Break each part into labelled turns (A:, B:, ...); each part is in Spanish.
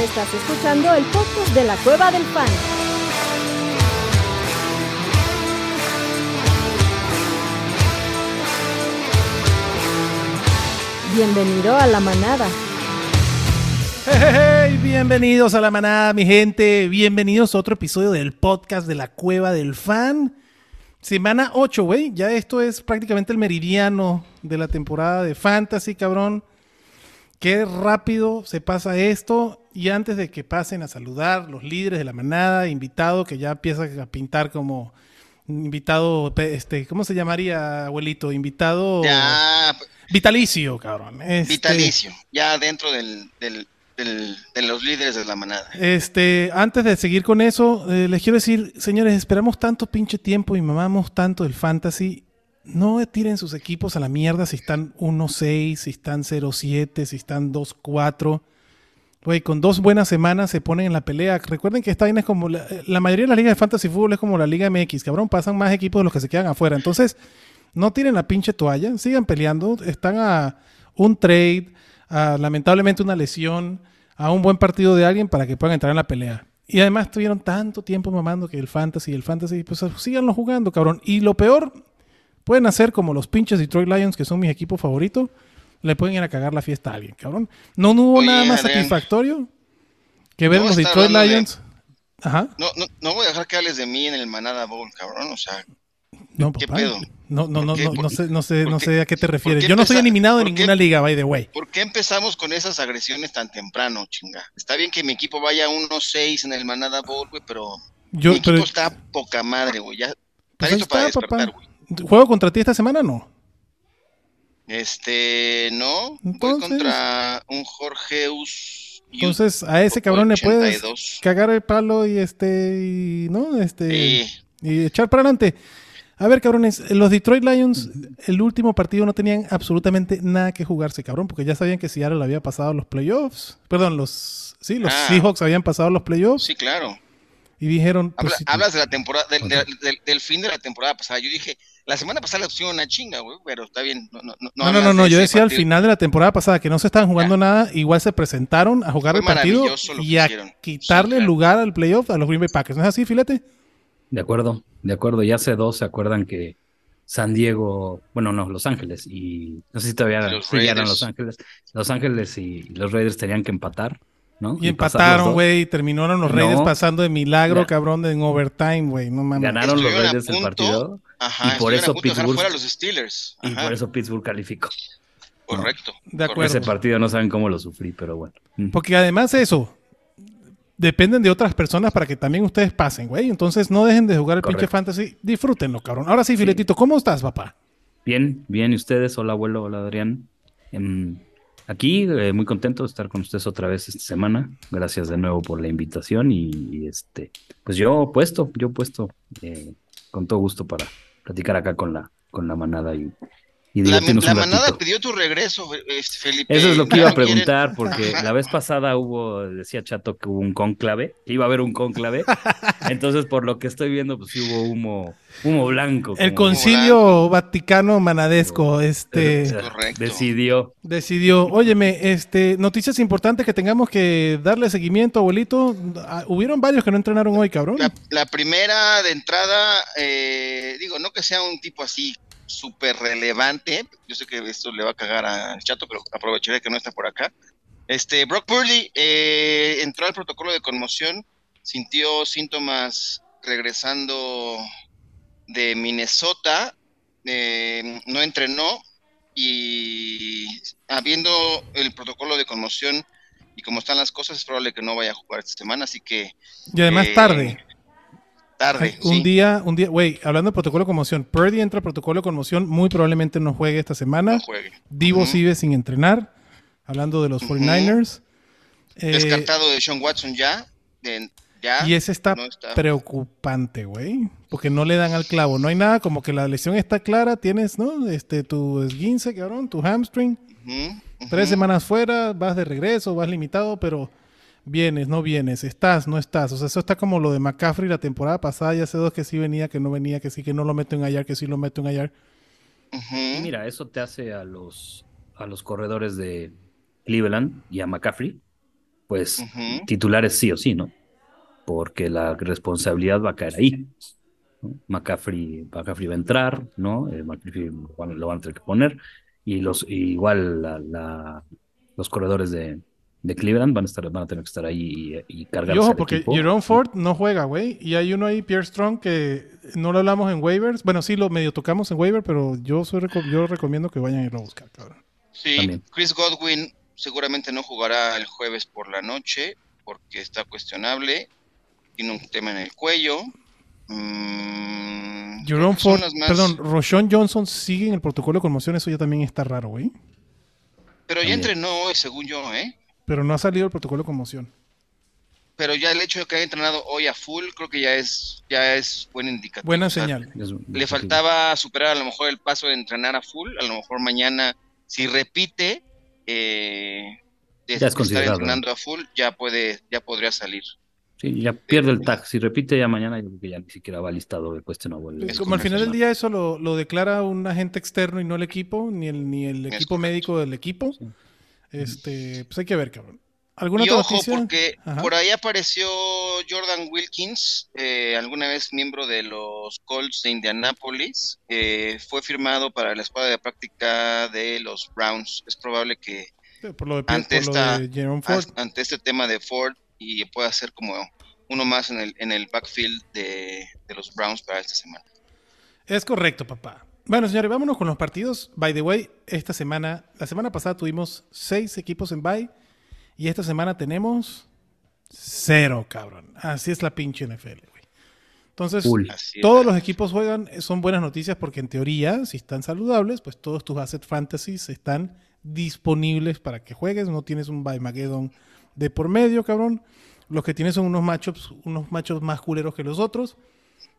A: Estás escuchando el podcast de la Cueva del Fan. Bienvenido a la manada.
B: Hey, hey, hey, bienvenidos a la manada, mi gente. Bienvenidos a otro episodio del podcast de la Cueva del Fan. Semana 8, güey. Ya esto es prácticamente el meridiano de la temporada de Fantasy, cabrón. Qué rápido se pasa esto. Y antes de que pasen a saludar los líderes de la manada, invitado que ya empieza a pintar como invitado, este, ¿cómo se llamaría, abuelito? Invitado
C: Ya,
B: vitalicio, cabrón. Este,
C: vitalicio, ya dentro del, del- del- de los líderes de la manada.
B: Este, antes de seguir con eso, eh, les quiero decir, señores, esperamos tanto pinche tiempo y mamamos tanto el fantasy. No tiren sus equipos a la mierda si están 1-6, si están 0-7, si están 2-4. Güey, con dos buenas semanas se ponen en la pelea. Recuerden que esta vaina es como la, la mayoría de las ligas de fantasy fútbol es como la Liga MX, cabrón, pasan más equipos de los que se quedan afuera. Entonces, no tiren la pinche toalla, sigan peleando, están a un trade, a lamentablemente una lesión, a un buen partido de alguien para que puedan entrar en la pelea. Y además tuvieron tanto tiempo mamando que el fantasy, el fantasy, pues síganlo jugando, cabrón. Y lo peor, pueden hacer como los pinches Detroit Lions, que son mis equipos favoritos, le pueden ir a cagar la fiesta a alguien, cabrón. No, no hubo
C: Oye,
B: nada más
C: Adrián.
B: satisfactorio que ver
C: No,
B: los
C: está
B: Detroit
C: hablando de-
B: Lions. Ajá.
C: No, no, no voy a dejar que hables de mí en el Manada Bowl, cabrón. O sea,
B: No,
C: ¿Qué
B: papá.
C: pedo?
B: No, no,
C: ¿Por
B: no,
C: qué?
B: no, no
C: ¿Por-
B: sé, no sé,
C: por
B: no
C: qué-
B: sé a qué te refieres.
C: qué
B: Yo no soy
C: empezar-
B: eliminado de
C: por qué-
B: ninguna liga, by the way.
C: ¿por qué empezamos con esas agresiones tan temprano, chinga? Está bien que mi equipo vaya 1-6 en el Manada Bowl, güey, pero
B: Yo,
C: mi equipo
B: pero,
C: está poca madre, güey. Ya está
B: pues ahí
C: listo para
B: está, papá.
C: despertar, güey.
B: ¿Juego contra ti esta semana no?
C: Este, no, voy
B: Entonces-
C: contra un Jorgeus. y un-
B: Entonces, a ese cabrón le puedes
C: 82.
B: cagar el palo y este, y, ¿no? Este,
C: Sí,
B: y echar para adelante. A ver, cabrones, los Detroit Lions, el último partido no tenían absolutamente nada que jugarse, cabrón, porque ya sabían que Seattle había pasado los playoffs. Perdón, los, sí, los
C: Ah.
B: Seahawks habían pasado los playoffs
C: sí, claro.
B: y dijeron, pues,
C: Habla-
B: si-
C: hablas de la temporada, del,
B: Ajá.
C: del- del- del fin de la temporada pasada. Yo dije, la semana pasada le pusieron una chinga, güey, pero está bien. No, no, no,
B: No, no,
C: hablas
B: no,
C: de
B: no, yo
C: ese
B: decía al
C: partido.
B: final de la temporada pasada que no se estaban jugando nada, igual se presentaron a jugar
C: Fue
B: el partido
C: maravilloso lo que
B: y a
C: hicieron.
B: quitarle
C: Sí, claro.
B: lugar al playoff a los Green Bay Packers. ¿No es así, Filete?
D: De acuerdo, de acuerdo. Ya hace dos se acuerdan que San Diego, bueno, no, Los Ángeles y no sé si todavía
C: Y los
D: sí, ya eran
C: Raiders.
D: Los Ángeles. Los Ángeles y los Raiders tenían que empatar, ¿no?
B: Y,
D: pasar los
B: empataron,
D: dos.
B: güey, y terminaron los Reyes
D: No.
B: pasando de milagro,
D: Ya.
B: cabrón, de en overtime, güey, no mames.
D: Ganaron los
C: Estuvieron a
D: Raiders el
C: punto,
D: partido
C: Ajá,
D: y
C: estuvieron
D: por
C: a
D: eso
C: punto de dejar
D: Pittsburgh-
C: fuera a los Steelers.
D: y
C: Ajá,
D: por eso Pittsburgh calificó.
C: correcto.
B: De
C: correcto.
B: acuerdo.
D: Ese partido no saben cómo lo sufrí, pero bueno. Mm.
B: Porque además eso, dependen de otras personas para que también ustedes pasen, güey. Entonces no dejen de jugar el pinche
D: Correcto.
B: fantasy, disfrútenlo, cabrón. Ahora sí, Filetito, ¿cómo estás, papá?
D: Bien, bien. ¿Y ustedes? Hola, abuelo. Hola, Adrián. Em, aquí, eh, muy contento de estar con ustedes otra vez esta semana. Gracias de nuevo por la invitación. Y, y, este, pues yo puesto, yo puesto, eh, con todo gusto para platicar acá con la, con la manada y, y
C: La,
D: divertirnos
C: la
D: un ratito.
C: manada pidió tu regreso, eh, Felipe.
D: Eso es lo que
C: Ya
D: iba a
C: no quieren-
D: preguntar, porque la vez pasada hubo, decía Chato que hubo un cónclave, que iba a haber un cónclave. Entonces, por lo que estoy viendo, pues sí hubo humo, humo blanco.
B: El
D: como
B: concilio vaticano-manadesco, este...
D: se
C: Correcto.
D: decidió.
B: Decidió, óyeme, este, noticias importantes que tengamos que darle seguimiento, abuelito. Ah, Hubieron varios que no entrenaron hoy, cabrón.
C: La, la primera de entrada, eh, digo, no que sea un tipo así súper relevante, yo sé que esto le va a cagar al chato, pero aprovecharé que no está por acá. Este, Brock Purdy eh, entró al protocolo de conmoción, sintió síntomas regresando de Minnesota, eh, no entrenó y habiendo el protocolo de conmoción y como están las cosas, es probable que no vaya a jugar esta semana, así que
B: Y además
C: eh,
B: tarde.
C: Tarde,
B: un
C: sí.
B: día, un día, güey, hablando de protocolo de conmoción, Purdy entra a protocolo de conmoción, muy probablemente no juegue esta semana.
C: no juegue.
B: Divo
C: Ujú.
B: sigue sin entrenar, hablando de los
C: Ujú.
B: 49ers. Eh,
C: Descartado de Sean Watson ya. de- ya.
B: y ese está
C: no está.
B: preocupante, güey, porque no le dan al clavo. No hay nada, como que la lesión está clara, tienes, ¿no? Este, tu esguince, cabrón, tu hamstring.
C: Ujú, ujú.
B: Tres semanas fuera, vas de regreso, vas limitado, pero vienes, no vienes, estás, no estás. O sea, eso está como lo de McCaffrey la temporada pasada, ya hace dos que sí venía, que no venía, que sí, que no lo meto en hallar, que sí lo meto en hallar.
C: Ujú.
D: Y Mira, eso te hace a los, a los corredores de Cleveland y a McCaffrey, pues
C: Ujú.
D: titulares sí o sí, ¿no? Porque la responsabilidad va a caer ahí. ¿no? McCaffrey, McCaffrey va a entrar, ¿no? Eh, McCaffrey bueno, lo van a tener que poner. Y los, y igual la- la- los corredores de, de Cleveland van a, estar, van a tener que estar ahí y, y cargarse
B: Y ojo,
D: al
B: porque
D: equipo.
B: Jerome Ford no juega, güey. Y hay uno ahí, Pierre Strong, que no lo hablamos en waivers. Bueno, sí, lo medio tocamos en waiver, pero yo, soy reco- yo recomiendo que vayan a irlo a buscar, cabrón.
C: Sí,
D: También.
C: Chris Godwin seguramente no jugará el jueves por la noche porque está cuestionable, tiene un tema en el cuello. Mm, creo
B: Jerome
C: que son
B: Ford,
C: las más-
B: perdón, Roshon Johnson sigue en el protocolo de conmoción. Eso ya también está raro, güey.
C: Pero ya
D: También.
C: entrenó hoy, según yo, ¿eh?
B: Pero no ha salido el protocolo de conmoción.
C: Pero ya el hecho de que haya entrenado hoy a full, creo que ya es, ya es buen indicador.
B: Buena
C: O sea,
B: señal.
D: Es un-
C: Le faltaba superar a lo mejor el paso de entrenar a full, a lo mejor mañana, si repite, eh, de
D: Ya es
C: estar
D: considerado.
C: entrenando a full, ya puede, ya podría salir.
D: Sí, ya pierde el tag. Si repite ya mañana, yo creo que ya ni siquiera va listado de cuestionable.
B: Eh,
D: Es
B: Como al
D: una
B: final del
D: semana.
B: día eso lo, lo declara un agente externo y no el equipo, ni el, ni el
C: Es
B: equipo médico del equipo.
D: Sí.
B: Este, pues hay que ver, cabrón. ¿Alguna
C: y
B: otra
C: ojo,
B: noticia?
C: porque
B: Ajá.
C: por ahí apareció Jordan Wilkins, eh, alguna vez miembro de los Colts de Indianápolis. eh, fue firmado para la escuadra de práctica de los Browns. Es probable que
B: Por lo de, Pierre-
C: ante
B: por lo
C: esta-
B: de Jerome Ford.
C: as- ante este tema de Ford y pueda ser como uno más en el, en el backfield de, de los Browns para esta semana.
B: Es correcto, papá. Bueno, señores, vámonos con los partidos. By the way, esta semana, la semana pasada tuvimos seis equipos en bye y esta semana tenemos cero, cabrón. Así es la pinche NFL, güey. Entonces,
D: Full.
C: Así es.
B: todos los equipos juegan, eh, son buenas noticias porque en teoría, si están saludables, pues todos tus asset fantasies están disponibles para que juegues. No tienes un bye Mageddon de por medio, cabrón. Los que tienes son unos matchups, unos matchups más culeros que los otros.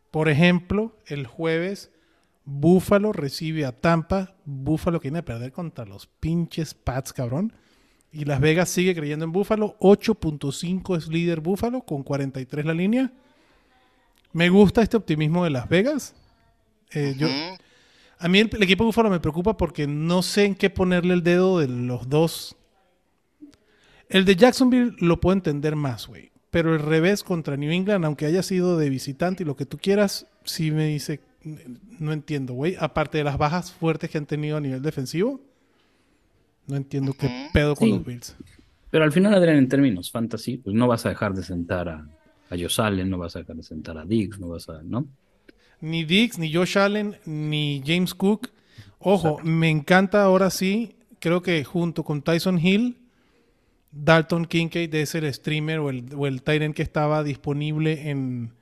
B: Por ejemplo, el jueves Búfalo recibe a Tampa. Búfalo que viene a perder contra los pinches Pats, cabrón. Y Las Vegas sigue creyendo en Búfalo. 8.5 es líder Búfalo con 43 la línea. Me gusta este optimismo de Las Vegas. Eh, yo,
C: Ujú.
B: a mí el, el equipo de Búfalo me preocupa porque no sé en qué ponerle el dedo de los dos. El de Jacksonville lo puedo entender más, güey. Pero el revés contra New England, aunque haya sido de visitante y lo que tú quieras, sí me dice, "N- no entiendo, güey. Aparte de las bajas fuertes que han tenido a nivel defensivo, no entiendo qué
C: Ujú.
B: pedo con
D: Sí.
B: los Bills.
D: Pero al final, Adrián, en términos fantasy, pues no vas a dejar de sentar a, a Josh Allen, no vas a dejar de sentar a Diggs, no vas a, ¿no?
B: Ni Dix, ni Josh Allen, ni James Cook. Ojo, me encanta ahora sí. Creo que junto con Tyson Hill, Dalton Kincaid es el streamer o el, o el tight end que estaba disponible en,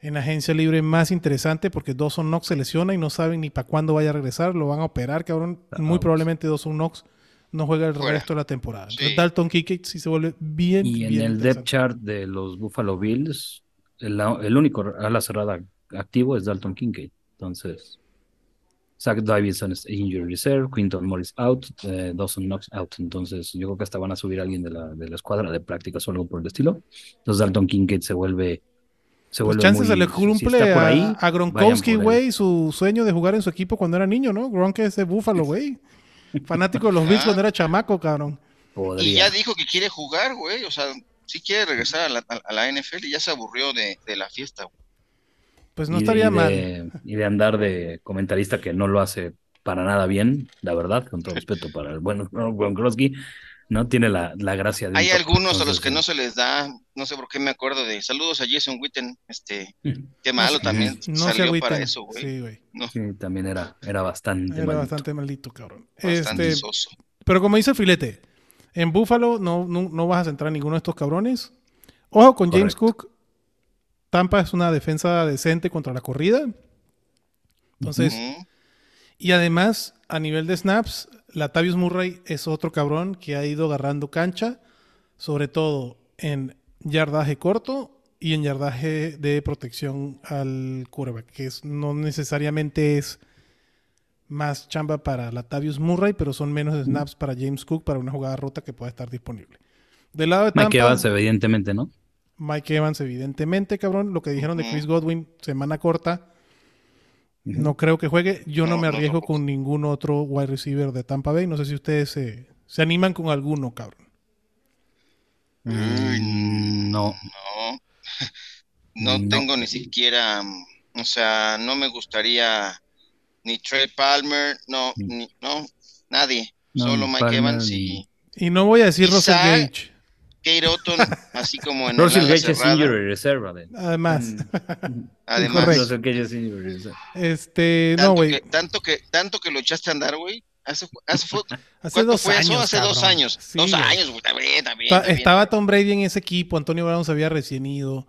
B: en agencia libre más interesante porque Dawson Knox se lesiona y no saben ni para cuándo vaya a regresar. Lo van a operar, cabrón.
D: Ah,
B: Muy
D: vamos.
B: probablemente Dawson Knox no juega el
C: Fuera.
B: resto de la temporada. Entonces,
C: Sí.
B: Dalton Kincaid sí se vuelve bien,
D: Y en
B: bien
D: el depth
B: interesante.
D: chart de los Buffalo Bills, el, el único ala cerrada activo es Dalton Kincaid. Entonces, Zach Davidson es injury reserve, Quinton Morris out, eh, Dawson Knox out. Entonces, yo creo que hasta van a subir a alguien de la, de la escuadra de prácticas o algo por el estilo. Entonces, Dalton Kincaid se vuelve. Se
B: Pues
D: vuelve
B: chances
D: muy-
B: se le
D: si- si
B: cumple
D: está por
B: a,
D: ahí,
B: a
D: vayan por
B: Gronkowski,
D: él.
B: güey, su sueño de jugar en su equipo cuando era niño, ¿no? Gronk es de Búfalo, güey. Fanático de los Bills
C: Ah.
B: cuando era chamaco, cabrón.
C: Y
D: Podría.
C: ya dijo que quiere jugar, güey. O sea, sí quiere regresar a la, a- a la NFL y ya se aburrió de, de la fiesta. güey.
B: Pues no
D: y de-
B: estaría
D: y de,
B: mal.
D: y de andar de comentarista que no lo hace para nada bien, la verdad, con todo respeto para el buen Gronkowski, no tiene la, la gracia de. un
C: Hay
D: top.
C: algunos a los
D: Entonces,
C: que no se les da, no sé por qué me acuerdo de. Saludos a Jason Witten, este,
D: sí.
C: qué
B: No
C: malo
B: sé-
C: también
B: No se
C: salió para
B: agüiten.
C: eso, güey.
B: Sí, güey.
D: Sí, también era, era bastante
B: Era
D: malito.
B: bastante malito, cabrón.
C: Bastante
B: Este,
C: soso.
B: Pero como dice el filete, en Búfalo no, no, no vas a centrar a ninguno de estos cabrones. Ojo con James Cook. Tampa es una defensa decente contra la corrida. Entonces,
C: Ujú.
B: Y además, a nivel de snaps, Latavius Murray es otro cabrón que ha ido agarrando cancha, sobre todo en yardaje corto y en yardaje de protección al quarterback, que es- no necesariamente es más chamba para Latavius Murray, pero son menos snaps para James Cook para una jugada rota que pueda estar disponible. Del lado de Tampa,
D: Mike Evans, evidentemente, ¿no?
B: Mike Evans, evidentemente, cabrón. Lo que dijeron de
C: Ujú.
B: Chris Godwin, semana corta.
D: Ujú.
B: No creo que juegue. Yo no,
C: No,
B: me
C: no,
B: arriesgo
C: tampoco.
B: con ningún otro wide receiver de Tampa Bay. No sé si ustedes se, se animan con alguno, cabrón.
D: Mm, No,
C: No, no
D: No.
C: tengo ni siquiera, mm, o sea, no me gustaría ni Trey Palmer, no,
D: Ni-
C: ni- no, nadie.
D: Mm. No,
C: Solo
D: ni
C: Mike
D: Palmer,
C: Evans
D: ni-
C: y
B: Y no voy a decir
C: Quizá-
B: Russell Gage.
C: Kate Otton, así como en el
D: Russell
C: ala
D: Gage es
C: cerrada.
D: injury reserve, Adel.
B: Además,
D: Mm.
C: Además,
B: Correcto.
D: Russell Gage es injury reserve.
B: este, no,
C: tanto
B: güey.
C: que, tanto que, tanto que lo echaste a andar, güey. Hace, hace fue-
B: Hace
C: ¿Cuánto
B: dos
C: fue
B: años.
C: eso? Hace dos
B: cabrón.
C: años.
B: Sí,
C: dos
B: güey.
C: años, güey. Está bien, está bien,
B: Ta-
C: está bien.
B: estaba Tom Brady en ese equipo, Antonio Brown se había recién ido.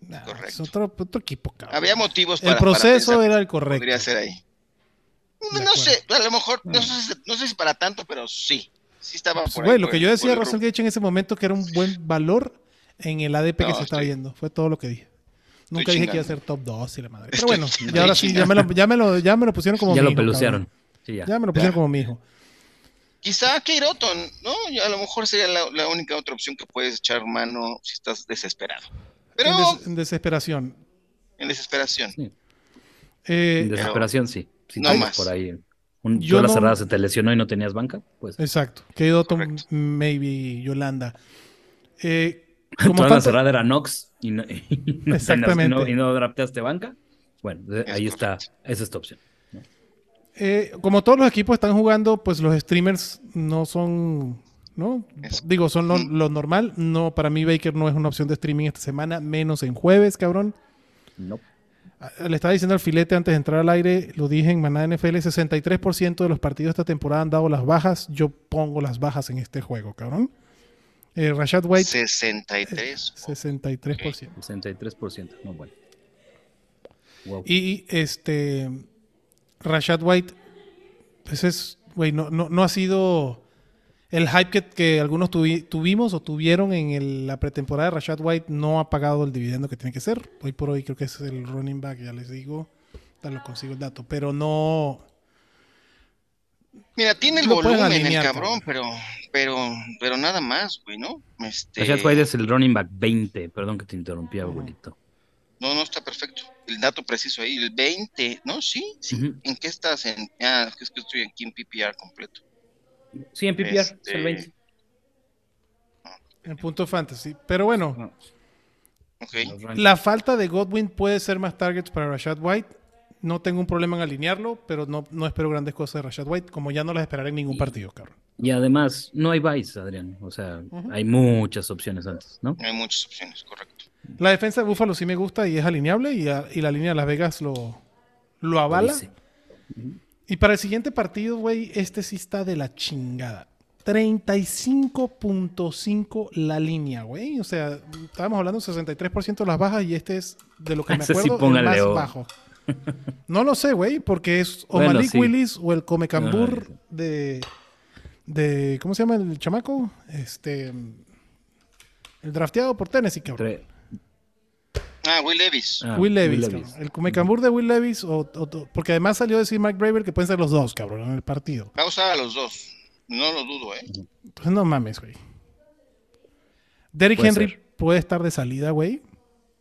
B: Nah,
C: Correcto.
B: Es otro, otro equipo, cabrón.
C: Había motivos para
B: el
C: para
B: proceso
C: pensar
B: era el
C: que
B: correcto.
C: podría ser ahí. No,
B: De
C: no sé, a lo mejor, no
D: Mm.
C: sé, no sé si para tanto, pero sí. Sí estaba
B: Pues,
C: Ah, por
B: güey,
C: ahí,
B: lo
C: por
B: que
C: el-
B: yo decía
C: por
B: de
C: el
B: Russell
C: rumbo.
B: Gage en ese momento que era un buen valor en el ADP que
C: No,
B: se estaba
C: estoy-
B: yendo. Fue todo lo que dije. Nunca
C: estoy
B: dije que iba a
C: chingando.
B: ser top 2 y la madre. Pero
C: Estoy-
B: bueno,
C: estoy
B: y ahora sí, ya me, lo, ya, me lo, ya me lo pusieron como
D: Ya
B: mi
D: lo
B: hijo, cabrón.
D: pelucearon. Sí, ya.
B: Ya me lo pusieron
C: Ya.
B: como mi hijo.
C: Quizá Kate Otton, ¿no? Y a lo mejor sería la, la única otra opción que puedes echar mano si estás desesperado. Pero
B: En, des- en desesperación.
C: en desesperación.
B: Eh,
D: En desesperación, sí. Si
C: No
D: tienes
C: más.
D: por ahí un
B: Yo
D: yo la
B: no-
D: cerrada se te lesionó y no tenías banca, pues
B: exacto. Kate Otton,
C: Correcto.
B: maybe Yolanda. Eh, como
D: toda la
B: tanto-
D: cerrada era Nox y no, y no-
B: Exactamente.
D: y no- y no drafteaste banca. Bueno, de-
C: Es
D: ahí está,
C: correcto.
D: esa es tu opción.
B: Eh, como todos los equipos están jugando, pues los streamers no son, ¿no?
C: Es-
B: Digo, son lo,
C: Mm.
B: lo normal. No, para mí Baker no es una opción de streaming esta semana, menos en jueves, cabrón.
D: No.
B: Ah, Le estaba diciendo al filete antes de entrar al aire, lo dije en Maná NFL, 63% de los partidos esta temporada han dado las bajas. Yo pongo las bajas en este juego, cabrón. Eh, Rashad White,
C: 63.
B: 63%.
D: 63%. No, bueno. Wow.
B: Y este Rashad White, pues es, güey, no, no, no ha sido el hype que, que algunos tuvi- tuvimos o tuvieron en el- la pretemporada de Rashad White, no ha pagado el dividendo que tiene que ser. Hoy por hoy creo que es el running back, ya les digo, ya lo consigo el dato, pero no,
C: Mira, tiene el
B: Lo pueden
C: volumen
B: alinear,
C: el cabrón,
B: cabrón.
C: pero, pero, pero nada más, güey, ¿no? Este,
D: Rashad White Pues es el running back 20. Perdón que te interrumpí, abuelito.
C: No, no está perfecto. El dato preciso ahí, el 20, ¿no? Sí, sí.
D: Ujú.
C: ¿En qué estás? En, ah, es que estoy aquí en PPR completo.
D: Sí, en PPR, es
C: Este,
D: el 20.
B: en punto fantasy. Pero bueno,
D: No,
C: Ok.
D: los rankings.
B: La falta de Godwin puede ser más targets para Rashad White. No tengo un problema en alinearlo, pero no, no espero grandes cosas de Rashad White, como ya no las esperaré en ningún
D: Y-
B: partido, cabrón.
D: Y además, no hay vice, Adrián. O sea,
B: Ujú.
D: hay muchas opciones antes, ¿no?
C: No hay muchas opciones, correcto.
B: La defensa de Buffalo sí me gusta y es alineable y, a- y la línea de Las Vegas lo, lo avala.
D: Dice.
B: Y para el siguiente partido, güey, este sí está de la chingada. 35.5 la línea, güey. O sea, estábamos hablando del 63% de las bajas y este es de lo que me
D: Ese sí,
B: acuerdo el
D: póngale
B: más
D: o-
B: bajo. No lo sé, güey, porque es o
D: Bueno,
B: Malik
D: sí.
B: Willis o el Comecambur
D: No, no, no.
B: de, de... ¿Cómo se llama el chamaco? Este... El drafteado por Tennessee, cabrón.
D: Tre-
C: Ah, Will Levis.
D: ah,
B: Will Levis,
D: Will
B: cabrón. El Comecambur de Will Levis, o, o- o- porque además salió a decir Mark Braver que pueden ser los dos, cabrón, en el partido.
C: Va a usar a los dos. No lo dudo, ¿eh?
B: Entonces no mames, güey. Derrick
D: Puede
B: Henry
D: ser.
B: puede estar de salida, güey.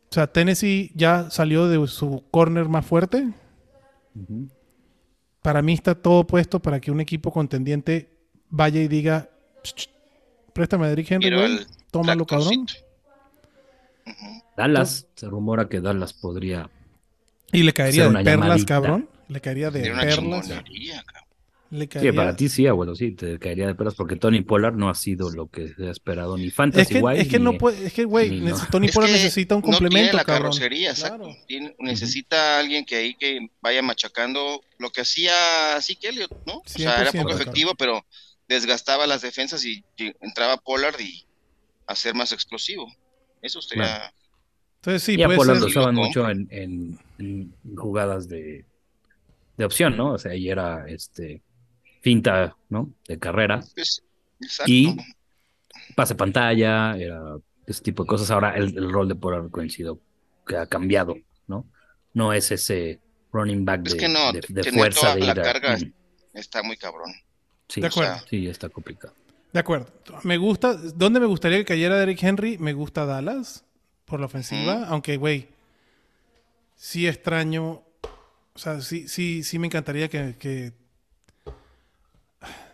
B: O sea, Tennessee ya salió de su corner más fuerte.
D: Ujú.
B: Para mí está todo puesto para que un equipo contendiente vaya y diga, "Ch, ch, préstame a Derrick Henry,
C: Quiero
B: güey.
C: al
B: Tómalo, cabrón.
C: Tractorcito. Ujú.
D: Dallas, se rumora que Dallas podría.
B: Y le caería
D: Hacer
B: de
D: una
B: perlas,
D: llamadita.
B: cabrón. Le caería de
C: Sería una
B: perlas.
C: chingonería, cabrón.
B: Le caería...
D: Sí, para ti sí, abuelo, sí, te caería de pelas porque Tony Pollard no ha sido lo que se ha esperado ni Fantasy
B: Es que,
D: Wise,
B: es que
D: ni-
B: no puede, es que güey,
D: ni no.
B: neces- Tony
C: Es
B: Pollard
C: que
B: necesita un
C: no tiene
B: complemento,
C: la
B: cabrón.
C: carrocería, exacto.
B: Claro.
C: Tiene- necesita alguien que ahí que vaya machacando lo que hacía así que Elliot, ¿no? O sea, era
B: 100%,
C: poco
B: claro.
C: efectivo, pero desgastaba las defensas y, y entraba Pollard y a ser más explosivo. Eso sería
D: Claro.
B: Entonces sí,
D: Y a
B: puede
D: Pollard
B: ser-
D: lo usaban
C: Loco.
D: mucho en, en- en jugadas de, de opción, ¿no? O sea, ahí era este finta, ¿no? De carrera,
C: pues, exacto.
D: Y- pase pantalla, era ese tipo de cosas. Ahora el, el rol de Pollard coincido que ha cambiado, ¿no? No es ese running back de,
C: Es que no,
D: de- de
C: tener
D: fuerza
C: toda
D: de
C: la
D: ir a-
C: carga.
D: Mm,
C: Está muy cabrón.
D: Sí,
B: De acuerdo.
D: sí, está complicado.
B: De acuerdo. Me gusta. ¿Dónde me gustaría que cayera Derrick Henry? Me gusta Dallas por la ofensiva. Aunque, güey, sí extraño. O sea, sí, sí, sí me encantaría que. que-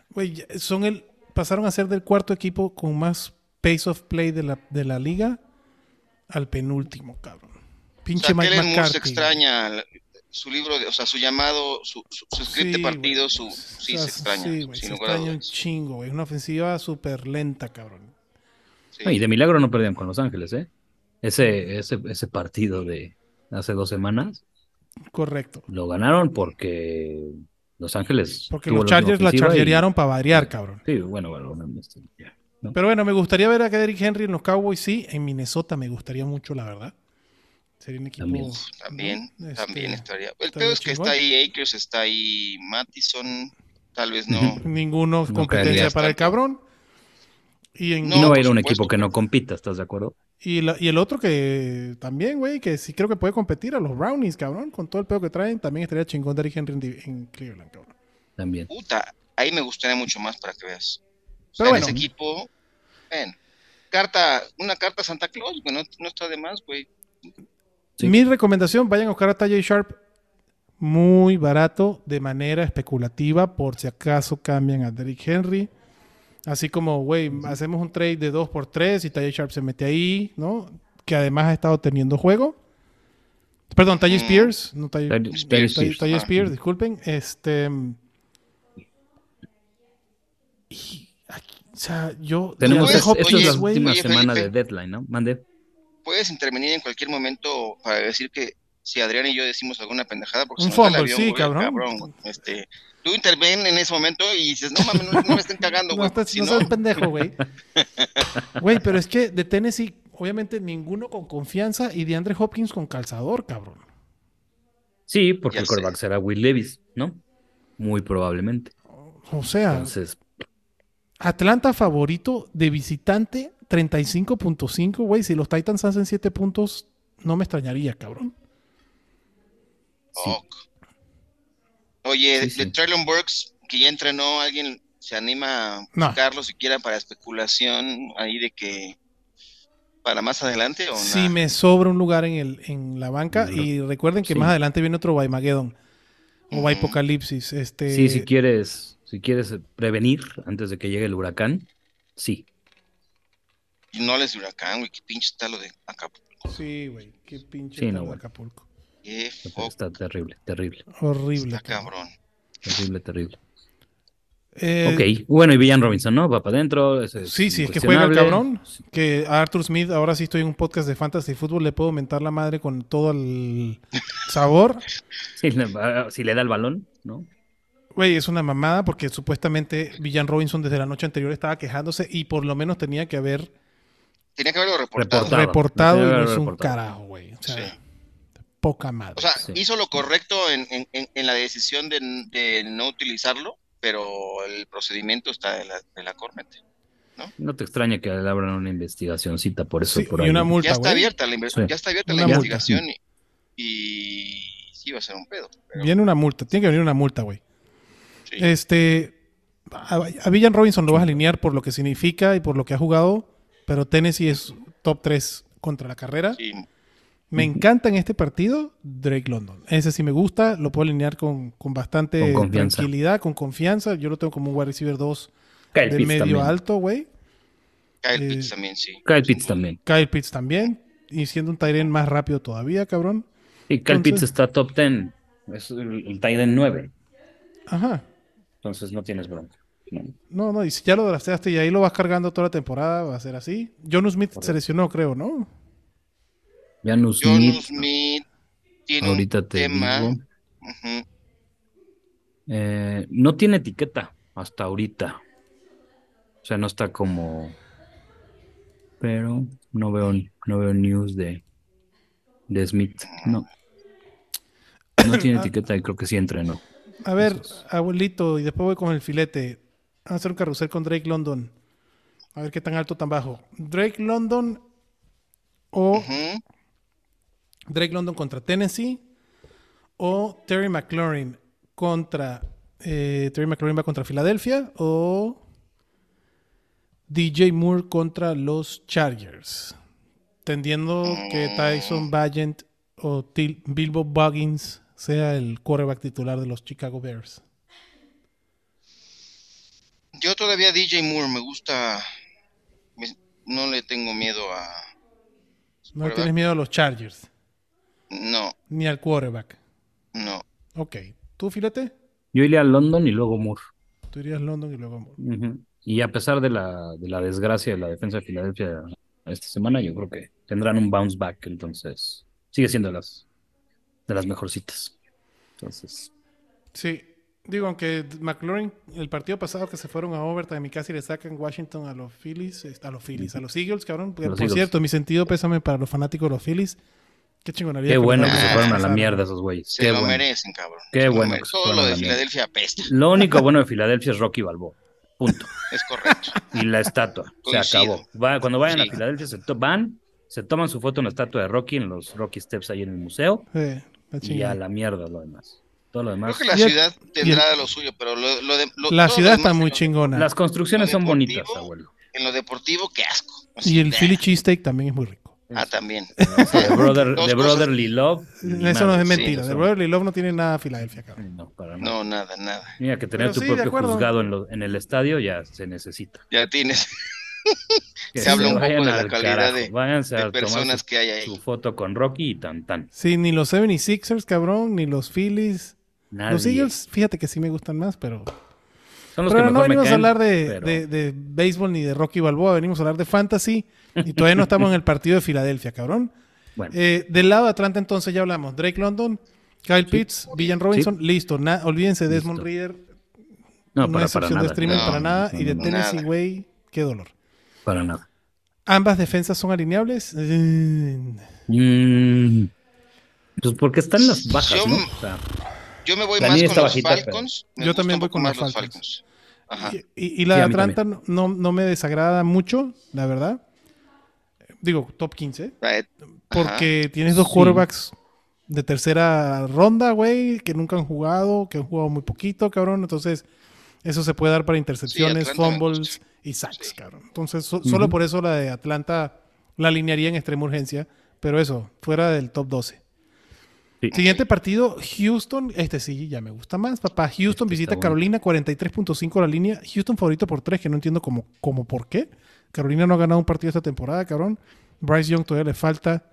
B: Güey, ya- son el. Pasaron a ser del cuarto equipo con más pace of play de la, de la liga al penúltimo, cabrón.
C: O
B: Pinche
C: sea,
B: Mike
C: Kellen Moore
B: McCarthy.
C: se extraña la- su libro, de- o sea, su llamado, su, su, su script
B: Sí,
C: de
B: güey.
C: partido, su,
B: O
C: sí
B: sea,
C: se extraña.
B: Sí, güey, se
C: sin lugar a
B: extraña un
C: dudas.
B: chingo, güey. Una ofensiva súper lenta, cabrón.
C: Sí.
D: No, Ah, y de milagro no perdían con Los Ángeles, ¿eh? Ese, ese, ese partido de hace dos semanas
B: Correcto.
D: lo ganaron porque Los Ángeles.
B: Porque
D: tuvo
B: los
D: la última
B: Chargers la
D: ofensiva y-
B: chargerearon para variar, cabrón.
D: Sí, bueno, bueno, bueno, este, ya, ¿no?
B: Pero bueno, me gustaría ver a Derrick Henry en los Cowboys, sí. En Minnesota me gustaría mucho, la verdad. Sería un equipo.
D: También.
B: ¿no?
C: También,
B: Este,
C: también estaría. El
B: está
C: peor
B: de
C: es que
B: chingón.
C: está ahí Akers, está ahí Mattison, tal vez no.
B: Ninguno es
D: No
B: competencia
D: caerías
B: para el
C: tanto.
B: cabrón. Y, en-
D: Y no,
C: No,
D: va a ir
C: por
D: un
C: supuesto.
D: equipo que no compita, ¿estás de acuerdo?
B: y, la- y el otro que también, güey, que sí creo que puede competir a los Brownies, cabrón. Con todo el pedo que traen, también estaría chingón Derrick Henry en, Di- en Cleveland, cabrón.
D: También.
C: Puta, ahí me gustaría mucho más para que veas. O sea,
B: Pero
C: en
B: bueno.
C: ese equipo, ven, carta, una carta a Santa Claus, güey, no, no está de más, güey.
D: Sí.
B: Mi recomendación, vayan a buscar a Tajay Sharp muy barato, de manera especulativa, por si acaso cambian a Derrick Henry. Así como, güey, hacemos un trade de 2 por 3 y Tajay Sharp se mete ahí, ¿no? Que además ha estado teniendo juego. Perdón, Tajay
C: Mm.
B: Spears, no Tajay
D: Tyler-
C: Spears,
D: Tyler
B: Tay-
D: Eh, Spears.
B: Tay
C: Ah.
B: Spears, disculpen. Este. y aquí- o sea, yo.
D: Tenemos
B: DeAndre
C: Oye,
D: es- esta es
B: Hopkins,
D: la
C: oye,
B: güey,
D: última
C: oye,
D: semana de
C: Felipe.
D: deadline, ¿no? Mande.
C: Puedes intervenir en cualquier momento para decir que si Adrián y yo decimos alguna pendejada, porque
B: Un
C: se nos va el
B: fumble,
C: avión,
B: sí,
C: güey,
B: cabrón.
C: güey, este, tú interven en ese momento y dices, no mames, no, no me estén cagando,
B: No,
C: güey.
B: estás-
C: si
B: no
C: no,
B: seas pendejo, güey. Güey, pero es que de Tennessee, obviamente ninguno con confianza y de Andre Hopkins con calzador, cabrón.
D: Sí, porque
C: Ya
D: el quarterback
C: sé.
D: será Will Levis, ¿no? Muy probablemente.
B: O sea,
D: Entonces,
B: Atlanta favorito de visitante, 35.5, güey. Si los Titans hacen 7 puntos, no me extrañaría, cabrón.
D: sí.
C: Ok. Oye,
D: Sí, sí.
C: de Traylon Burks, que ya entrenó, alguien se anima a
B: No.
C: buscarlo siquiera para especulación ahí de que para más adelante o
B: Si
C: nada?
B: me sobra un lugar en, el, en la banca.
D: Ujú.
B: Y recuerden que
D: Sí.
B: más adelante viene otro Mageddon o
C: Ujú.
B: Apocalipsis. Este,
D: sí, si quieres, si quieres prevenir antes de que llegue el huracán, sí.
C: Y no les de huracán, güey, qué pinche está lo de Acapulco.
B: Sí, güey. Qué pinche
D: Sí,
B: tal
D: no,
B: de
D: güey.
B: Acapulco.
C: Qué fuck,
D: Está terrible, terrible,
B: Horrible.
C: está cabrón.
D: terrible, terrible.
B: Eh,
D: Ok, bueno, y Villan Robinson, ¿no? Va para adentro.
B: Sí, sí, es que juega el cabrón. Que a Arthur Smith, ahora sí estoy en un podcast de fantasy fútbol, le puedo mentar la madre con todo el sabor.
D: Si le, va- si le da el balón, ¿no?
B: Güey, es una mamada porque supuestamente Villan Robinson desde la noche anterior estaba quejándose y por lo menos tenía que haber
C: Tenía que haberlo reportado.
D: Reportado.
B: reportado
D: lo
B: y
D: tenía que
B: no
D: haber
B: es un
D: reportado.
B: carajo, güey. O sea,
C: Sí.
B: poca madre.
C: O sea,
D: Sí.
C: hizo lo correcto en, en- en- en la decisión de, de no utilizarlo, pero el procedimiento está de la, de la corte.
D: No te extraña que le abran una investigacioncita por eso.
B: Sí,
D: por
B: y
D: ahí.
B: una
C: Ya
B: multa,
C: está
B: güey.
C: abierta la inve-
D: Sí.
C: ya está abierta
B: Una
C: la
B: multa.
C: investigación y, y sí va a ser un pedo. pero
B: Viene una multa, tiene que venir una multa, güey.
C: sí.
B: Este, a, a Villan Robinson lo vas a alinear por lo que significa y por lo que ha jugado, pero Tennessee es top 3 contra la carrera.
C: Sí,
B: Me encanta en este partido Drake London. Ese sí me gusta, lo puedo alinear con, con bastante
D: Con confianza.
B: tranquilidad, con confianza. Yo lo tengo como un wide receiver 2
D: Kyle
B: de
D: Pitts
B: medio
D: también.
B: alto, güey.
C: Kyle
B: Eh,
C: Pitts también, sí.
D: Kyle Pitts también.
B: Kyle Pitts también. Y siendo un Tyrion más rápido todavía, cabrón.
D: Y Kyle
B: Entonces-
D: Pitts está top 10. Es el, el tight end 9.
B: Ajá.
D: Entonces no tienes bronca. ¿no?
B: No, no, y si ya lo drafteaste y ahí lo vas cargando toda la temporada, va a ser así. John Smith
D: Correcto.
B: se lesionó, creo, ¿no?
D: Janus
C: John
D: Smith,
C: Smith tiene
D: ahorita
C: un
D: te
C: tema.
D: digo.
C: ujú.
D: Eh, no tiene etiqueta hasta ahorita. O sea, no está como. Pero no veo, no veo news de, de Smith. No. No tiene etiqueta y creo que sí entrenó.
B: A ver,
D: Eso es.
B: abuelito, y después voy con el filete. Vamos a hacer un carrusel con Drake London. A ver qué tan alto, tan bajo. Drake London o
C: Ujú.
B: Drake London contra Tennessee o Terry McLaurin contra eh, Terry McLaurin va contra Filadelfia o DJ Moore contra los Chargers. Tendiendo que Tyson Bagent o Til- Bilbo Buggins sea el quarterback titular de los Chicago Bears.
C: Yo todavía DJ Moore me gusta. me- no le tengo miedo a.
B: No
C: Quarterback.
B: tienes miedo a los Chargers,
C: No,
B: ni al quarterback.
C: no.
B: Ok. ¿Tú, Filete?
D: Yo iría a London y luego Moore.
B: Tú irías a London y luego Moore.
D: Ujú. Y a pesar de la, de la desgracia de la defensa de Filadelfia esta semana, yo creo que tendrán un bounce back, entonces sigue siendo de las, de las mejorcitas. Entonces,
B: Sí. Digo, aunque McLaurin, el partido pasado que se fueron a overtime y casi le sacan Washington a los Phillies, eh, a los Phillies, a los Eagles, cabrón. Porque,
D: Los
B: por
D: Eagles.
B: cierto, mi sentido pésame para los fanáticos de los Phillies. Qué chingonería.
D: qué
B: que
D: bueno
B: los
D: que se
B: Eagles
D: fueron a la
B: pasaron.
D: mierda esos güeyes.
C: Se
D: Qué
C: lo
D: bueno.
C: merecen, cabrón.
D: Qué
C: Se lo
D: bueno
C: mere-
D: que se
C: Todo
D: fueron
C: lo
D: a
C: de
D: la mierda.
C: Filadelfia apesta.
D: Lo único bueno de Filadelfia es Rocky Balboa. Punto.
C: Es correcto.
D: Y la estatua. Se
C: Coincido.
D: acabó. Va- cuando vayan a
C: Sí.
D: Filadelfia, se to- van, se toman su foto en la estatua de Rocky en los Rocky Steps ahí en el museo
B: Ah, Sí, la
D: y
B: chingada.
D: a la mierda lo demás. Todo lo
C: Creo
D: demás.
C: que la
B: Y el-
C: ciudad
B: y
C: tendrá lo suyo, pero lo, lo de- lo-
B: La
C: todo lo
B: ciudad está
C: demás
B: muy
C: en lo-
B: chingona.
D: Las construcciones son
C: Deportivo.
D: bonitas, abuelo.
C: En lo deportivo, qué asco. Así,
B: Y el
C: nah.
B: Philly cheesesteak también es muy rico.
C: Ah,
D: Este,
C: también.
D: O sea, de, brother-
C: Dos
D: de
C: cosas.
D: Brotherly Love. ni
B: Eso no
D: madre.
B: es
C: sí,
B: mentira.
D: eso
B: The
D: no.
B: Brotherly Love no tiene nada a Filadelfia, cabrón.
D: No, para nada.
C: No, nada, nada.
D: Mira, que tener
B: Pero
D: tu
B: sí, de
D: propio
B: acuerdo.
D: juzgado en, lo- en el estadio ya se necesita.
C: Ya tienes
D: Que
C: Se habla un poco
D: vayan
C: de la
D: al
C: calidad
D: carajo.
C: de-
D: Váyanse a
C: de
D: tomar
C: personas
D: su,
C: que hay ahí.
D: su foto con Rocky y tan tan.
B: Sí, ni los 76ers, cabrón, ni los Phillies. Los
D: Nadie.
B: Eagles, fíjate que sí me gustan más, pero.
D: Son los que
B: Pero no
D: mejor me
B: venimos a
D: caen,
B: hablar de,
D: pero-
B: de- de béisbol ni de Rocky Balboa, venimos a hablar de fantasy y todavía no estamos en el partido de Filadelfia, cabrón.
D: bueno.
B: Eh, del lado de Atlanta, entonces ya hablamos. Drake London, Kyle Pitts, Villan Robinson, listo. na- olvídense de Desmond
D: Listo.
B: Reader,
D: No,
B: no,
D: para,
B: es
D: para
B: opción
D: nada.
B: de streaming
C: No,
B: para nada.
D: no,
B: y de
D: no,
B: Tennessee,
C: nada.
B: güey, qué dolor.
D: Para nada.
B: Ambas defensas son alineables. Eh,
D: Mm, pues porque están las bajas,
C: Yo-
D: ¿no? O sea,
C: Yo me voy
D: La
C: más
D: línea
C: con
D: está
C: los
D: bajita, pero-
C: Falcons. Me
B: Yo
C: gusta
B: también
C: un
B: voy
C: poco
B: con
C: más
B: los
C: los
B: Falcons.
C: Falcons.
D: Ah.
C: Ajá.
B: Y, y- y la
D: Sí,
B: de
D: a mí
B: Atlanta no, no me desagrada mucho, la verdad. Digo, top 15.
C: Right.
B: Porque tienes dos
D: Sí.
B: quarterbacks de tercera ronda, güey, que nunca han jugado, que han jugado muy poquito, cabrón. Entonces, eso se puede dar para intercepciones,
C: Atlanta me
B: fumbles
C: gusta.
B: y sacks,
C: Sí.
B: cabrón. Entonces, so- solo
D: Ujú.
B: por eso la de Atlanta la alinearía en extrema urgencia. Pero eso, fuera del top 12.
D: Sí.
B: Siguiente partido, Houston. Este sí, ya me gusta más, papá. Houston
D: Este
B: visita
D: está
B: Carolina, 43.5 la línea. Houston favorito por 3, que no entiendo cómo, cómo por qué. Carolina no ha ganado un partido esta temporada, cabrón. Bryce Young todavía le falta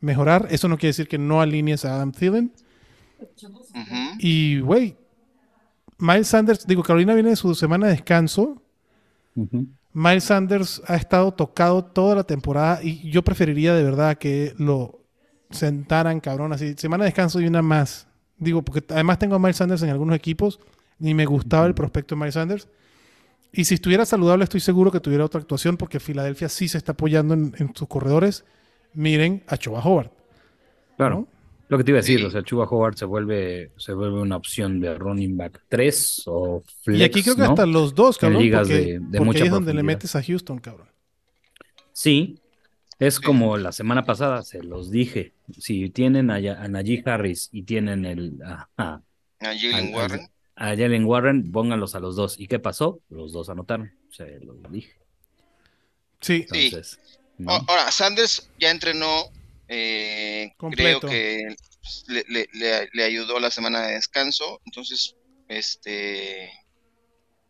B: mejorar. Eso no quiere decir que no alinees a Adam Thielen.
C: Ujú.
B: Y, güey, Miles Sanders, digo, Carolina viene de su semana de descanso.
D: ujú.
B: Miles Sanders ha estado tocado toda la temporada y yo preferiría de verdad que lo sentaran, cabrón, así. Semana de descanso y una más. Digo, porque además tengo a Miles Sanders en algunos equipos y me gustaba el prospecto de Miles Sanders. Y si estuviera saludable, estoy seguro que tuviera otra actuación porque Filadelfia sí se está apoyando en, en sus corredores. Miren a Choba Hobart.
D: Claro.
B: ¿no?
D: Lo que te iba a decir,
C: Sí.
D: o sea, Chuba Howard se vuelve, se vuelve una opción de running back 3 o flex,
B: y aquí creo que
D: ¿no?
B: hasta los dos,
D: En
B: cabrón,
D: ligas
B: porque,
D: de- de
B: porque
D: mucha
B: ahí es donde le
D: profundidad.
B: metes a Houston, cabrón.
D: Sí, es como la semana pasada, se los dije. Si tienen a, Ya- a Najee Harris y tienen el, a, a-
C: A Jalen
D: al-
C: Warren.
D: a Jalen Warren, pónganlos a los dos. ¿Y qué pasó? Los dos anotaron, se los dije.
B: Sí,
C: Sí. Oh,
D: Entonces, ¿no?
C: O- Ahora, Sanders ya entrenó. eh, creo
B: Completo.
C: que le, le- le- le ayudó la semana de descanso. Entonces, este.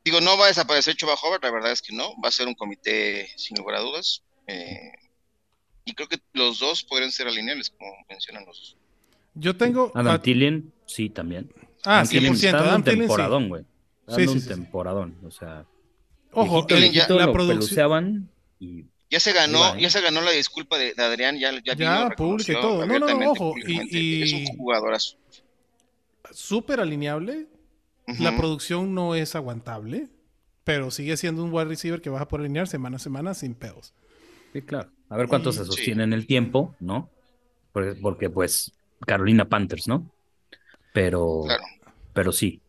C: Digo, no va a desaparecer Chuba Hobart, la verdad es que no. Va a ser un comité sin lugar a dudas. eh, y creo que los dos podrían ser alineables, como mencionan los dos.
B: yo tengo.
C: oh,
D: Adam
B: a-
D: Tillian, sí, también.
B: ah,
D: Adam Tillian
B: 100%.
D: está dando
B: Adam
D: un
B: Thielen, sí.
D: temporadón, güey. Está
B: Sí,
D: dando
B: sí,
D: un
B: sí, sí.
D: temporadón, o sea,
B: Ojo,
D: viejito,
C: el-
D: viejito,
B: la
D: lo
B: producción.
D: peluceaban y
C: Ya se ganó,
D: va, ¿eh?
C: ya se ganó la disculpa de, de Adrián, ya, ya, vino,
B: Ya,
C: reconoció
B: pública y todo. No, no, no,
C: abiertamente,
B: ojo, y-
C: públicamente.
B: y-
C: Es un jugadorazo.
B: súper alineable. La
C: Ujú.
B: producción no es aguantable, pero sigue siendo un wide receiver que vas a poder alinear semana a semana sin pedos.
D: Sí, claro. A ver cuánto
B: Y-
D: se
C: sí.
D: sostiene en el tiempo, ¿no? Porque, porque, pues Carolina Panthers, ¿no? Pero,
C: Claro.
D: pero sí.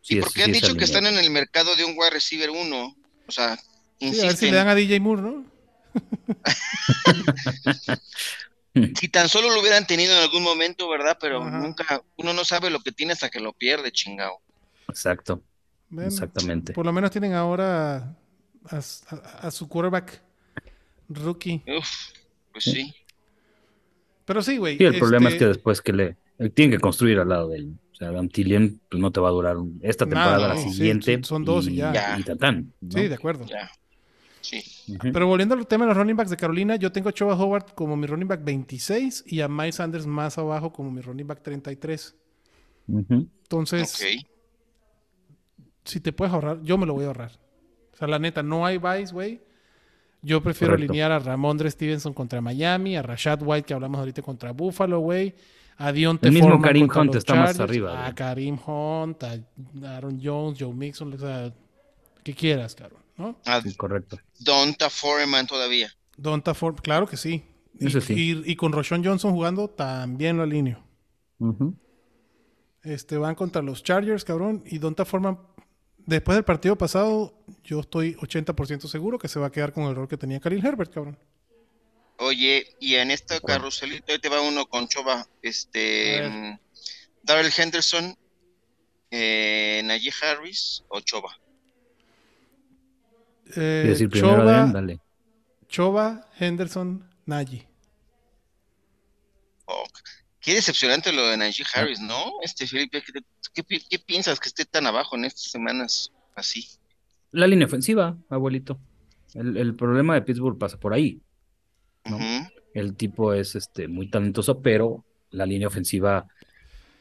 D: Sí,
C: y
D: es-
C: porque
D: sí
C: han
D: es
C: dicho que
D: alineable.
C: están en el mercado de un wide receiver 1. O sea,
B: Sí, a ver si
C: insisten.
B: le dan a DJ Moore, ¿no?
C: Si tan solo lo hubieran tenido en algún momento, ¿verdad? Pero
B: Ajá.
C: nunca, uno no sabe lo que tiene hasta que lo pierde, chingado.
D: Exacto,
B: Bueno, pues,
D: exactamente.
B: por lo menos tienen ahora a, a- a su quarterback rookie.
C: Uf, pues sí.
B: Pero sí, güey.
D: Sí, el problema es que
B: este,
D: después que le eh, tienen que construir al lado de él. O sea, Adam Tillian pues, no te va a durar un- esta
B: Nada,
D: temporada, la
B: no, sí,
D: siguiente.
B: sí, son dos y ya.
D: Y tan, tan, ¿no?
B: Sí, de acuerdo.
C: Ya. Sí.
D: Ujú.
B: Pero volviendo al tema de los running backs de Carolina, yo tengo a Choba Howard como mi running back 26 y a Miles Sanders más abajo como mi running back 33.
D: Ujú.
B: Entonces,
C: Ok.
B: si te puedes ahorrar, yo me lo voy a ahorrar. O sea, la neta, no hay buys, güey. Yo prefiero
D: Correcto.
B: alinear a Ramondre Stevenson contra Miami, a Rashad White, que hablamos ahorita contra Buffalo, güey. A Dion
D: El mismo Kareem Hunt está más arriba,
B: A
D: güey.
B: Karim Hunt, a Aaron Jones, Joe Mixon, o sea, que quieras, cabrón, ¿no?
C: A
D: Sí, correcto.
C: Donta Foreman todavía.
B: Donta Ford, claro que sí. Y,
D: Eso sí.
B: y- y con Roshon Johnson jugando, también lo alineo.
D: Ujú.
B: Eh, Este, van contra los Chargers, cabrón. Y Donta Foreman, después del partido pasado, yo estoy 80% seguro que se va a quedar con el rol que tenía Khalil Herbert, cabrón.
C: Oye, y en esta carruselita ahí te va uno con Choba,
B: A ver.
C: este mm, Darrell Henderson, eh, Najee Harris o Choba.
B: Eh,
D: Quiero decir primero, Adrián,
B: Choba,
D: dale.
B: Choba, Henderson, Nagy.
C: Oh, qué decepcionante lo de Najee
B: Ah.
C: Harris, ¿no? Este Felipe, ¿qué, qué pi- qué piensas que esté tan abajo en estas semanas así?
D: La línea ofensiva, abuelito. El, el problema de Pittsburgh pasa por ahí. No.
C: Ujú.
D: El tipo es este muy talentoso, pero la línea ofensiva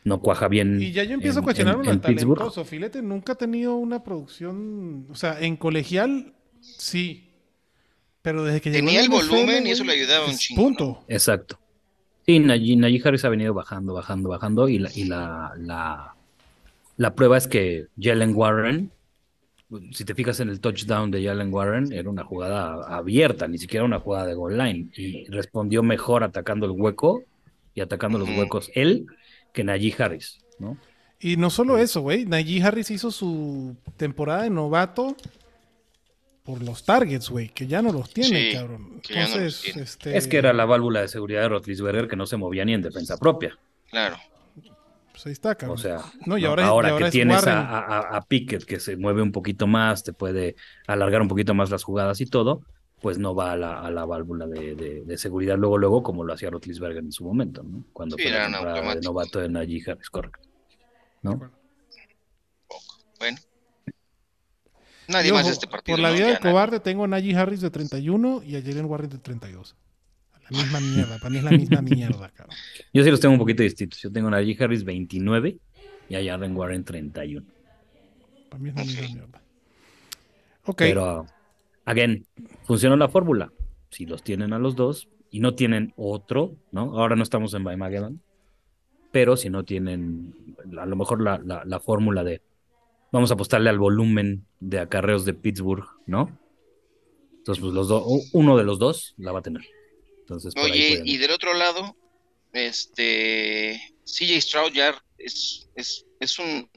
D: no cuaja bien.
B: Y ya yo empiezo
D: Mm, en-
B: a cuestionar
D: en-
B: lo
D: en Pittsburgh.
B: talentoso. Filete nunca ha tenido una producción. O sea, en colegial, sí. Pero desde que llegó
C: Tenía
B: en
C: el
B: NFL,
C: volumen y eso
B: güey,
C: le ayudaba un
B: es
C: chingo,
B: Punto.
D: Exacto. Sí, Najee, Najee Harris ha venido bajando, bajando, bajando. Y la, y la, la, la prueba es que Jalen Warren, si te fijas en el touchdown de Jalen Warren, era una jugada abierta, ni siquiera una jugada de goal line. Y respondió mejor atacando el hueco y atacando los
C: Ujú.
D: huecos él que Najee Harris, ¿no?
B: Y no solo eso, güey. Najee Harris hizo su temporada de novato por los targets, güey, que ya no los tiene,
C: Sí,
B: cabrón.
C: que ya no los
B: Entonces,
C: tiene.
B: este,
D: Es que era la válvula de seguridad de Rotlisberger que no se movía ni en defensa propia.
C: Claro.
B: pues ahí está, cabrón.
D: O sea,
B: no, y
D: no,
B: ahora, y ahora
D: que
B: es
D: tienes
B: Warren.
D: a, a- a Pickett que se mueve un poquito más, te puede alargar un poquito más las jugadas y todo, pues no va a la, a la válvula de, de- de seguridad luego, luego, como lo hacía Rotlisberger en su momento, ¿no? Cuando
C: Sí,
D: fue la
C: eran
D: temporada de
C: automáticos.
D: novato de Najee Harris, correcto.
B: De
D: ¿No?
B: acuerdo.
C: Bueno. Nadie
B: Y
C: más
B: ojo,
C: de este partido.
B: Por la
C: ¿no?
B: vida
C: Ya
B: del
C: nadie.
B: cobarde tengo a Najee Harris de 31 y a Jalen Warren de 32. La misma mierda, para mí es la misma mierda, cabrón.
D: Yo sí los tengo un poquito distintos. Yo tengo a Najee Harris 29 y a Jalen Warren 31.
B: Para mí es la misma
C: Ok.
B: mierda. Ok,
D: Pero, again, funciona la fórmula. Si los tienen a los dos y no tienen otro, ¿no? Ahora no estamos en Baimageddon, pero si no tienen, a lo mejor la, la- la fórmula de vamos a apostarle al volumen de acarreos de Pittsburgh, ¿no? Entonces, pues los dos, uno de los dos la va a tener. Entonces,
B: pues,
D: por ahí
C: Oye,
D: pueden-
C: y del otro lado, este CJ Stroud ya es, es, es un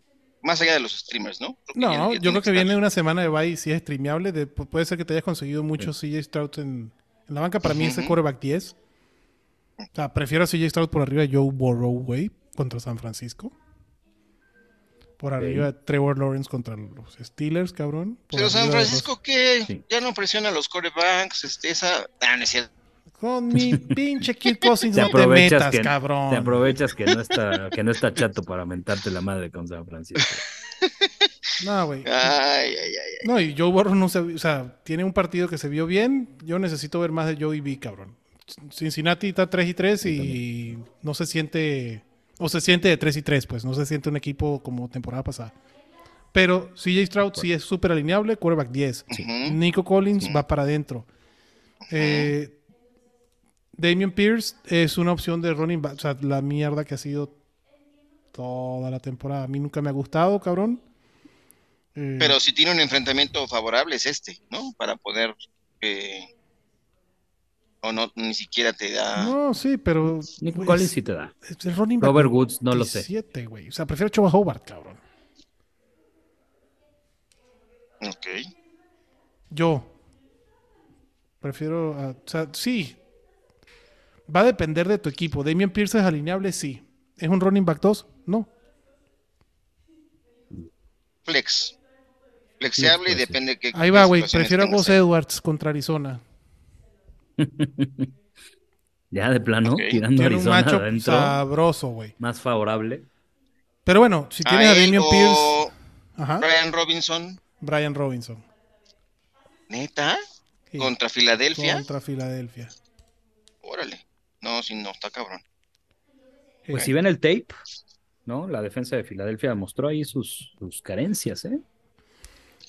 C: más allá de los streamers, ¿no? Creo que ya- ya
B: no, yo
C: tiene
B: creo que
C: estar.
B: viene una semana de bye si es streameable. de- pu- puede ser que te hayas conseguido muchos CJ Stroud en, en la banca. Para mí es el
C: Ujú.
B: quarterback 10. O sea, prefiero a CJ Stroud por arriba de Joe Burrow, güey, contra San Francisco. Por arriba de Trevor Lawrence contra los Steelers, cabrón. Por
C: Pero San
B: arriba de los-
C: Francisco que
D: Sí.
C: ya no presiona a los corebacks, este, esa. Ah, no es cierto.
B: Con mi pinche Kirk Cousins
D: Te
B: no te
D: aprovechas
B: metas,
D: que-
B: cabrón.
D: Te aprovechas que no está, que no está chato para mentarte la madre con San Francisco.
B: No, güey.
C: Ay, ay, ay.
B: No, y Joe Burrow no se... O sea, tiene un partido que se vio bien. Yo necesito ver más de Joey B, cabrón. Cincinnati está 3 y 3 y no se siente... O se siente de 3 y 3, pues. No se siente un equipo como temporada pasada. Pero CJ Stroud sí es súper alineable. Quarterback 10.
C: Ujú.
B: Nico Collins va para adentro. Eh, Damian Pierce es una opción de running back. O sea, la mierda que ha sido toda la temporada. A mí nunca me ha gustado, cabrón. Eh,
C: Pero si tiene un enfrentamiento favorable es este, ¿no? Para poder. eh, o no, ni siquiera te da.
B: No, sí, pero.
D: Nico
B: güey,
D: Collins
B: es-
D: sí te da.
B: es el running back
D: Robert Woods, no lo sé.
B: 27, güey. O sea, prefiero Chuba Hobart, cabrón.
C: Ok.
B: Yo. Prefiero. a- o sea, sí. Va a depender de tu equipo. Damian Pierce es alineable, sí. ¿Es un running back 2? No.
C: Flex. Flexiable
D: Flex,
C: y
D: pues, sí.
C: depende que.
B: Ahí va, güey. Prefiero a Gus Edwards contra Arizona.
D: Ya de plano,
C: Ok.
D: tirando
B: Tiene
D: a
B: un
D: Arizona
B: macho
D: adentro,
B: sabroso, güey.
D: más favorable.
B: Pero bueno, si tienes a, Damian Pierce.
C: o
B: Ajá.
C: Brian Robinson.
B: Brian Robinson.
C: ¿Neta?
B: Sí,
C: contra Filadelfia.
B: Contra Filadelfia.
C: Órale. No, si no, está cabrón.
D: Pues
C: Ok.
D: si ven el tape, ¿no? La defensa de Filadelfia mostró ahí sus, sus carencias, ¿eh?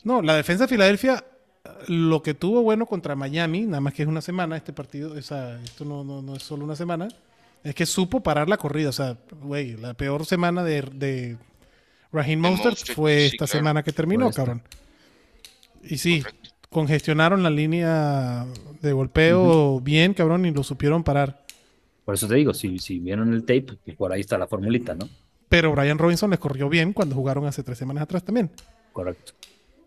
B: No, la defensa de Filadelfia, lo que tuvo bueno contra Miami, nada más que es una semana este partido, o sea, esto no, no- no es solo una semana, es que supo parar la corrida. O sea, güey, la peor semana de, de Raheem
C: De
B: Monster
C: Mostert,
B: fue
C: sí,
B: esta
C: claro.
B: semana que terminó,
D: Fue esta.
B: cabrón. Y sí,
C: Correcto.
B: congestionaron la línea de golpeo bien, cabrón, y lo supieron parar.
D: Por eso te digo, si, si vieron el tape, pues por ahí está la formulita, ¿no?
B: Pero Brian Robinson les corrió bien cuando jugaron hace tres semanas atrás también.
D: Correcto.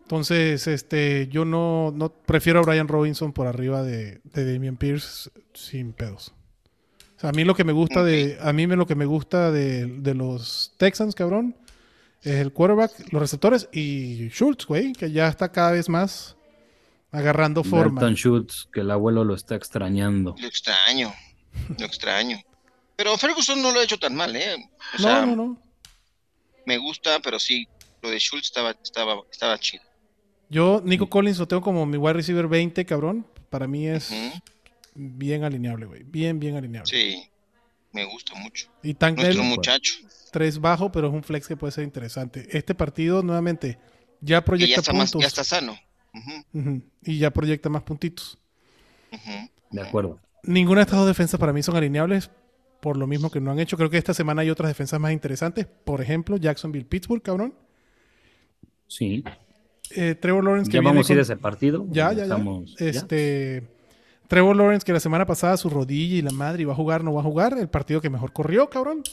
B: Entonces, este, yo no, no prefiero a Brian Robinson por arriba de, de Damian Pierce sin pedos. O sea, a mí lo que me gusta de, a mí me- lo que me gusta de, de los Texans, cabrón, es el quarterback, los receptores y Schultz, güey, que ya está cada vez más agarrando forma.
D: Dalton Schultz, que el abuelo lo está extrañando.
C: Lo extraño. Lo extraño. Pero Ferguson no lo ha hecho tan mal, ¿eh? O sea,
B: No, no, no.
C: me gusta, pero sí, lo de Schultz estaba, estaba, estaba chido.
B: Yo, Nico Collins, lo tengo como mi wide receiver 20, cabrón. Para mí es
C: Ujú.
B: bien alineable, güey. Bien, bien alineable.
C: Sí, me gusta mucho.
B: Y Tank Dell,
C: Nuestro muchacho,
B: tres bajo, pero es un flex que puede ser interesante. Este partido, nuevamente, ya
C: que ya
B: proyecta
C: está, más,
B: puntos.
C: ya está sano. Ujú,
B: Ujú, Y ya proyecta más puntitos.
C: ujú.
D: De acuerdo.
B: Ninguna de estas dos defensas para mí son alineables, por lo mismo que no han hecho. Creo que esta semana hay otras defensas más interesantes. Por ejemplo, Jacksonville Pittsburgh, cabrón.
D: Sí.
B: Eh, Trevor Lawrence que
D: Ya
B: viene
D: vamos a ir
B: con-
D: a ese partido.
B: Ya, ya, ya.
D: Estamos- ya.
B: Este. Trevor Lawrence, que la semana pasada su rodilla y la madre iba a jugar, no va a jugar. El partido que mejor corrió, cabrón.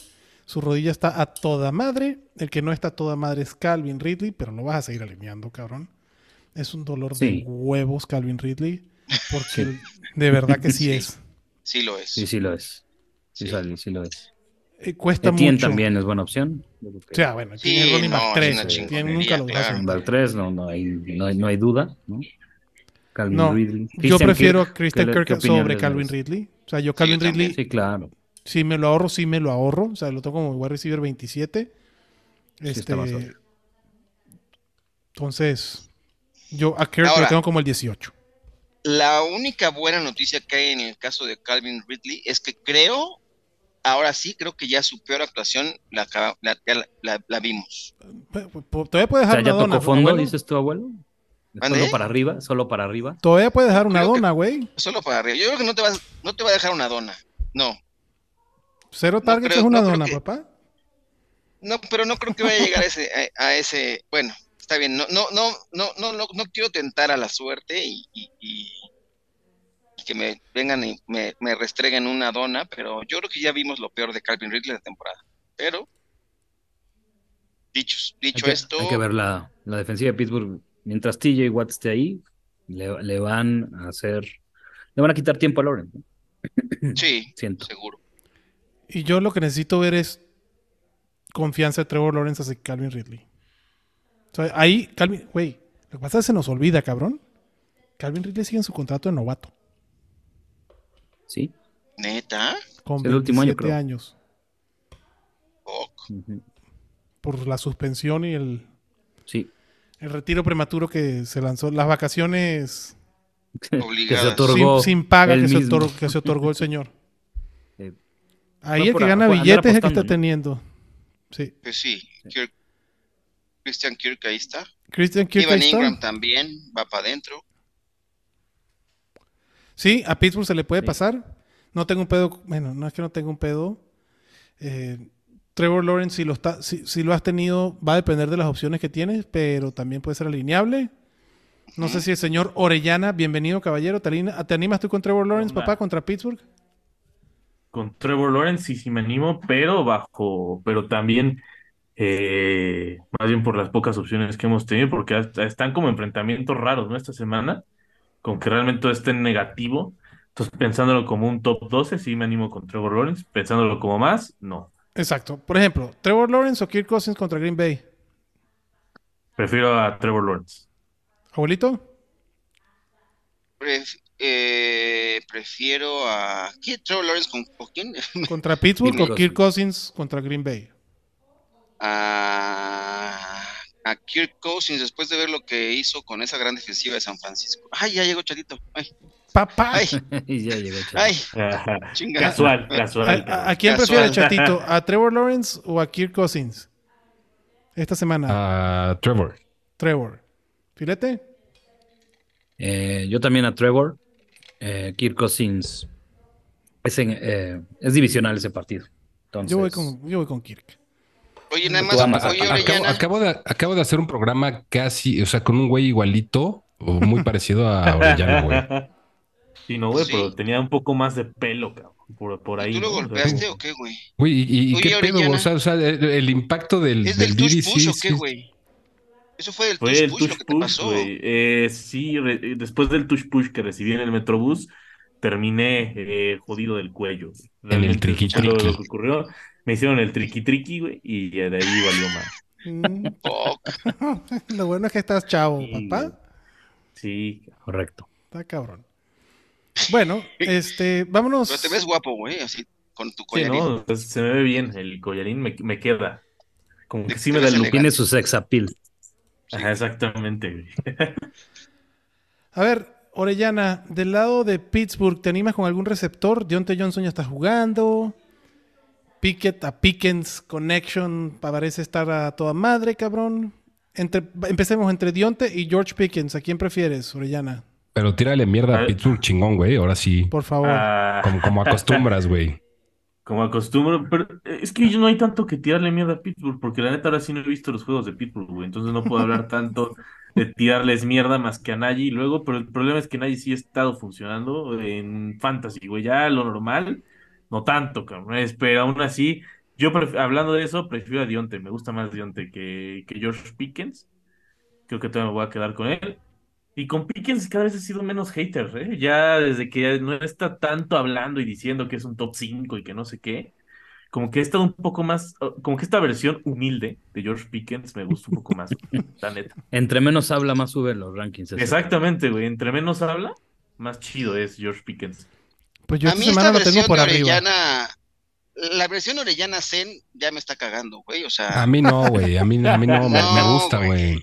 B: Su rodilla está a toda madre. El que no está a toda madre es Calvin Ridley, pero lo vas a seguir alineando, cabrón. Es un dolor de
D: Sí.
B: huevos, Calvin Ridley. Porque
D: Sí.
B: el- de verdad que sí
C: Sí.
B: es.
C: Sí lo es.
D: Sí, sí lo es. Sí,
C: Sí.
D: sale, sí lo es.
B: Eh, cuesta
D: Etienne
B: mucho.
D: también es buena opción. Yo creo
B: O
D: que-
B: sea, bueno,
C: Sí,
B: tiene Ronnie
C: no,
B: Mac
C: es
B: 3.
C: una
B: tiene-
C: chingonería,
B: nunca lo vas a
C: claro.
B: hacer.
D: Van tres, no, no, hay, no, hay, no hay duda, ¿no? Calvin
B: No,
D: Ridley.
B: Yo
D: Christian
B: prefiero a
D: Kirk,
B: Christian
D: ¿qué le-
B: Kirk
D: qué opinión
B: sobre
D: les
B: Calvin
D: merece?
B: Ridley. O sea, yo Calvin
C: yo también.
B: Ridley
D: Sí, claro.
B: Si me lo ahorro, sí me lo ahorro. O sea, lo tengo como wide receiver 27. Este,
D: está más alto.
B: entonces, yo a Kirk lo
C: Ahora.
B: tengo como el 18.
C: La única buena noticia que hay en el caso de Calvin Ridley es que creo, ahora sí, creo que ya su peor actuación la, acaba- la, ya la- la- la vimos.
B: Pe- pe- Todavía puedes
D: O
B: dejar
D: sea, ya
B: una dona.
D: tocó fondo,
B: abuelo.
D: dices tu abuelo.
C: ¿Mande?
D: Solo para arriba, solo para arriba.
B: Todavía puedes dejar una
C: Creo que-
B: dona, güey.
C: Solo para arriba. Yo creo que no te, vas, no te va a dejar una dona. No,
B: Cero
C: No
B: targets
C: creo-
B: es una
C: no creo
B: dona,
C: que-
B: papá.
C: no, pero no creo que vaya a llegar a ese, a, a ese. Bueno, está bien. No, no, no, no, no, no, no quiero tentar a la suerte y, y- y- y que me vengan y me, me restreguen una dona, pero yo creo que ya vimos lo peor de Calvin Ridley la temporada. Pero, dicho,
D: Hay
C: dicho
D: que,
C: esto.
D: hay que ver la, la defensiva de Pittsburgh. Mientras TJ Watt esté ahí, le, le van a hacer. Le van a quitar tiempo a Lawrence. ¿no?
C: Sí,
D: Siento.
C: seguro.
B: Y yo lo que necesito ver es confianza de Trevor Lawrence hacia Calvin Ridley. O sea, ahí, Calvin, güey, lo que pasa es que se nos olvida, cabrón. Calvin Ridley sigue en su contrato de novato.
D: Sí.
C: ¿Neta?
B: Con
D: Es el último
B: 27
D: año, creo.
B: años.
C: Fuck.
D: Ujú.
B: Por la suspensión y el,
D: Sí.
B: El retiro prematuro que se lanzó, las vacaciones
D: Que se
C: Obligadas.
D: otorgó.
B: sin, sin paga
D: él
B: que se,
D: mismo.
B: otorgó, que se otorgó el señor.
D: Sí.
B: Ahí
D: Fue
B: el
D: por
B: que
D: a-
B: gana
D: por andar
B: billetes es el que
D: apostando,
B: está
D: ¿no?
B: teniendo. Sí.
C: Pues sí, Kirk- Christian Kirk ahí está.
B: Christian Kirk ahí
C: Ivan
B: está.
C: Ingram también va para adentro.
B: Sí, a Pittsburgh se le puede
D: Sí.
B: pasar. No tengo un pedo. Bueno, no es que no tenga un pedo. Eh, Trevor Lawrence, si lo, está, si, si lo has tenido, va a depender de las opciones que tienes, pero también puede ser alineable. No sé si el señor Orellana, bienvenido caballero. ¿Te, alina- te animas tú con Trevor Lawrence,
E: Hola.
B: papá, contra Pittsburgh?
E: con Trevor Lawrence y si me animo, pero bajo, pero también eh, más bien por las pocas opciones que hemos tenido, porque hasta están como enfrentamientos raros, ¿no? Esta semana, con que realmente todo esté en negativo. Entonces, pensándolo como un top 12, sí me animo con Trevor Lawrence, pensándolo como más, no.
B: Exacto. Por ejemplo, Trevor Lawrence o Kirk Cousins contra Green Bay.
E: Prefiero a Trevor Lawrence.
B: Abuelito,
C: Pref- eh, prefiero a. ¿Quién? ¿Trevor Lawrence con, con quién?
B: contra Pittsburgh
D: Kirk
B: o Kirk Cousins contra Green Bay.
C: a, a Kirk Cousins después de ver lo que hizo con esa gran defensiva de San Francisco. Ay, ya llegó Chatito. Ay,
B: Papá.
C: ay,
D: Y ya llegó, chaval.
C: ay,
E: Ajá.
C: chinga.
E: Casual,
B: ¿A,
E: casual.
B: a- a quién prefiere
C: Casual.
B: Chatito? ¿A Trevor Lawrence o a Kirk Cousins? Esta semana,
F: Ah, Trevor.
B: Trevor. ¿Filete?
D: Eh, yo también a Trevor. Eh, Kirk Cousins. Es, en- eh, es divisional ese partido. Entonces,
B: Yo voy, con, yo voy con Kirk.
C: Oye, nada
D: Tú
C: más,
D: amas a-
C: oye,
D: a-
F: Acabo,
C: Orellana.
F: acabo de, acabo de hacer un programa casi, o sea, con un güey igualito o muy parecido a Orellana, güey.
E: Sí, no, güey,
C: Sí.
E: pero tenía un poco más de pelo, cabrón. Por, por ahí.
C: ¿Tú lo
E: ¿no? O sea,
C: golpeaste o qué, güey?
F: Güey, ¿y, y
C: Oye,
F: qué pedo?
C: Orellana.
F: O sea, o sea, el, el impacto del,
C: ¿Es del
F: DDC,
C: tush push o
F: sí,
C: qué, güey? Eso fue del
E: Fue
C: tush
E: el
C: push lo
E: touch
C: que te
E: push,
C: pasó.
E: güey. Eh, sí, re- después del touch push que recibí en el Metrobús, terminé eh, jodido del cuello.
F: En el
E: Realmente eso fue lo,
F: triqui-triqui.
E: lo que ocurrió. Me hicieron el triqui-triqui, güey, y de ahí valió más.
B: Mm,
C: Oh,
B: Lo bueno es que estás chavo,
E: Sí,
B: papá.
E: Sí,
D: Correcto.
B: Está cabrón. Bueno, este, vámonos.
C: pero te ves guapo, güey, así, con tu
E: sí,
C: collarín.
E: ¿no? Entonces, se me ve bien el collarín, me, me queda. Como que sí
C: Te
E: me da
C: ves
E: el look.
C: elegante.
D: Tiene su sex appeal.
E: Ajá, exactamente, güey.
B: A ver, Orellana, del lado de Pittsburgh, ¿te animas con algún receptor? Deontay Johnson ya está jugando. Pickett a Pickens Connection parece estar a toda madre, cabrón. Entre, empecemos entre Dionte y George Pickens. ¿A quién prefieres, Orellana?
F: Pero tírale mierda a
E: Ah.
F: Pittsburgh chingón, güey. Ahora sí.
B: Por favor.
E: Ah,
F: Como, como acostumbras, güey.
E: como acostumbro, pero eh, es que yo no hay tanto que tirarle mierda a Pittsburgh, porque la neta ahora sí no he visto los juegos de Pittsburgh, güey. Entonces no puedo hablar tanto de tirarles mierda más que a Nagy luego, pero el problema es que Nagy sí ha estado funcionando en Fantasy, güey. Ya lo normal, no tanto, cabrón. es, Pero aún así, yo pref- hablando de eso, prefiero a Dionte. Me gusta más Dionte que, que George Pickens. Creo que todavía me voy a quedar con él. Y con Pickens cada vez he sido menos hater, ¿eh? Ya desde que no está tanto hablando y diciendo que es un top 5 y que no sé qué, como que he estado un poco más, como que esta versión humilde de George Pickens me gusta un poco más, la neta.
D: Entre menos habla, más suben los rankings. Eso.
E: Exactamente, güey. Entre menos habla, más chido es George Pickens.
B: pues yo
C: a mí
B: esta semana
C: esta
B: lo tengo
C: versión
B: por
C: de
B: arriba.
C: Orellana, la versión Orellana Zen ya me está cagando, güey, o sea,
F: A mí no, güey. A mí, a mí no, me, me
C: No,
F: gusta, güey.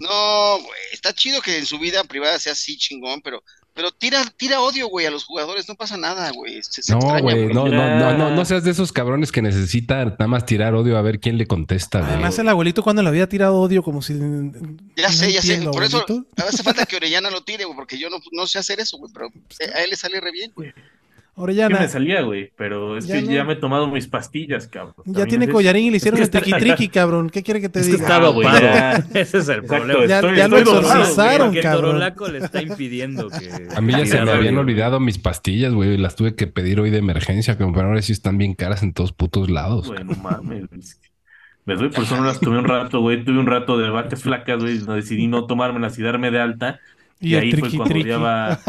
C: no, güey, está chido que en su vida privada sea así chingón, pero, pero tira, tira odio, güey, a los jugadores, no pasa nada, güey, se, se
F: No,
C: extraña,
F: güey.
C: güey.
F: No, no,
E: Ya.
F: no, no, no seas de esos cabrones que necesitan nada más tirar odio a ver quién le contesta, güey.
B: Además, el abuelito cuando le había tirado odio, como si.
C: Ya
B: no
C: sé, ya sé,
B: entiendo,
C: por eso-
B: abuelito.
C: Hace falta que Orellana lo tire, güey, porque yo no, no sé hacer eso, güey, pero eh, a él le sale re bien, güey.
E: Que
B: Orellana,
E: me salía, güey, pero es
B: Ya
E: que
B: no.
E: ya me he tomado mis pastillas, cabrón.
B: ya
E: También
B: tiene
E: es-
B: collarín y le hicieron
E: que
B: el
E: está-
B: triqui-triqui, cabrón. ¿Qué quiere que te
D: Es que
B: diga?
D: está
E: Ah, güey,
D: dopado. Ese es el
E: Exacto,
D: problema.
B: Ya-
E: estoy,
B: ya lo
E: estoy dopado, güey.
B: exorcizaron,
D: Porque
B: cabrón.
D: Torolaco le está impidiendo que.
F: A mí ya se me
D: Cuidado,
F: habían
D: güey.
F: olvidado mis pastillas, güey. Las tuve que pedir hoy de emergencia, como pero ahora sí están bien caras en todos putos lados.
E: Güey, no mames. güey. Es que- Les doy por eso no las tuve un rato, güey. Tuve un rato de vacas flacas, güey. no- Decidí no tomármelas y darme de alta. Y,
B: el
E: ahí fue cuando
B: triqui-triqui.
E: odiaba.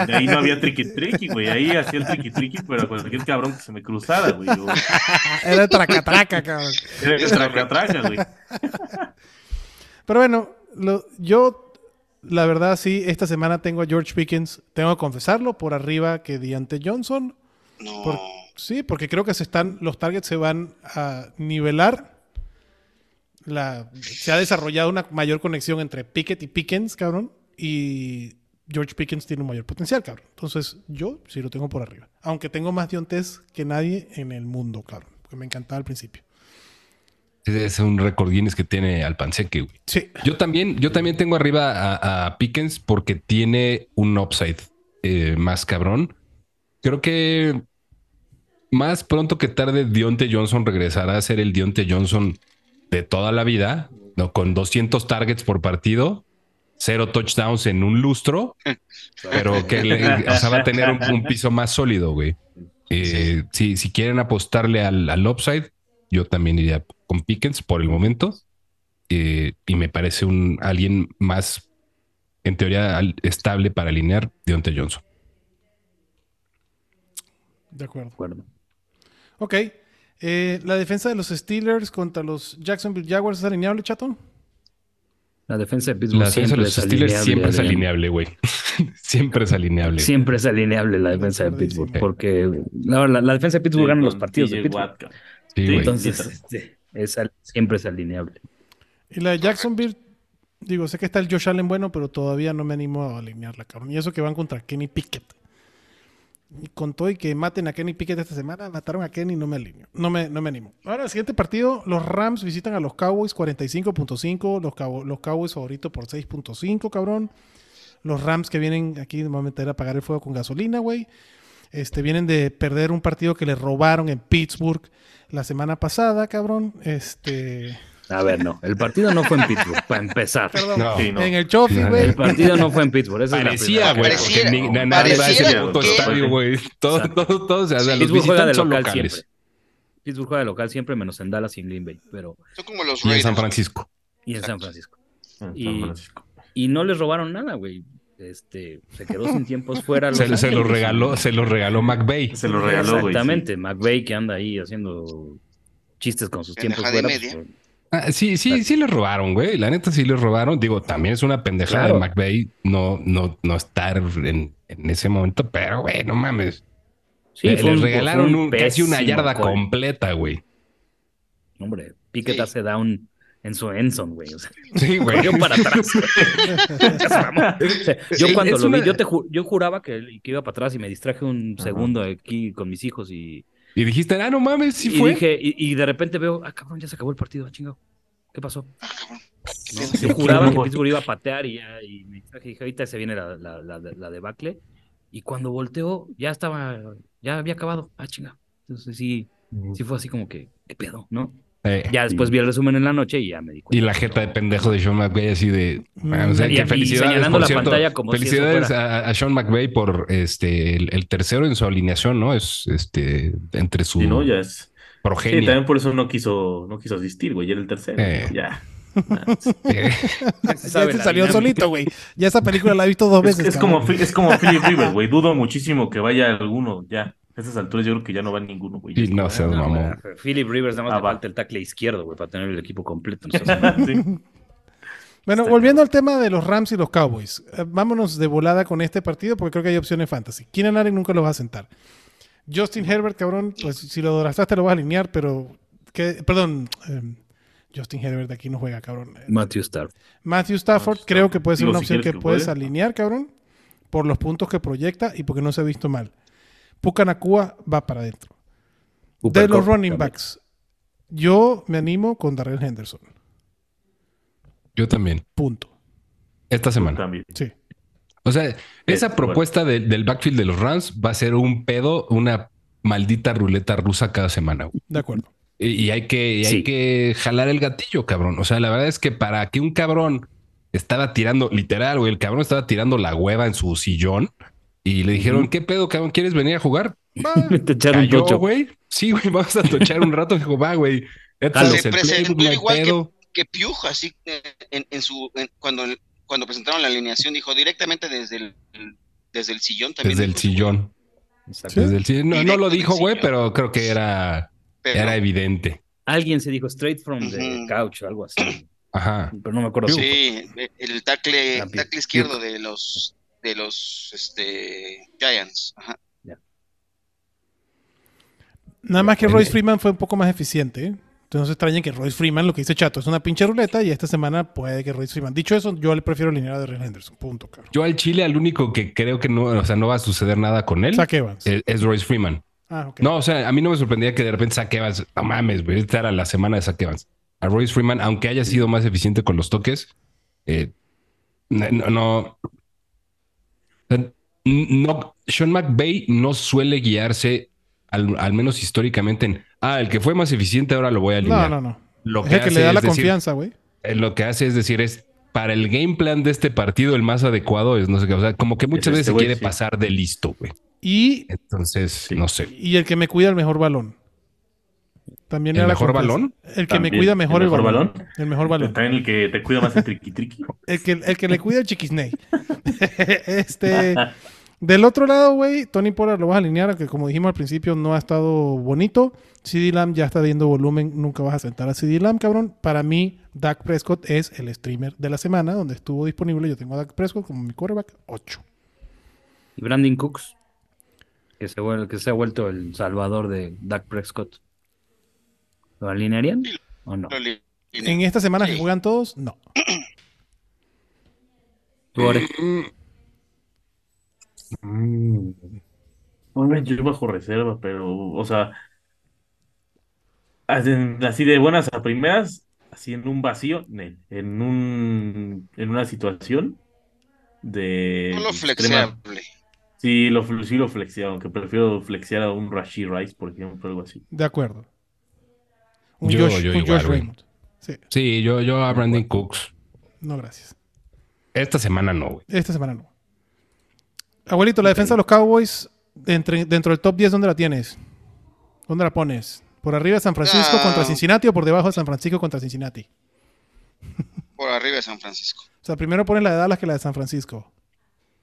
E: y de ahí no había triqui-triqui, güey. Ahí hacía el triqui-triqui, pero a cualquier cabrón que se me cruzara, güey. Yo,
B: Era traca-traca, cabrón.
E: era que traca-traca, güey.
B: Pero bueno, lo- yo, la verdad, sí, esta semana tengo a George Pickens, tengo que confesarlo, por arriba que Deante Johnson.
C: No.
B: Por- sí, porque creo que se están, los targets se van a nivelar. La, se ha desarrollado una mayor conexión entre Pickett y Pickens, cabrón. Y George Pickens tiene un mayor potencial, cabrón. Entonces, yo sí lo tengo por arriba. Aunque tengo más Diontes que nadie en el mundo, cabrón. Porque me encantaba al principio.
F: Ese Es un récord Guinness que tiene Alpanseque, güey.
B: Sí,
F: Yo también, yo también tengo arriba a, a Pickens porque tiene un upside eh, más cabrón. Creo que más pronto que tarde Dionte Johnson regresará a ser el Dionte Johnson de toda la vida, ¿no? con 200 targets por partido, cero touchdowns en un lustro, pero que le- o sea, va a tener un, un piso más sólido, güey. Eh, si, si quieren apostarle al, al upside, yo también iría con Pickens por el momento eh, y me parece un alguien más, en teoría, al- estable para alinear Deontay Johnson.
B: de acuerdo.
D: De acuerdo.
B: Ok. Eh, la defensa de los Steelers contra los Jacksonville Jaguars es alineable, chato.
D: La defensa de Pittsburgh
F: La defensa de
D: siempre
F: los
D: es
F: Steelers
D: alineable,
F: siempre es
D: Adrián.
F: alineable, güey. siempre es alineable.
D: Siempre es alineable la defensa de
B: Acuerdísimo.
D: Pittsburgh. Porque no, la, la defensa de Pittsburgh gana los
E: Con
D: partidos de
E: TJ
D: Pittsburgh.
E: Watt, cabrón.
F: Sí, güey.
D: Entonces,
E: Sí.
D: este, es al- siempre es alineable.
B: Y la de Jacksonville, digo, sé que está el Josh Allen bueno, pero todavía no me animo a alinearla, cabrón. Y eso que van contra Kenny Pickett. Y con todo y que maten a Kenny Pickett esta semana, mataron a Kenny y no me alineo. No me, no me animo. Ahora, el siguiente partido, los Rams visitan a los Cowboys 45.5, los, Cow- los Cowboys favoritos por 6.5, cabrón. Los Rams que vienen aquí, me voy a meter a apagar el fuego con gasolina, güey. Este, vienen de perder un partido que les robaron en Pittsburgh la semana pasada, cabrón. Este,
D: A ver, no. El partido no fue en Pittsburgh, para empezar.
B: perdón,
F: No.
E: Sí, no.
B: en el Chofi,
F: No,
B: güey.
D: El partido no fue en Pittsburgh. esa es la primera.
F: Parecía, güey.
C: Pareciera-
F: Porque ni- na- nadie va a ese
E: pareciera
F: puto
E: que-
F: estadio, güey. Todo,
D: Exacto.
F: todo, todo. O sea, los
D: Pittsburgh juega de
F: visitantes son
D: local
F: locales.
D: siempre. Pittsburgh juega de local siempre, menos en Dallas y en Green Bay, pero
C: Son como los
F: Y en
C: Raiders.
F: San Francisco.
D: y en San
C: Exacto.
D: Francisco.
E: San
D: Y-
E: Francisco.
D: Y no les robaron nada, güey. Este, se quedó sin tiempos fuera.
F: Se,
D: Los
F: se lo
D: Ángeles.
F: regaló, se lo regaló McVay.
E: Se lo regaló, güey. sí.
D: Exactamente, McVeigh que anda ahí haciendo chistes con sus tiempos
C: Pendejada y
D: fuera. pues,
C: media.
F: Ah, sí, sí, sí les robaron, güey. La neta sí les robaron. Digo, también es una pendejada
D: Claro.
F: de McVay no, no, no estar en, en ese momento, pero güey, no mames.
D: sí,
F: Le-
D: fue
F: les
D: un-
F: regalaron
D: fue un
F: un- casi una
D: pésimo
F: yarda
D: gol.
F: completa, güey.
D: Hombre, Piquet
C: Sí.
D: hace down en su Enson, güey. O sea,
F: Sí, güey.
D: corrió para atrás. güey. Ya se mamó. O sea, yo
F: Sí,
D: cuando
F: es
D: lo
F: una-
D: vi, yo, te ju- yo juraba que, que iba para atrás y me distraje un segundo aquí con mis hijos y,
F: Y dijiste, ah, no mames, sí
D: y
F: fue.
D: dije, y, y de repente veo, ah, cabrón, ya se acabó el partido, ah, chingado. ¿Qué pasó?
C: ¿Qué
D: Yo
E: Sí,
D: juraba
E: claro,
D: que
E: güey.
D: Pittsburgh iba a patear y, ya, y me distraje y dije, ahorita se viene la, la, la, la debacle. Y cuando volteó, ya estaba, ya había acabado. Ah, chinga. Entonces sí, sí fue así como que, ¿qué pedo? ¿No?
F: Mm, Eh,
D: Ya después vi el resumen en la noche y ya me di cuenta.
F: Y la jeta de pendejo de Sean McVay así de... ah, o sea,
D: Y-
F: que
D: y
F: felicidades,
D: señalando
F: por
D: la
F: cierto.
D: pantalla como si eso
F: felicidades
D: fuera-
F: a, a Sean McVay por este el, el tercero en su alineación, ¿no? Es este entre su
E: Sí, no, ya es. Sí,
F: progenie.
E: también por eso no quiso, no quiso asistir, güey. Era el tercero.
F: Eh.
E: Ya.
F: Eh,
D: Ya se sabe
B: ya se
D: la
B: salió
D: dinámica.
B: solito, güey. Ya esa película la he visto dos
E: Es,
B: veces.
E: es como, Phil- es como Philip Rivers, güey. Dudo muchísimo que vaya alguno. Ya. A esas alturas yo creo que ya no va ninguno, güey.
F: y no seas
D: No,
F: mamón.
D: güey, Philip Rivers nada más
E: Ah,
D: le
E: va.
D: falta el tackle izquierdo, güey, para tener el equipo completo. no seas-
E: Sí.
B: Bueno, volviendo al tema de los Rams y los Cowboys. eh, Vámonos de volada con este partido porque creo que hay opciones fantasy. Keenan Allen nunca lo va a sentar. Justin Herbert, cabrón, pues si lo draftaste lo vas a alinear, pero... que- perdón, eh, Justin Herbert aquí no juega, cabrón. Eh,
D: Matthew Stafford.
B: Matthew Stafford
E: Matthew
B: creo
E: Stafford.
B: que puede ser
E: Digo,
B: una
E: si
B: opción
E: quieres
B: que
E: que
B: puedes
E: juegue.
B: alinear, cabrón, por los puntos que proyecta y porque no se ha visto mal. Pucanacua va para adentro. De los running backs, yo me animo con Darrell Henderson.
F: Yo también.
B: Punto.
F: Esta semana.
E: También.
B: Sí.
F: O sea,
D: Eh,
F: esa
E: bueno.
F: propuesta de- del backfield de los Rams va a ser un pedo, una maldita ruleta rusa cada semana. güey.
B: De acuerdo.
F: Y, y hay que, y hay
D: Sí.
F: que jalar el gatillo, cabrón. O sea, la verdad es que para que un cabrón estaba tirando, literal, güey, el cabrón estaba tirando la hueva en su sillón y le dijeron, ¿qué pedo, cabrón? ¿Quieres venir a jugar? Va,
D: Te echaron
F: cayó,
D: tocho.
F: güey. Sí, güey, vamos a tochar un rato. Dijo, va, güey. Neta,
D: Jalo.
F: es el
C: Se presentó
F: playbook, no hay
C: igual que-
F: pedo.
C: que Piuja, así eh, en, en su en- cuando cuando presentaron la alineación dijo directamente desde el desde el sillón también
F: Desde el
C: dijo,
F: sillón.
D: Exacto.
F: Desde el sillón. No, no
C: Directo
F: lo
C: del
F: dijo, güey,
C: sillón.
F: pero creo que era,
C: pero
F: era evidente.
D: Alguien se dijo straight from the
C: Ujú.
D: couch o algo así.
F: Ajá.
D: Pero no me acuerdo.
C: sí el tackle
D: La Piuja.
C: tackle izquierdo de los de los este Giants ajá.
B: Nada más que
F: en-
B: Royce Freeman fue un poco más eficiente. ¿eh? Entonces no se extrañen que Royce Freeman, lo que dice Chato, es una pinche ruleta y esta semana puede que Royce Freeman. Dicho eso, yo le prefiero alinear a Darrell Henderson. Punto, cabrón.
F: Yo al Chile, al único que creo que no, o sea, no va a suceder nada con él
B: Zach Evans.
F: es, es Royce Freeman.
B: ah, ok.
F: No, o sea, a mí no me sorprendía que de repente Zach Evans, no mames, güey, esta era la semana de Zach Evans. A Royce Freeman, aunque haya sido más eficiente con los toques, eh, no, no, no, no- Sean McVay no suele guiarse, al, al menos históricamente, en, ah, el que fue más eficiente ahora lo voy a
B: no,
F: alinear.
B: no. no.
F: Lo
B: Es el que le
F: hace
B: da la
F: es decir,
B: confianza, güey.
F: eh, lo que hace es decir es para el game plan de este partido el más adecuado es no sé qué, o sea, como que muchas
E: este
F: veces se
E: güey,
F: quiere
E: sí.
F: pasar de listo, güey.
B: Y,
F: Entonces, no sé.
B: y el que me cuida el mejor balón. También le
F: ¿El
B: da la
F: mejor
B: confianza.
F: balón?
B: El que me
E: También.
B: cuida mejor el,
E: ¿El mejor
B: balón.
E: balón?
B: El mejor balón.
E: Está en el que te cuida más el triqui triqui.
B: El que, el que le cuida el chiquisney. este. Del otro lado, güey, Tony Pollard lo vas a alinear, que como dijimos al principio no ha estado bonito. CD Lamb ya está viendo volumen, nunca vas a sentar a CD Lamb, cabrón. Para mí, Dak Prescott es el streamer de la semana, donde estuvo disponible. Yo tengo a Dak Prescott como mi quarterback 8.
D: Y Brandon Cooks, que se, vuel- que se ha vuelto el salvador de Dak Prescott. ¿Lo alinearían o no?
C: Lo li-
B: En esta semana que
C: Sí.
B: juegan todos, no.
D: Tú, Ore.
E: Mm. Hombre, yo bajo reserva, pero, o sea, así así de buenas a primeras, así en un vacío, ne, en un, en una situación de
C: Solo
E: extrema.
C: flexible.
E: Sí, lo, fl- sí lo flexea, aunque prefiero flexear a un Rashi Rice, por ejemplo, algo así.
B: De acuerdo. Un
F: Yo-
B: Josh,
F: yo
B: un
F: igual,
B: Josh
F: güey.
B: Raymond. Sí,
F: Sí, yo, yo a Brandon Cooks.
B: no, gracias.
F: Esta semana no, güey.
B: Esta semana no. Abuelito, la defensa de los Cowboys, entre- dentro del top 10, ¿dónde la tienes? ¿Dónde la pones? ¿Por arriba de San Francisco
C: Ah.
B: contra Cincinnati o por debajo de San Francisco contra Cincinnati?
C: Por arriba de San Francisco.
B: O sea, primero pones la de Dallas que la de San Francisco.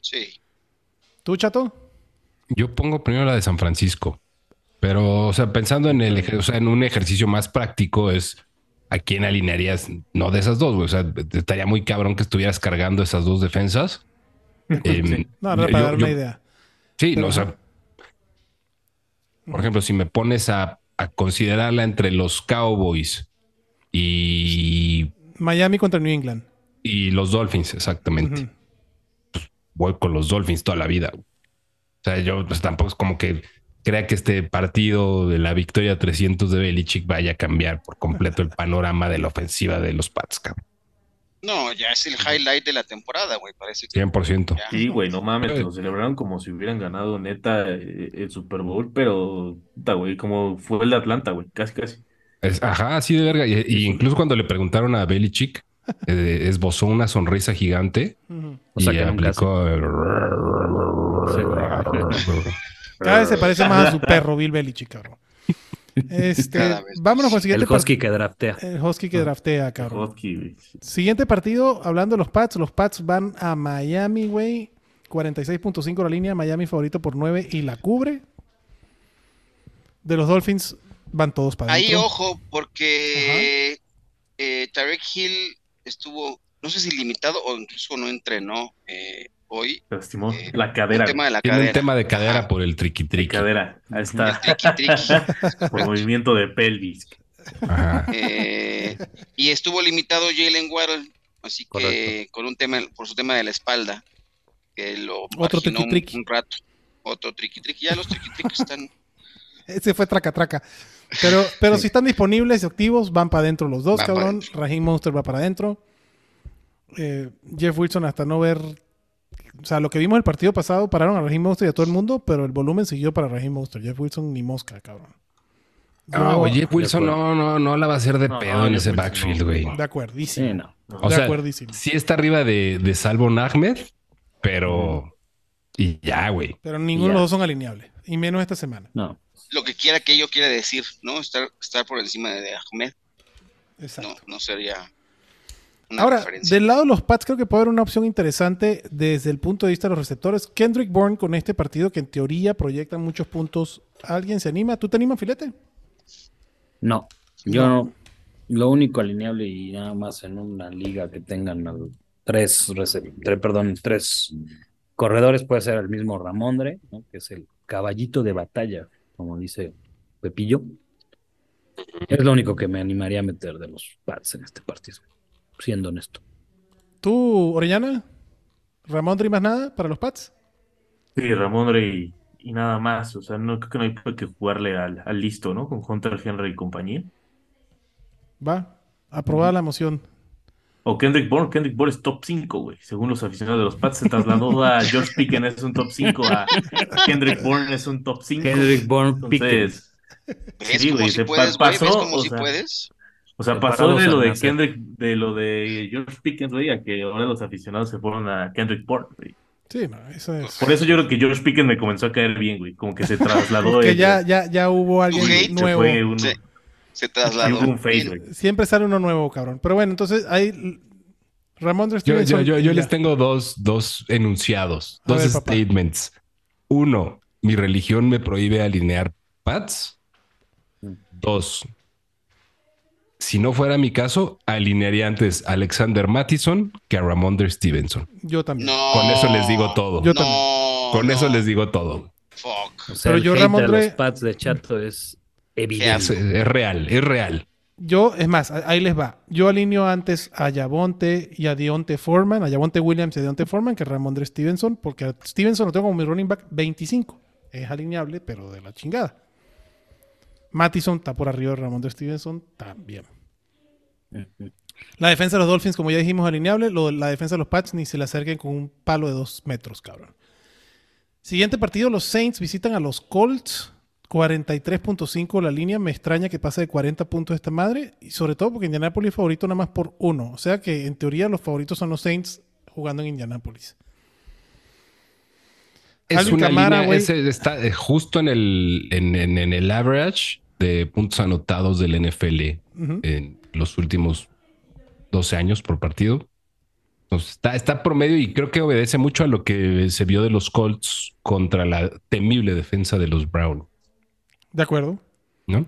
C: Sí.
B: ¿Tú, chato?
F: Yo pongo primero la de San Francisco. Pero, o sea, pensando en el, ej- o sea, en un ejercicio más práctico, es a quién alinearías, no de esas dos, güey. O sea, estaría muy cabrón que estuvieras cargando esas dos defensas. Em,
B: No, no,
F: yo-
B: para
F: yo-
B: dar una idea.
F: Sí,
B: Pero-
F: no, o sea, por ejemplo, si me pones a, a considerarla entre los Cowboys y,
B: Miami contra New England.
F: y los Dolphins, exactamente.
B: Ujú.
F: Voy con los Dolphins toda la vida. güey. O sea, yo pues, tampoco es como que crea que este partido de la victoria 300 de Belichick vaya a cambiar por completo el panorama de la ofensiva de los Pats, cabrón.
C: No, ya es el highlight de la temporada, güey. Parece que
F: 100%.
C: ya.
E: Sí, güey, no mames,
F: Eh.
E: lo celebraron como si hubieran ganado neta eh, el Super Bowl, pero, puta, güey, como fue el de Atlanta, güey, casi, casi.
F: Es- ajá, así de verga. Y, y incluso cuando le preguntaron a Belichick, eh, esbozó una sonrisa gigante.
B: Ujú.
D: O sea,
F: y
D: que nunca
F: aplicó el-
B: Cada vez se parece más a su perro, Bill Belichick, cabrón. Este,
C: Cada vez más.
B: vámonos con el siguiente
D: El
B: par-
D: Husky que draftea.
B: El Husky que draftea, cabrón.
E: Hotkey, güey.
B: Siguiente partido, hablando de los Pats, los Pats van a Miami, güey. 46.5 la línea, Miami favorito por 9 y la cubre. De los Dolphins van todos para
C: Ahí
B: adentro.
C: ojo, porque eh, Tarek Hill estuvo, no sé si limitado o incluso no entrenó eh, hoy.
E: Se lastimó
C: Eh,
E: la
C: El
E: cadera,
C: tema de la
F: Tiene un
C: cadera.
F: tema de cadera
E: Ah.
C: Ajá.
F: por el triqui
E: güey,
F: triqui.
E: cadera, ahí está,
C: Triqui, triqui.
E: por movimiento de pelvis.
F: Ajá.
C: Eh, y estuvo limitado Jalen Waddle, así que
D: Correcto.
C: con un tema, por su tema de la espalda, que lo
B: Otro
C: marginó un,
B: triqui-triqui.
C: un rato. Otro triqui triqui. Ya los triqui triqui están.
B: Ese fue traca traca. Pero, pero si están disponibles y activos, van para adentro los dos,
C: Van pa'
B: cabrón.
C: dentro.
B: Raheem Monster va para adentro. Eh, Jeff Wilson hasta no ver. O sea, lo que vimos el partido pasado, pararon a Raheem Monster y a todo el mundo, pero el volumen siguió para Raheem Monster. Jeff Wilson ni mosca, cabrón.
F: No,
B: oye.
F: Ah, oye, Wilson no, no, no la va a hacer de
E: No,
F: pedo en
E: Jeff
F: ese
E: Wilson no.
F: backfield, güey.
B: De acuerdísimo.
D: Sí, no.
F: O
B: de
F: sea,
B: acuerdísimo.
F: sí está arriba de, de Salvo Ahmed, pero... Y ya, güey.
B: Pero ninguno de
D: Ya.
B: los dos son alineables. Y menos esta semana.
D: No.
C: Lo que quiera que yo quiera decir, ¿no? Estar, estar por encima de Ahmed,
B: Exacto.
C: no, no sería una
B: Ahora,
C: referencia.
B: del lado de los Pats creo que puede haber una opción interesante desde el punto de vista de los receptores. Kendrick Bourne con este partido que en teoría proyecta muchos puntos. ¿Alguien se anima? ¿Tú te animas, Filete?
D: No. Yo
B: No.
D: no. Lo único alineable y nada más en una liga que tengan al- tres, rece- tre- perdón, tres corredores puede ser el mismo Ramondre, ¿no? que es el caballito de batalla, como dice Pepillo. Es lo único que me animaría a meter de los Pats en este partido, siendo honesto.
B: ¿Tú, Orellana? ¿Ramondre y más nada para los Pats?
E: Sí, Ramondre y, y nada más, o sea, no creo que no hay que jugarle al, al listo, ¿no? Con Hunter Henry y compañía.
B: Va. Aprobada la moción.
E: O Kendrick Bourne, Kendrick Bourne es top 5, güey. Según los aficionados de los Pats, se trasladó a George Pickens es un top 5, a Kendrick Bourne es un top 5.
D: Kendrick Bourne Pickens.
E: Entonces,
C: ¿Ves
E: sí,
C: como
E: güey,
C: si
E: se
C: puedes,
E: pa-
C: güey? ¿Ves
E: pasó,
C: como
E: o
C: si
E: sea.
C: puedes?
E: o sea, pasó
D: Preparados
E: de
D: al
E: lo de
D: nacer.
E: Kendrick, de lo de George Pickens, güey, a que ahora los aficionados se fueron a Kendrick Bourne, güey.
B: Sí, no, eso es.
E: Por eso yo creo que George Pickens me comenzó a caer bien, güey. Como que se trasladó
B: Que
E: él,
B: ya,
E: güey.
B: ya, ya hubo
C: hate
B: alguien
E: Se
B: nuevo.
E: fue uno,
C: Sí, Se
E: y
C: trasladó.
E: hubo un face,
C: Bien.
E: güey.
B: Siempre sale uno nuevo, cabrón. Pero bueno, entonces ahí. Ramondre
F: Yo, yo,
B: Stevenson,
F: yo, yo
B: ya.
F: les tengo dos, dos enunciados,
B: A
F: dos
B: ver, papá.
F: statements. Uno, mi religión me prohíbe alinear pads. Dos, si no fuera mi caso, alinearía antes a Alexander Mattison que a Ramondre Stevenson.
B: Yo también.
C: No,
F: Con eso les digo todo.
B: Yo
C: no,
F: Con eso
C: no,
F: les digo todo.
C: Fuck.
D: O sea,
B: Pero
D: el
B: yo
D: hate de
B: Ramondre-
D: los Pats de Chato es
F: Es,
D: evidente.
F: es real, es real.
B: Yo, es más, a- ahí les va. Yo alineo antes a Yavonte y a Dionte Foreman, a Yavonte Williams y a Dionte Foreman que a Ramondre Stevenson, porque a Stevenson lo tengo como mi running back 25. Es alineable, pero de la chingada. Mattison está por arriba de Ramondre Stevenson también. La defensa de los Dolphins, como ya dijimos, alineable. Lo- la defensa de los Pats ni se le acerquen con un palo de dos metros, cabrón. Siguiente partido, los Saints visitan a los Colts. 43.5 la línea. Me extraña que pase de 40 puntos esta madre. Y sobre todo porque Indianapolis es favorito nada más por uno. O sea que en teoría los favoritos son los Saints jugando en Indianapolis.
F: Es
B: Alvin
F: una
B: Kamara,
F: línea,
B: güey.
F: ese está eh, justo en el, en, en- en el average de puntos anotados del NFL
B: Ujú.
F: en los últimos 12 años por partido. Entonces, está, está promedio y creo que obedece mucho a lo que se vio de los Colts contra la temible defensa de los Brown,
B: De acuerdo.
F: ¿no?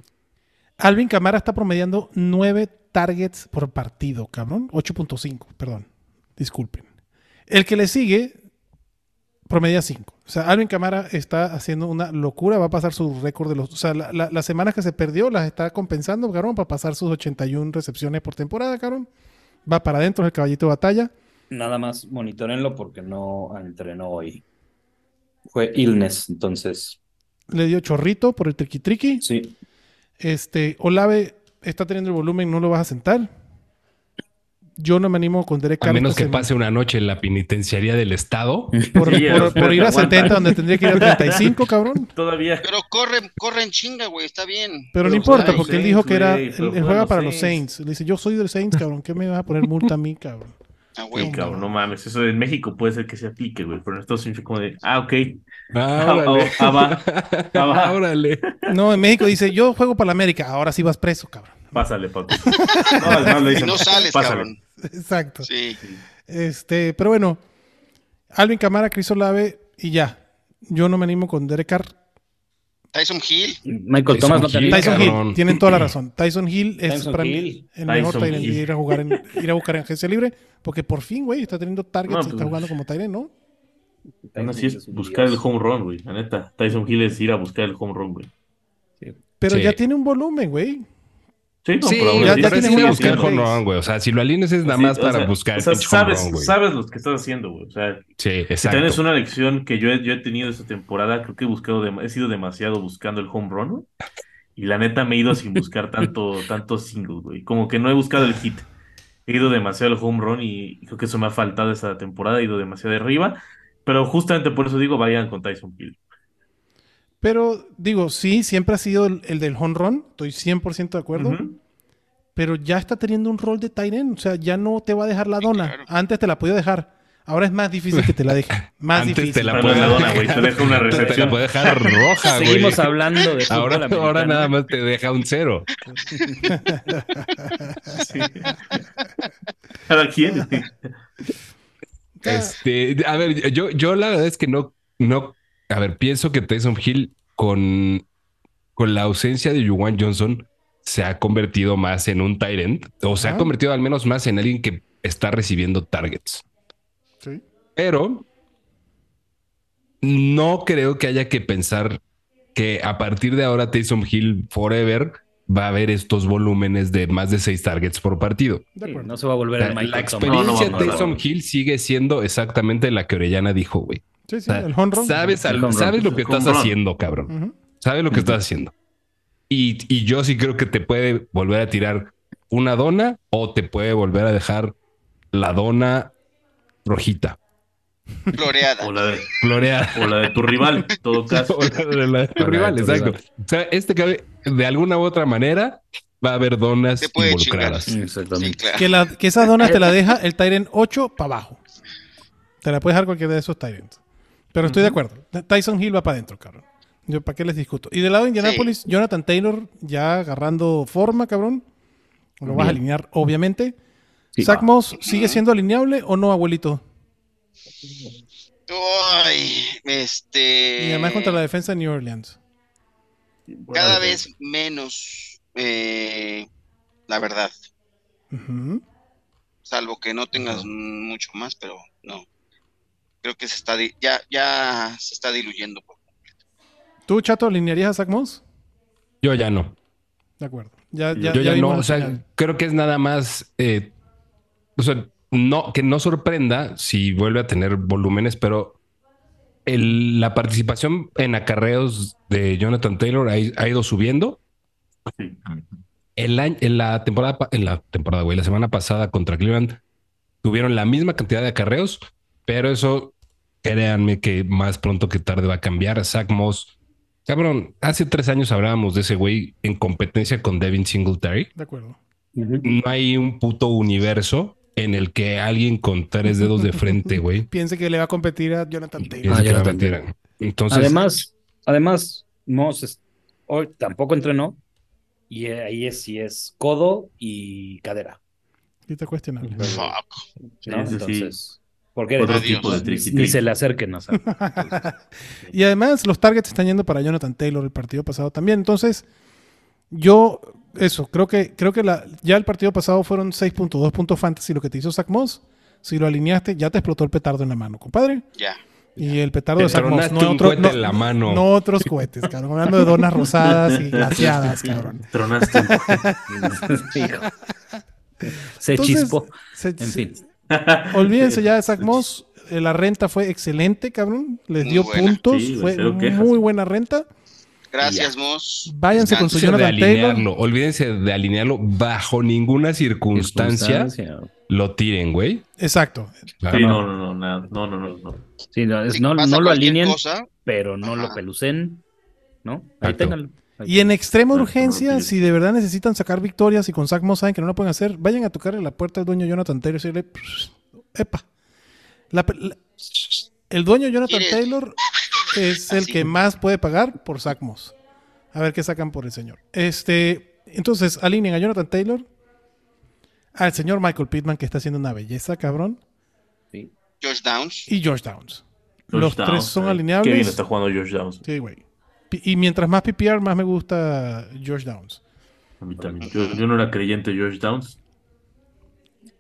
B: Alvin Camara está promediando 9 targets por partido, cabrón. 8.5, perdón. Disculpen. El que le sigue promedia 5. O sea, Alvin Camara está haciendo una locura. Va a pasar su récord de los. O sea, la- la- las semanas que se perdió las está compensando, cabrón, para pasar sus 81 recepciones por temporada, cabrón. Va para adentro el caballito de batalla.
D: Nada más monitorenlo porque no entrenó hoy. Fue illness, entonces.
B: Le dio chorrito por el triqui triqui.
D: Sí.
B: Este, Olave está teniendo el volumen, no lo vas a sentar. Yo no me animo con Derek
F: A
B: Carr
F: menos
B: esta
F: que
B: semana.
F: pase una noche en la penitenciaría del estado.
B: Por,
E: Sí,
B: por-
E: o sea,
B: por ir
E: te
B: a
E: aguanta.
B: 70 donde tendría que ir a 35, cabrón.
E: Todavía.
C: Pero corren, corren chinga, güey, está bien.
B: Pero no
E: Pero
B: importa,
E: juegan
B: porque él
E: los
B: dijo
E: Saints,
B: que era.
E: güey,
B: Él,
E: pero
B: él
E: juegan
B: juega
E: los
B: para los
E: Saints.
B: Saints. Le dice, yo soy del Saints, cabrón. ¿Qué me vas a poner multa a mí, cabrón?
C: Ah, güey.
E: Sí, cabrón, no mames. Eso en México puede ser que se aplique, güey. Pero en Estados Unidos fue como de, ah, ok. Ah,
F: Órale.
E: ah, va. Ah, va.
F: Órale.
B: No, en México dice, yo juego para la América. Ahora sí vas preso, cabrón.
E: Pásale, papi. No, además lo
C: Y
E: dicen,
C: no sales,
E: pásale.
C: cabrón.
B: Exacto.
C: Sí.
B: Este, pero bueno, Alvin Camara, Chris Olave y ya. Yo no me animo con Derek Carr.
C: Tyson Hill.
D: Michael
F: Tyson
D: Thomas no
F: Hill.
D: tenía.
B: Tyson
F: cabrón.
B: Hill, tienen toda la razón. Tyson Hill es
D: Tyson
B: para mí
D: Hill.
B: el mejor
E: Tyson
B: tight end y
E: Hill.
B: ir a jugar en, ir a buscar en agencia libre, porque por fin, güey, está teniendo targets
E: No,
B: y está
E: pues.
B: jugando como tight end, ¿no?
E: No, sí es buscar el home run, güey. La neta. Tyson Hill es ir a buscar el home run, güey.
B: Pero
F: Sí.
B: ya tiene un volumen, güey.
E: Sí, no,
F: Sí,
E: pero aún
F: ya,
E: así
F: ya
E: sí
F: tienes
E: sigue
F: que
B: una
F: buscar
E: siendo-
B: opción,
F: home run, güey. O sea, si lo alienes es nada
E: Sí,
F: más
E: o
F: para
E: sea,
F: buscar
E: o sea,
F: pinche home
E: sabes,
F: run, güey.
E: sabes lo que estás haciendo, güey. O sea,
F: Sí,
E: si también es
F: exacto.
E: una lección que yo he, yo he tenido esta temporada. Creo que he buscado, dem- he sido demasiado buscando el home run, güey. Y la neta me he ido sin buscar tanto, tanto single, güey. Como que no he buscado el hit. He ido demasiado al home run y creo que eso me ha faltado esta temporada. He ido demasiado de arriba. Pero justamente por eso digo, vayan con Tyson Hill.
B: Pero digo, sí, siempre ha sido el, el del home run, estoy 100% de acuerdo,
E: Ujú.
B: pero ya está teniendo un rol de tight end, o sea, ya no te va a dejar la
C: Sí,
B: dona.
C: claro.
B: Antes te la podía dejar, ahora es más difícil que te la deje. Más
F: Antes
B: difícil.
F: te la
E: Pero no es
F: puede
E: la
F: dejar.
E: dona, güey. Te deja una
F: Te- Te la
E: recepción.
F: puede dejar roja, Ah, güey.
D: Seguimos hablando de fútbol
F: Ahora,
D: americano.
F: ahora nada más te deja un cero.
E: Sí. Cada quien. este,
B: Ah.
F: Este, a ver, yo, yo la verdad es que no, no, a ver, pienso que Tyson Hill con, con la ausencia de Juwan Johnson se ha convertido más en un Tyrant o se
B: Ah.
F: ha convertido al menos más en alguien que está recibiendo targets.
B: Sí.
F: Pero no creo que haya que pensar que a partir de ahora Tyson Hill Forever va a haber estos volúmenes de más de seis targets por partido.
B: De
D: Sí,
B: acuerdo.
D: no se va a volver
F: La,
D: el Michael
F: la
D: Thomas.
E: No, no
F: experiencia
E: vamos a hablar.
F: Tyson Hill sigue siendo exactamente la que Orellana dijo, güey.
B: Sí, sí,
F: sea,
B: el home run.
F: Sabes, al-
D: El home run,
F: sabes lo
E: el
F: que
E: home
F: estás
E: run.
F: haciendo, cabrón.
B: Ujú.
F: Sabes lo que estás haciendo. Y, y yo sí creo que te puede volver a tirar una dona o te puede volver a dejar la dona rojita,
C: Floreada.
E: O la, de,
F: floreada.
E: o la de tu rival, en todo caso.
F: O la de la de tu
D: O la de
F: rival,
D: tu
F: exacto.
D: rival.
F: O sea, este cabe, de alguna u otra manera va a haber donas
C: Te puede
F: involucradas.
D: Mm,
C: Sí,
D: Exactamente.
C: claro.
B: Que, la, que esas donas te la deja el Tyrant 8 para abajo. Te la puedes dejar cualquiera de esos Tyrants. Pero estoy de acuerdo. Tyson Hill va para adentro, cabrón. Yo, ¿para qué les discuto? Y del lado de Indianapolis, Jonathan Taylor ya agarrando forma, cabrón. Lo vas a
D: Bien.
B: alinear, obviamente.
D: Sí.
F: Ah.
B: Zach Moss, ¿sigue siendo alineable o no, abuelito?
C: Ay, este.
B: Y además
F: Eh.
B: contra la defensa de New Orleans.
C: Cada vez menos, eh, la verdad.
B: Ujú.
C: Salvo que no tengas mucho más, pero no. Creo que se está di- ya, ya se está diluyendo.
B: ¿Tú, Chato, alinearías a Zach Moss?
F: Yo ya no.
B: De acuerdo. Ya, ya,
F: Yo ya, no,
B: vimos la
F: o sea,
B: señal.
F: creo que es nada más, eh, o sea, no, que no sorprenda si vuelve a tener volúmenes, pero el- la participación en acarreos de Jonathan Taylor ha, ha ido subiendo.
E: pues, Sí.
F: El año, en la temporada, pa- en la temporada, güey, la semana pasada contra Cleveland tuvieron la misma cantidad de acarreos, pero eso, créanme que más pronto que tarde va a cambiar. Zach Moss, cabrón, hace tres años hablábamos de ese güey en competencia con Devin Singletary
B: De acuerdo.
F: no hay un puto universo en el que alguien con tres dedos de frente, güey,
B: Piense que le va a competir a Jonathan Taylor.
F: piensa
D: Ah,
F: que
D: ya
F: la
D: lo entendí.
F: metieran. Entonces,
D: además, además, Moss es- hoy tampoco entrenó y eh, ahí es si es codo y cadera.
B: Y está cuestionable.
C: Fuck.
E: Sí,
D: ¿no?
E: ese sí.
D: Entonces, porque
E: Otro
C: Adiós.
E: tipo de
D: ni,
E: tricky
D: ni se le acerquen a Zach.
B: Y además los targets están yendo para Jonathan Taylor el partido pasado también. Entonces, yo, eso, creo que, creo que la, ya el partido pasado fueron 6.2 puntos fantasy lo que te hizo Zach Moss. Si lo alineaste, ya te explotó el petardo en la mano, compadre.
C: Ya.
B: Y el petardo
F: Te
B: de Zach Moss.
F: tronaste un cohete en la mano.
B: no otros cohetes, cabrón. Hablando de donas rosadas y glaciadas, cabrón.
E: Tronaste.
D: Hijo. Se
B: Entonces,
D: chispó.
B: se-
D: En
B: se-
D: fin.
B: Olvídense ya de Zach Moss. eh, La renta fue excelente, cabrón. Les
C: Muy
B: dio
C: buena.
B: puntos.
E: Sí, güey,
B: fue
E: cero quejas.
B: muy buena renta.
C: Gracias, Moss.
B: Váyanse con su
F: olvídense de
B: Jonathan Taylor.
F: alinearlo, olvídense de alinearlo bajo ninguna circunstancia.
D: Circunstancia.
F: Lo tiren, güey.
B: Exacto.
F: Claro.
E: Sí, no, no, no, nada. no, no, no, no.
D: Sí, no, es-
C: Si
D: Pues no,
C: pasa
D: no lo
C: cualquier
D: alineen,
C: cosa,
D: pero no lo
C: Ajá.
D: pelucen, ¿no? Ahí
F: Exacto.
D: ténganlo. Ahí
B: Y en extrema
E: Exacto,
B: urgencia,
E: Martínez.
B: si de verdad necesitan sacar victorias y con Zach Moss saben que no lo pueden hacer, vayan a tocarle la puerta al dueño Jonathan Taylor y decirle, "Psh, epa. La pe- la- el dueño Jonathan
C: Mire.
B: Taylor es el
C: Así.
B: que más puede pagar por Zach Moss. A ver qué sacan por el señor. Este, entonces, alineen a Jonathan Taylor, al señor Michael Pittman, que está haciendo una belleza, cabrón,
D: ténganlo. Sí.
C: Josh Downs.
B: y George Downs.
E: Josh
B: Los
E: Downs,
B: tres son
E: eh.
B: alineables.
E: Qué bien está jugando Josh Downs.
B: Sí, güey. Pi- Y mientras más PPR, más me gusta George Downs.
E: A mí también. Yo, yo no era creyente de Josh Downs.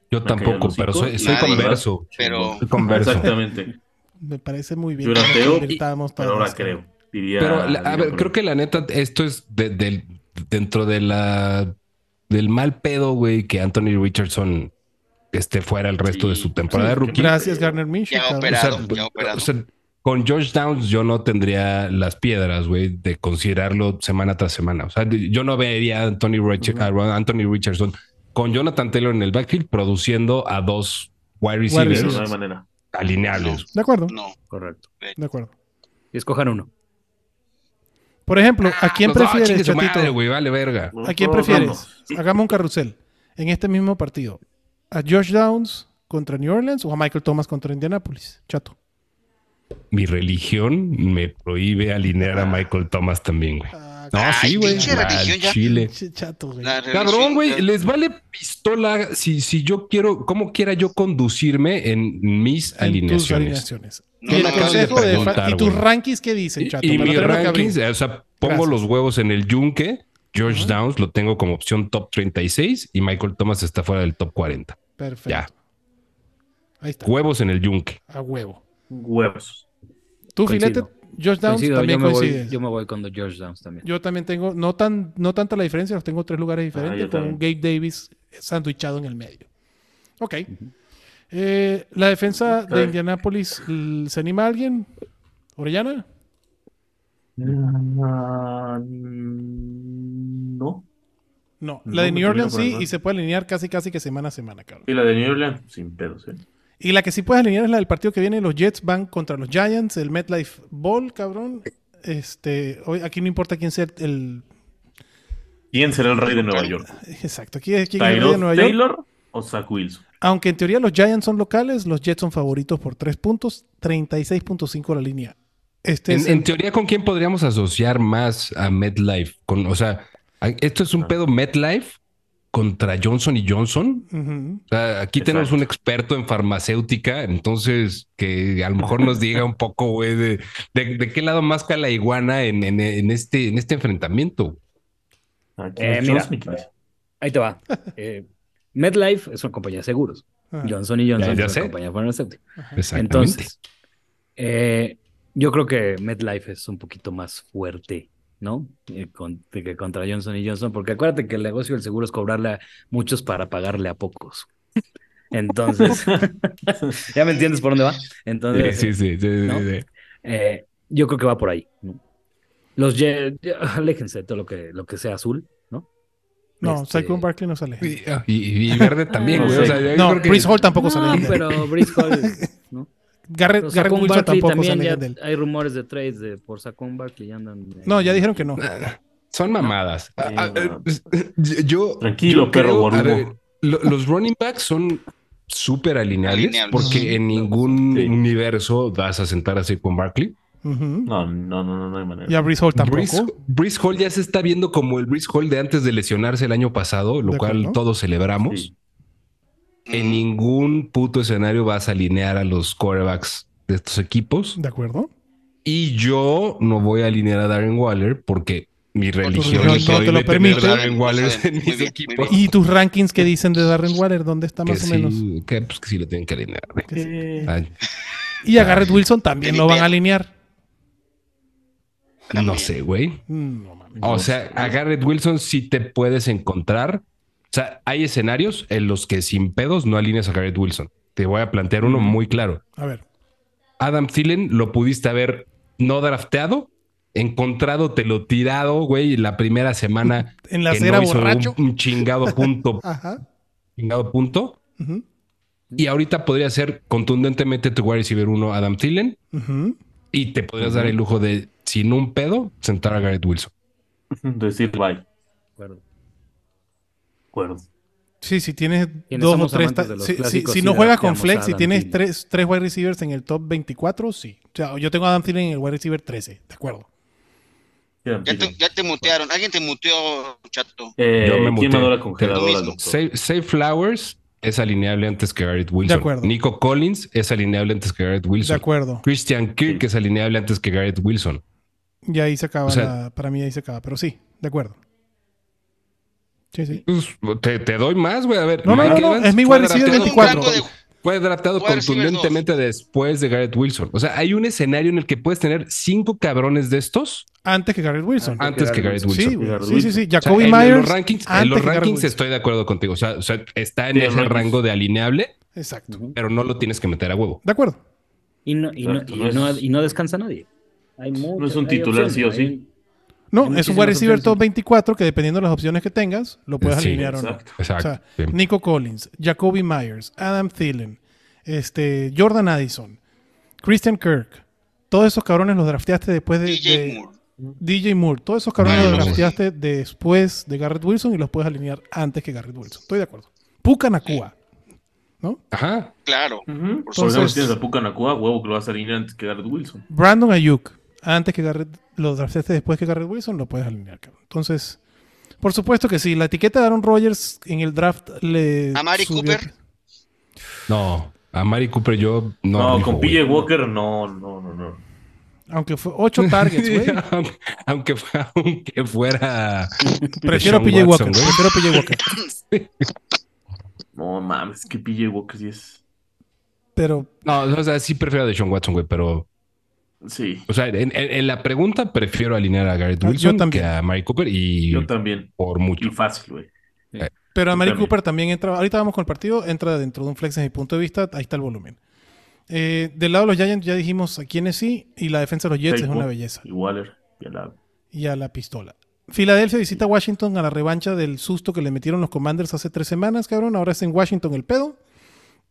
F: Yo tampoco,
E: Me cayó el
F: pero
E: hocico.
F: soy, soy
C: Nadie,
F: converso.
C: Pero-
F: Soy converso.
E: Exactamente.
B: Me parece muy bien.
E: Yo era
B: Como
E: ateo,
B: que gritábamos
E: Pero
B: todos,
E: ahora
B: ¿no?
E: creo. Diría,
F: Pero, la- a
E: diría
F: ver,
E: por-
F: creo que la neta, esto es de- del- dentro de la del mal pedo, güey, que Anthony Richardson esté fuera el resto
E: Sí,
F: de su temporada de
E: sí,
F: rookie.
B: Gracias, Garner Minshew.
C: Ya
B: cabrón.
F: O
C: operado.
F: sea,
C: ya operado.
F: o sea, con Josh Downs yo no tendría las piedras, güey, de considerarlo semana tras semana. O sea, yo no vería a Anthony, Rich- a Anthony Richardson con Jonathan Taylor en el backfield produciendo a dos wide receivers
E: Pero no hay manera.
F: alineables.
B: De acuerdo,
C: No.
D: Correcto.
B: de acuerdo.
D: Y escojan uno.
B: Por ejemplo, ¿a quién
F: Los dos, ah,
B: prefieres,
F: chingue su
B: Chatito?
F: madre, güey, vale verga.
B: ¿A quién prefieres? Hagamos un carrusel en este mismo partido. ¿A Josh Downs contra New Orleans o a Michael Thomas contra Indianapolis? Chato.
F: Mi religión me prohíbe alinear a Michael Thomas también, güey. No,
C: Ay,
F: sí, güey.
C: pinche
F: Al
C: religión ya.
F: Chile.
B: Ch- Chato, güey.
C: La revisión-
F: Cabrón, güey, les vale pistola si, si yo quiero, como quiera yo conducirme en mis
B: En tus
F: alineaciones.
B: alineaciones.
C: No,
B: y, el
C: no, no,
B: consejo
F: no,
B: de
F: no,
B: fa-
F: no,
B: ¿Y tus
F: güey.
B: rankings qué dicen,
F: Y,
B: Chato?
F: y
B: Me lo
F: mi
B: tengo que abrir.
F: ranking, o sea, pongo
B: Gracias.
F: los huevos en el yunque. George
B: Ajá.
F: Downs lo tengo como opción top 36 y Michael Thomas está fuera del top 40.
B: Perfecto.
F: Ya.
B: Ahí está.
F: Huevos en el yunque.
B: A huevo.
E: Huevos.
B: Tú,
D: Coincido.
B: Filete, Josh Downs
D: Coincido,
B: también
D: yo, me
B: coincide.
D: voy, yo me voy con George Downs también.
B: Yo también tengo, no tan, no tanta la diferencia, los tengo tres lugares diferentes,
E: Ah, yo
B: con un Gabe Davis sandwichado en el medio. Ok. Eh, la defensa de
E: Ay.
B: Indianapolis, l- ¿se anima alguien? ¿Orellana?
E: Ah, No.
B: No.
E: No,
B: La de
E: no
B: New Orleans
E: tengo por
B: sí,
E: ahí,
B: y
E: ¿no?
B: se puede alinear casi casi que semana a semana, cabrón.
E: Y la de New Orleans, sin pedos, ¿eh?
B: Y la que sí puedes alinear es la del partido que viene, los Jets van contra los Giants, el MetLife Bowl, cabrón. Este, hoy, aquí no importa quién sea el...
E: ¿Quién será el rey de Nueva York?
B: Exacto, aquí es quién es el rey de
E: ¿Tyrod
B: Nueva York.
E: Taylor o Zach Wilson?
B: Aunque en teoría los Giants son locales, los Jets son favoritos por 3 puntos, 36.5 la línea. Este
F: En,
B: es
F: en
B: el-
F: teoría, ¿con quién podríamos asociar más a MetLife? Con, o sea, a- esto es un pedo MetLife contra Johnson y Johnson.
B: Ujú.
F: O sea, aquí tenemos
E: Exacto.
F: un experto en farmacéutica, entonces que a lo mejor nos diga un poco, güey, de, de- de qué lado más cae la iguana en, en- en este, en este enfrentamiento.
E: Ah,
D: Eh,
E: ¿quién es
D: mira.
E: Johnson y quién es?
D: Ahí te va. Eh, MedLife es una compañía de seguros.
B: Ajá.
D: Johnson y Johnson
F: Ya, ya
D: es
F: sé.
D: una compañía farmacéutica.
B: Ajá.
F: Exactamente.
D: Entonces, eh, yo creo que MedLife es un poquito más fuerte ¿no? Eh, con- de que contra Johnson y Johnson, porque acuérdate que el negocio del seguro es cobrarle a muchos para pagarle a pocos. Entonces, ya me entiendes por dónde va. Entonces,
F: Sí, sí, sí. sí,
D: ¿no?
F: sí, sí.
D: eh, yo creo que va por ahí. ¿no? Los Ye- aléjense de todo lo que, lo que sea azul, ¿no?
B: No,
D: Este,
B: Saquon Barkley no sale.
F: Y, ah. y- y verde también,
D: No
F: güey.
E: Ah. sé.
F: O sea, yo
B: No,
F: creo que-
B: Chris Hall tampoco
D: No,
B: sale.
D: pero Brice Hall, Pues, ¿no?
B: Garrett, Garrett
D: Pero Saquon
B: Wilson
D: Barkley
B: tampoco
D: también
B: sale
D: ya
B: de él.
D: Hay rumores de trades de, por Saquon Barkley. Ya andan, eh,
B: No, ya dijeron que no.
F: Ah, Son mamadas. Ah, ah,
E: no.
F: eh, yo,
E: Tranquilo,
F: yo
E: perro
F: creo-
E: gordo.
F: a ver, lo- los running backs son súper alineables,
C: Alineables.
F: porque en ningún
E: Sí.
F: universo vas a sentar así con Barkley.
B: Ujú.
E: No, no, no, no, no hay manera.
B: Y a Brees Hall tampoco.
F: Brees, Brees Hall ya se está viendo como el Brees Hall de antes de lesionarse el año pasado, lo
B: De
F: cual
B: acuerdo.
F: todos celebramos.
E: Sí.
C: mm,
F: En ningún puto escenario vas a alinear a los quarterbacks de estos equipos.
B: ¿De acuerdo?
F: Y yo no voy a alinear a Darren Waller porque mi
B: religión
F: religión me
B: no
F: prohíbe
B: te lo
F: tener
B: permite.
F: Darren Waller
C: Muy
F: en
C: bien,
F: mis
C: muy
F: equipos.
C: bien.
B: ¿Y tus rankings que dicen de Darren Waller? ¿Dónde está
F: Que
B: más o
F: sí,
B: menos?
F: que, pues, que sí le tienen que alinear. güey.
E: Eh,
F: Ay,
B: Y a Garrett Wilson también lo van a alinear.
F: no sé, güey.
B: Mm, No mames.
F: O sea, a Garrett Wilson sí te puedes encontrar. O sea, hay escenarios en los que sin pedos no alineas a Garrett Wilson. Te voy a plantear uno muy claro.
B: A ver.
F: Adam Thielen lo pudiste haber no drafteado, encontrado, te lo tirado, güey, la primera semana.
B: En la
F: que no
B: acera
F: hizo un-
B: borracho.
F: Un, chingado punto,
B: Ajá.
F: chingado punto.
B: Ujú.
F: Y ahorita podría ser contundentemente tu wide receiver uno Adam Thielen
B: Ujú.
F: y te podrías dar el lujo de, sin un pedo, sentar a Garrett Wilson.
E: decir bye.
D: de acuerdo.
E: Acuerdo.
B: Sí, si tienes
D: Quienes
B: dos o
D: somos
B: tres.
D: amantes
B: ta-
D: de los
B: Si, si-
D: clásicos,
B: si
D: sí
B: no juegas con
D: drafteamos a
B: Flex, si
D: Adam
B: tienes
D: Thielen.
B: tres, tres wide receivers en el top 24, sí. O sea, yo tengo a Adam Thielen en el wide receiver 13. De acuerdo.
E: Ya,
C: Ya te, ya te mutearon. Alguien te muteó, chato.
E: Eh,
F: Yo me muteé.
E: ¿Quién mandó la
F: Te-
E: congeladora,
C: Tú mismo.
E: doctor?
F: Save, Save Flowers es alineable antes que Garrett Wilson.
B: De acuerdo.
F: Nico Collins es alineable antes que Garrett
B: De
F: Wilson.
B: acuerdo.
F: Christian Kirk
E: Sí.
F: es alineable antes que Garrett Wilson.
B: Y ahí se acaba.
F: O sea-
B: la- para mí ahí se acaba. Pero sí, de acuerdo. Sí, sí.
F: Pues, te, te doy más, güey. A ver,
B: No, no, no,
F: Mike
B: no,
F: Evans
B: es mi
F: fue
B: wide receiver
F: drafteado-
B: 24.
C: Un trato
F: Fue draftado
C: Wide receiver
F: contundentemente después de Garrett Wilson. O sea, hay un escenario en el que puedes tener cinco cabrones de estos
B: Antes que Garrett Wilson.
D: Ah,
F: antes que Garrett Wilson.
B: Sí, güey.
E: Garrett
B: sí, sí, sí.
F: O sea,
B: Jacoby
F: en
B: Myers.
F: los rankings, en
B: antes
F: los
B: que Garrett
F: rankings
B: Wilson.
F: estoy de acuerdo contigo. O sea, o sea, está en
E: Sí, los
F: ese
E: rankings.
F: rango de alineable,
B: Exacto.
F: pero no lo tienes que meter a huevo.
B: De acuerdo.
D: Y no, y, no,
E: Exacto,
D: y
E: no es-
D: no- y no descansa nadie. Hay muchas-
E: No es un
D: hay
E: titular,
D: opciones,
E: sí o sí.
D: hay-
B: No, es un
D: Hay
B: wide
D: muchísimas
B: receiver
D: opciones.
B: top 24 que dependiendo de las opciones que tengas, lo puedes
F: Sí,
B: alinear o no.
E: exacto.
B: O
F: Exacto.
B: sea,
F: Sí.
B: Nico Collins, Jacoby Myers, Adam Thielen, este, Jordan Addison, Christian Kirk. Todos esos cabrones los drafteaste después de
C: DJ
B: de-
C: Moore.
B: DJ Moore. Todos esos cabrones
F: Ryan
B: los
F: Lewis.
B: drafteaste después de Garrett Wilson y los puedes alinear antes que Garrett Wilson. Estoy de acuerdo. Puka Nakua.
F: Ajá.
C: Claro.
E: Ujú. Por
B: Entonces-
E: ejemplo, si tienes a Puka Nakua, huevo que lo vas a alinear antes que Garrett Wilson.
B: Brandon Ayuk, antes que Garrett, lo drafteaste después que Garrett Wilson, lo puedes alinear, cabrón. Entonces, por supuesto que sí. La etiqueta de Aaron Rodgers en el draft le.
C: ¿A Mari
B: subió-
C: Cooper?
F: No, a Mari Cooper yo no.
E: No,
F: rifo,
E: con
F: güey.
E: PJ Walker, no, no, no, no.
B: Aunque fue 8 targets, güey.
F: aunque, fue- aunque fuera.
B: Prefiero
F: Deshaun
B: PJ Walker.
F: Watson,
B: Prefiero
F: güey.
B: PJ Walker.
E: No mames, que PJ Walker sí es.
B: Pero
F: No, o sea, sí prefiero a Deshaun Watson, güey, pero.
E: Sí,
F: O sea, en, en- en la pregunta prefiero alinear a Garrett
B: Ah, yo
F: Wilson
B: también.
F: que a Mari Cooper y
E: yo también.
F: por
E: Y
F: mucho.
E: fácil, güey.
B: Pero a Mary
E: También.
B: Cooper también entra. Ahorita vamos con el partido. Entra dentro de un flex desde mi punto de vista. Ahí está el volumen. Eh, del lado de los Giants ya dijimos a quiénes sí. Y la defensa de los Jets es
E: Saquon
B: una belleza.
E: Y Waller, y a la-
B: Y a la pistola. Filadelfia visita a Washington a la revancha del susto que le metieron los Commanders hace tres semanas, cabrón. Ahora es en Washington el pedo.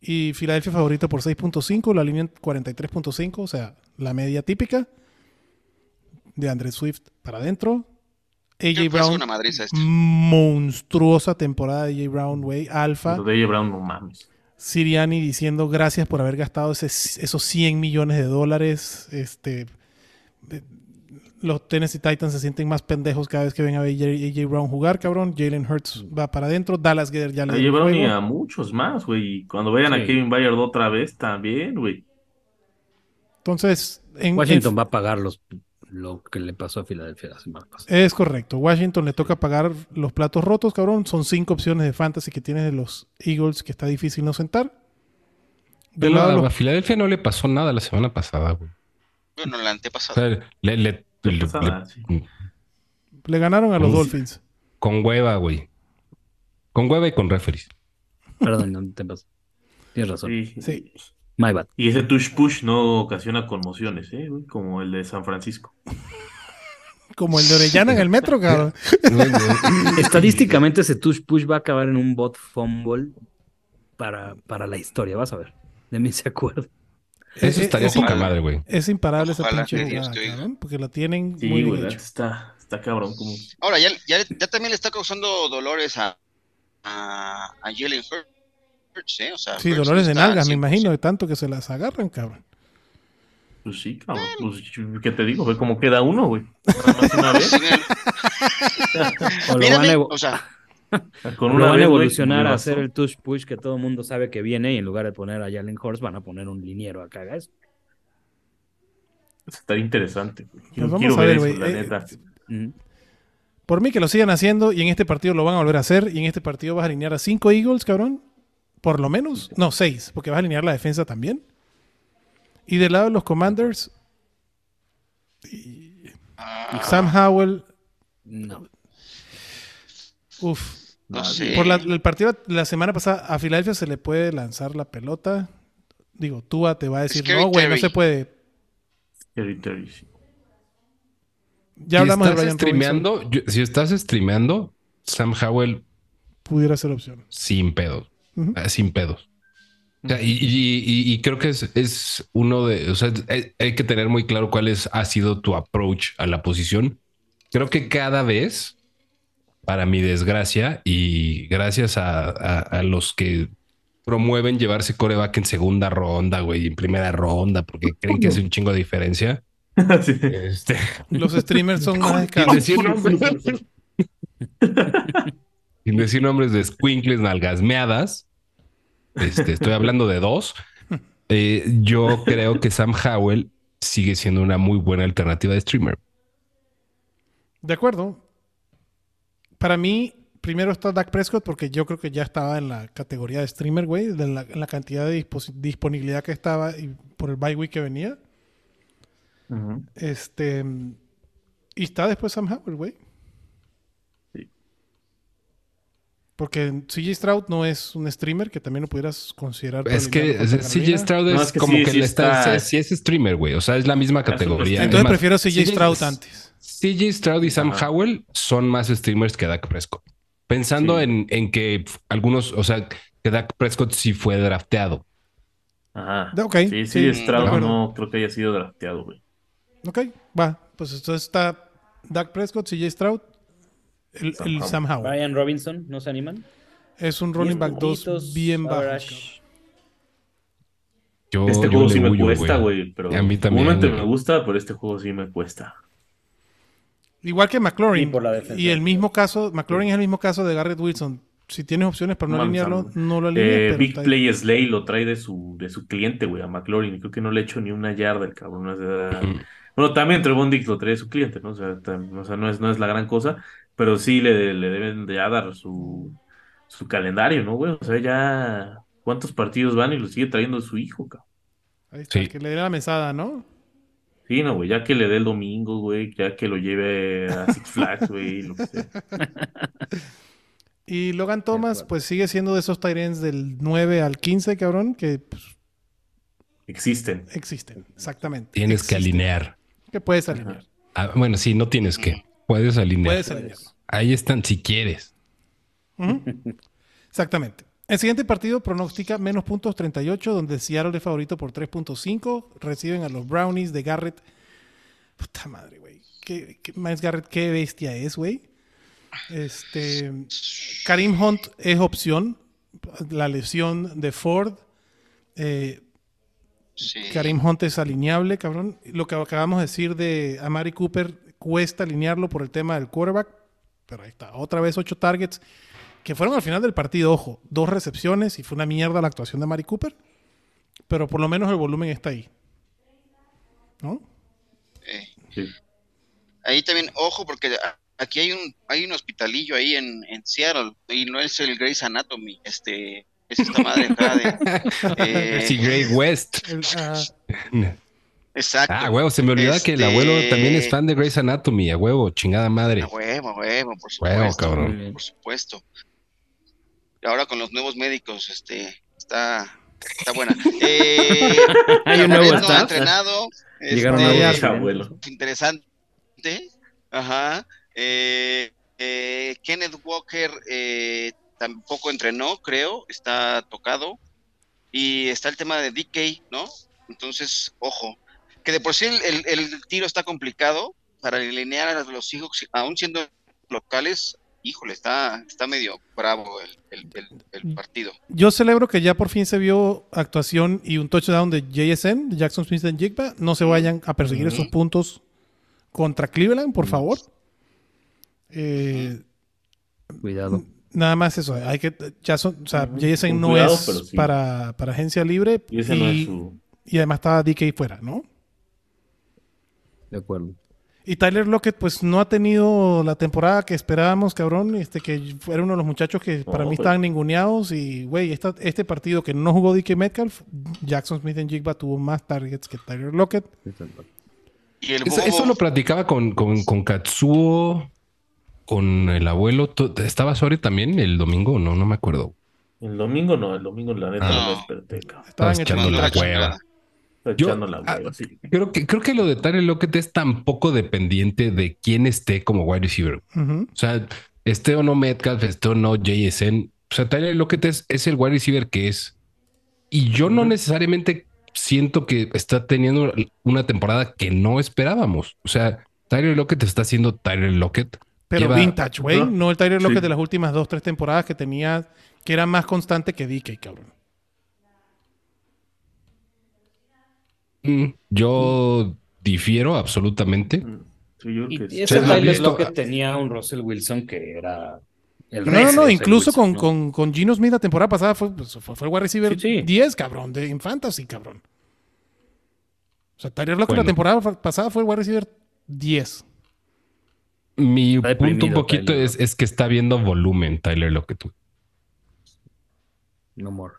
B: Y Filadelfia favorito por 6.5. La línea en 43.5. O sea, la media típica. De Andrew Swift para adentro.
C: Yo
B: AJ
C: creo que hace
B: Brown Mm.
C: una madriza esto.
B: monstruosa temporada de J. Brown, güey. Alfa.
E: Pero de Brown, no mames.
B: Siriani diciendo gracias por haber gastado ese- esos 100 millones de dólares. Este, de- los Tennessee Titans se sienten más pendejos cada vez que ven a AJ Brown jugar, cabrón. Jalen Hurts va para adentro. Dallas Guerrero ya le
E: De
B: dio el
E: Brown y
B: juego.
E: Mm. a muchos más, güey. Y cuando vayan
D: Sí.
E: a Kevin Bayard otra vez, también, güey.
B: Entonces, en,
D: Washington
B: en-
D: va a pagar los, lo que le pasó a Filadelfia la semana pasada.
B: es correcto. Washington le toca pagar los platos rotos, cabrón. Son cinco opciones de fantasy que tienes de los Eagles que está difícil no sentar. Del
F: Pero
B: lado de los
F: a Filadelfia no le pasó nada la semana pasada, güey.
C: Bueno, la
F: O
C: antepasada.
F: sea, le, le-
E: No
F: le-
E: pasa
F: le-
E: nada, sí.
B: Le ganaron a los
F: Uf.
B: Dolphins.
F: Con hueva, güey. Con hueva y con referees.
D: Perdón, no te pasó. Tienes razón.
E: Sí.
B: Sí.
D: My bad.
E: Y ese tush push no ocasiona conmociones, ¿eh? güey? Como el de San Francisco.
B: Como el de Orellana en el metro, cabrón.
F: Güey, güey.
D: Estadísticamente ese touch push va a acabar en un bot fumble para, para la historia, vas a ver. De mí se acuerda.
F: Eso
B: Eh,
F: estaría
B: eh,
F: poca
C: ojalá.
F: madre, güey.
B: Es imparable esa
C: Ojalá
B: pinche
C: que Dios
B: jugada,
C: te oiga.
B: cabrón, porque la tienen
E: Sí,
B: muy
E: güey,
B: bien
E: la neta
B: hecho.
E: está, está cabrón. Como...
C: Ahora, ya, ya, ya también le está causando dolores a, a, a Jalen Hur- Hurts, ¿eh? O sea,
B: Sí,
C: Hurts
B: dolores
C: no
B: de
C: está pues
B: nalgas, me
C: 100%.
B: imagino, de tanto que se las agarran, cabrón.
E: Pues sí, cabrón. Pues, ¿Qué te digo? güey? Como queda uno, güey. Nada más una vez.
D: O lo van a,
C: Mírame,
D: evo-
C: o sea,
E: Con
D: lo
E: una
D: van a
E: vez, güey,
D: evolucionar
E: le
D: a hacer
E: bastó.
D: el touch push que todo el mundo sabe que viene y en lugar de poner a Jalen Horst van a poner un liniero acá. haga eso.
E: Está interesante. güey. Yo
B: Pues vamos
E: quiero
B: a ver,
E: eso,
B: güey.
E: la
B: Eh,
E: neta.
D: Mm.
B: Por mí que lo sigan haciendo y en este partido lo van a volver a hacer y en este partido vas a alinear a cinco Eagles, cabrón. Por lo menos, no, seis, porque vas a alinear la defensa también. Y del lado de los Commanders,
C: ah,
B: Sam Howell,
D: No.
B: uff.
D: Ah,
C: no sé.
B: Por la-
F: Eh.
B: el partido de la semana pasada, a Filadelfia se le puede lanzar la pelota. Digo, Tua te va a decir,
C: Scary
B: no, güey, no
C: Terry".
B: se puede.
E: Qué interesante.
B: Ya hablamos
F: si
B: de
F: estás
B: Brian Robinson,
F: streameando, yo- si estás streameando, Sam Howell
B: pudiera ser opción.
F: sin pedos.
B: Ujú.
F: Ah, Sin pedos. O sea, y, y- y- y creo que es, es uno de, o sea, hay, hay que tener muy claro cuál es, ha sido tu approach a la posición. Creo que cada vez, para mi desgracia y gracias a, a- a los que promueven llevarse coreback en segunda ronda, güey, en primera ronda, porque creen que hace un chingo de diferencia.
E: Sí.
F: Este,
B: Los streamers son más
F: sin
B: escasos.
F: decir nombres, sin decir nombres de squinkles nalgasmeadas, este, estoy hablando de dos. eh, yo creo que Sam Howell sigue siendo una muy buena alternativa de streamer.
B: De acuerdo. Para mí, primero está Dak Prescott porque yo creo que ya estaba en la categoría de streamer, güey, de la, en la cantidad de disposi- disponibilidad que estaba y por el bye week que venía.
E: Ujú.
B: Este mm, y está después Sam Howell, güey.
E: Sí.
B: Porque CJ Stroud no es un streamer que también lo pudieras considerar. para
F: Es
B: eliminar
F: que
B: contra Carolina.
F: CJ Stroud es,
E: No, es que
F: como
E: sí,
F: que
E: sí
F: le está,
E: está-
F: sí- sí es streamer, güey. O sea, es la misma
E: un
F: categoría.
E: streamer.
B: Entonces
F: Es más,
B: prefiero CJ Stroud antes.
F: CJ Stroud y Sam
E: Ajá.
F: Howell son más streamers que Dak Prescott. Pensando
E: Sí.
F: en, en que pf, algunos, o sea, que Dak Prescott sí fue drafteado.
E: Ajá.
B: Da- ok,
E: Sí, sí,
B: sí,
E: Stroud
F: de acuerdo.
E: no creo que haya sido drafteado, güey.
B: Ok, va. Pues entonces está Dak Prescott, CJ Stroud, el,
E: Sam
B: el
E: Howell.
B: Sam Howell.
D: Brian Robinson, ¿no se animan?
B: Es un rolling back 2
D: puntitos,
B: bien bajo. cabrón.
D: average.
F: Yo,
E: Este
F: Oh, yo
E: juego
F: le
E: sí me
F: huyo,
E: cuesta, güey, pero
F: A mí también,
E: comúnmente
F: güey.
E: me gusta, pero este juego sí me cuesta.
B: Igual que McLaurin.
D: Y por la defensa.
B: Y el mismo caso, McLaurin es el mismo caso de Garrett Wilson. Si tienes opciones para no
E: Manzano.
B: alinearlo, no lo alinees.
E: Eh,
B: pero
E: Big
B: está ahí.
E: Play Slay lo trae de su, de su cliente, güey, a McLaurin. y Creo que no le ha hecho ni una yarda el cabrón. o sea,
F: Ujú.
E: bueno, también Trevon Dix lo trae de su cliente, ¿no? O sea, tam- o sea, no es, no es la gran cosa, pero sí le, le deben de ya dar su, su calendario, ¿no, güey? O sea, ya cuántos partidos van y lo sigue trayendo su hijo, cabrón.
B: Ahí está,
F: Sí.
B: que le dé la mesada, ¿no?
E: Sí, no, güey, ya que le dé el domingo, güey, ya que lo lleve a Six Flags, güey, lo que sea.
B: Y Logan Thomas,
D: acuerdo.
B: pues sigue siendo de esos Tyrens del 9 al 15, cabrón, que pues,
E: Existen.
B: existen. Exactamente.
F: Tienes que
B: Existen.
F: alinear.
B: Que puedes alinear.
E: Ajá.
F: Ah, bueno, sí, no tienes que. Puedes alinear.
B: Puedes alinearlo.
F: Ahí están si quieres.
B: Ujú. Exactamente. El siguiente partido pronostica menos puntos 38, donde Seattle es favorito por 3.5. Reciben a los Brownies de Garrett. Puta madre, güey. ¿Qué, qué- Miles Garrett, qué bestia es, güey. Este, Karim Hunt es opción. La lesión de Ford. Eh,
C: sí.
B: Karim Hunt es alineable, cabrón. Lo que acabamos de decir de Amari Cooper, cuesta alinearlo por el tema del quarterback. Pero ahí está, otra vez ocho targets que fueron al final del partido, ojo, dos recepciones y fue una mierda la actuación de Amari Cooper. Pero por lo menos el volumen está ahí. ¿No?
C: Eh,
E: Sí.
C: Ahí también, ojo, porque a- aquí hay un hay un hospitalillo ahí en, en Seattle y no es el Grey's Anatomy, este es esta madre acá de eh,
F: Si Grey West.
B: El, ah,
C: Exacto.
F: Ah, huevo, se me olvidaba que el
C: Este-
F: abuelo también es fan de Grey's Anatomy, a huevo, chingada madre.
C: A huevo, a huevo, por
F: Huevo,
C: supuesto.
F: cabrón.
C: Por supuesto. Y ahora con los nuevos médicos, este, está, está buena. Eh,
D: Hay un nuevo
C: Cabaret no ha
D: staff.
C: entrenado.
D: Llegaron
C: este,
E: nuevos
D: nuevos.
E: Sí, abuelo.
C: interesante. Ajá. Eh, eh, Kenneth Walker eh, tampoco entrenó, creo. Está tocado. Y está el tema de DK, ¿no? Entonces, ojo. Que de por sí el, el- el tiro está complicado para alinear a los Seahawks, aún siendo locales. Híjole, está, está medio bravo el, el- el-
F: Mm.
C: el partido.
B: Yo celebro que ya por fin se vio actuación y un touchdown de JSN, de Jackson Smith and Jigba. No se vayan a perseguir
C: Ujú.
B: esos puntos contra Cleveland, por favor. Eh,
D: Cuidado.
B: nada más eso. Hay que, ya son- o sea,
E: Ujú.
B: JSN
E: Con
B: no
E: cuidado, pero
B: es
E: sí.
B: para, para agencia libre.
E: Y ese no es su.
B: y además estaba DK fuera, ¿no?
D: De acuerdo.
B: Y Tyler Lockett, pues no ha tenido la temporada que esperábamos, cabrón. Este que era uno de los muchachos que para
E: No, pues.
B: mí
E: güey.
B: estaban ninguneados. Y, güey, esta- este partido que no jugó DK Metcalf, Jackson Smith and Jigba tuvo más targets que Tyler Lockett.
C: Y el
F: Eso,
C: Bobo-
F: eso lo platicaba con, con, con Katsuo, con el abuelo. To- ¿Estaba Sori también el domingo? No, no me acuerdo.
E: El domingo no, el domingo la neta
C: Ah.
E: no desperté, cabrón.
B: Estaban
F: Estaba
B: echando
F: echando la
B: la
C: chingada.
F: hueva.
E: Está
F: Yo-
E: echando la
F: ah,
E: hueva, sí.
F: Creo que, creo que lo de Tyler Lockett es tan poco dependiente de quién esté como wide receiver.
B: Ujú.
F: O sea, esté o no Metcalf, esté o no JSN. O sea, Tyler Lockett es, es el wide receiver que es. Y yo no
E: Ujú.
F: necesariamente siento que está teniendo una temporada que no esperábamos. O sea, Tyler Lockett está haciendo Tyler Lockett.
B: Pero
F: Lleva-
B: vintage, güey.
E: Ujú.
B: No el Tyler
E: Sí.
B: Lockett de las últimas dos, tres temporadas que tenía, que era más constante que DK, cabrón.
F: Mm, Yo difiero absolutamente.
E: Mm. Sí, yo creo que
D: Y
E: sí.
F: Sí,
D: ese
F: lo he
D: Tyler
F: visto.
D: Lockett tenía un Russell Wilson que era el
B: No,
D: rey
B: no,
D: de
B: no.
D: Russell
B: Incluso
D: Wilson,
B: con,
D: ¿no?
B: con, con Gino Smith la temporada pasada fue, pues, fue, fue el wide receiver
D: Sí, sí.
B: 10, cabrón, de en fantasy, cabrón. O sea, Tyler Lockett la
F: Bueno.
B: temporada fa- pasada fue el wide receiver 10.
F: Mi
D: Está
F: punto un
D: deprimido,
F: poquito
D: Tyler
F: es, es que está viendo volumen, Tyler Lockett.
D: No more.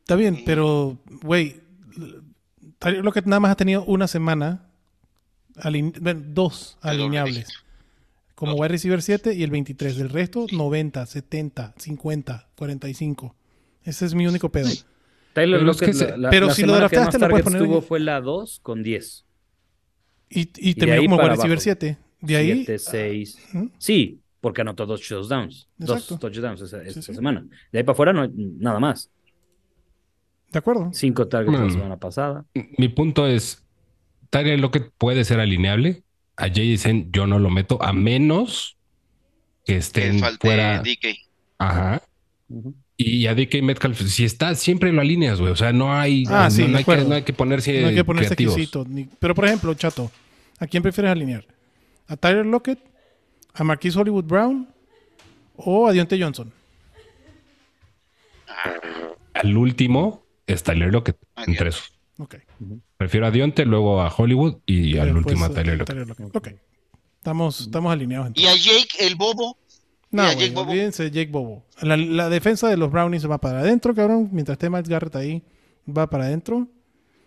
B: Está bien, pero, güey, Tyler Lockett nada más ha tenido una semana, alin- bueno, dos
C: doble
B: alineables.
C: dígito.
B: Como
C: Dos.
B: wide receiver 7 y el 23. Del resto, 90, 70, 50, 45. Ese es mi único pedo.
D: Tyler
F: Pero es
D: Lockett,
F: que se-
D: la- la-
B: pero
D: la
B: si lo
D: semana que
B: drafteaste,
D: más
B: lo puedes
D: targets
B: poner
D: tuvo
B: ahí.
D: fue la 2 con 10.
B: Y, y
D: de
B: terminó
D: ahí
B: como
D: para
B: wide receiver
D: abajo.
B: 7. De ahí.
D: 7, 6.
B: ¿Mm?
D: Sí, porque anotó dos touchdowns.
B: Exacto.
D: Dos touchdowns esa, esta
B: sí.
D: semana. De ahí para afuera, no, nada más.
B: ¿De acuerdo?
D: Cinco targets
F: Mm.
D: la semana pasada.
F: Mi punto es, Tyler Lockett puede ser alineable. A Jason yo no lo meto, a menos que
C: que
F: estén
C: falte
F: fuera.
C: DK.
F: Ajá.
D: Ujú.
F: Y a DK Metcalf, si está, siempre lo alineas, güey. O sea, no hay,
B: Ah,
F: no,
B: sí,
F: no
B: de
F: hay que,
B: acuerdo.
F: no hay que ponerse,
B: No hay que ponerse
F: Eh, creativos.
B: exquisito. ni- Pero, por ejemplo, Chato, ¿a quién prefieres alinear? ¿A Tyler Lockett? ¿A Marquise Hollywood Brown? ¿O a Dionte Johnson?
F: Al último es Tyler Lockett,
C: Ah,
F: entre
C: ya.
F: esos.
B: Ok.
F: Prefiero a Dionte, luego a Hollywood y al
B: Después eh,
F: último a
B: a
F: Tyler Lockett.
B: pues, Tyler Lockett. Ok. Estamos, estamos alineados
C: Y
B: entonces.
C: a Jake, el bobo.
B: No,
C: y a
B: güey,
C: Jake Bobo.
B: olvídense de Jake Bobo. La, la defensa de los Brownies va para adentro, cabrón. Mientras esté Max Garrett ahí, va para adentro.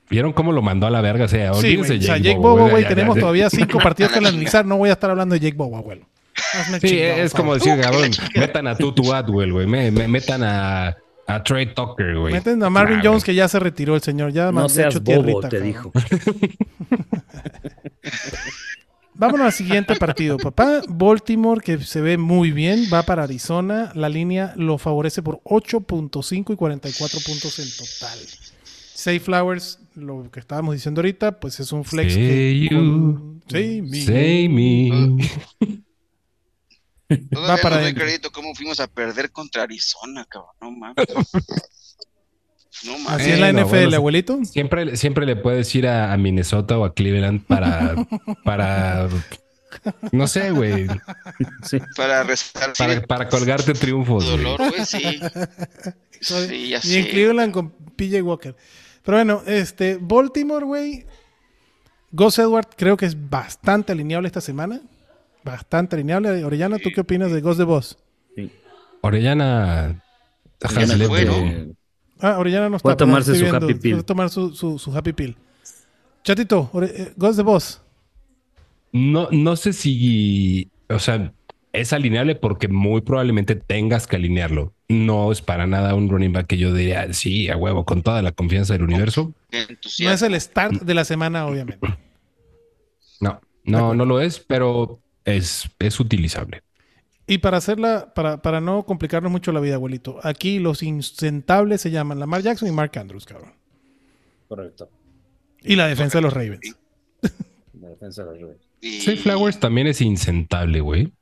F: ¿Vieron cómo lo mandó a la verga? O sea,
B: Sí, güey.
F: olvídense
B: O sea,
F: Jake
B: Jake
F: Bobo,
B: Bobo,
F: güey,
B: güey,
F: ya,
B: tenemos
F: ya.
B: todavía cinco partidos que analizar. No voy a estar hablando de Jake Bobo, abuelo. Hazme el
F: Sí,
B: chingado,
F: es
B: por
F: como
B: favor.
F: decir, cabrón, metan a Tutu Atwell, güey, me, me- metan a, a Trey Tucker, güey.
B: Meten a Marvin
F: Nah,
B: Jones, que ya se retiró el señor. Ya
D: No
B: man- ya
D: seas
B: echó
D: bobo,
B: tierrita,
D: te
B: cabrón.
D: dijo.
B: Vámonos al siguiente partido, papá. Baltimore, que se ve muy bien, va para Arizona. La línea lo favorece por 8.5 y 44 puntos en total. Safe Flowers, lo que estábamos diciendo ahorita, pues es un flex.
F: Say
B: que-
F: you,
B: Sí, mi-
F: Say me.
C: Ah. Todavía
B: para
C: no doy
B: adentro.
C: crédito cómo fuimos a perder contra Arizona, cabrón. No mames. No mames.
B: Así es la
F: Bueno,
B: NFL,
F: bueno,
B: abuelito.
F: Siempre, siempre le puedes ir a, a Minnesota o a Cleveland para, para, no sé, güey,
D: Sí.
C: Para restar
F: para, para colgarte triunfos. güey.
C: dolor, güey, sí. Sí, ya
B: Y en
C: sé.
B: Cleveland con PJ Walker. Pero bueno, este, Baltimore, güey. Gus Edward creo que es bastante alineable esta semana. Bastante alineable. Orellana, ¿tú qué opinas de Gus de Boss?
F: Orellana,
C: Orellana
F: Hazlett,
C: fue, ¿no?
F: eh,
B: Ah, Orellana no está.
D: Fue a
B: perdón,
D: tomarse
B: estoy
D: su Happy Pill.
B: Fue a tomar su, su, su Happy Pill. Chatito, ore- eh, Gods de Boss.
F: No, no sé si, o sea, es alineable porque muy probablemente tengas que alinearlo. No es para nada un running back que yo diría, sí, a huevo, con toda la confianza del universo.
C: Qué
B: No es
C: entusiasmo.
B: el start de la semana, obviamente.
F: No, no, no lo es, pero es, es utilizable.
B: Y para hacerla, para, para no complicarnos mucho la vida, abuelito, aquí los insentables se llaman Lamar Jackson y Mark Andrews, cabrón.
D: Correcto.
B: Y la defensa de los Ravens.
D: La defensa de los Ravens.
C: Y-
F: Say Flowers también es incentable, güey.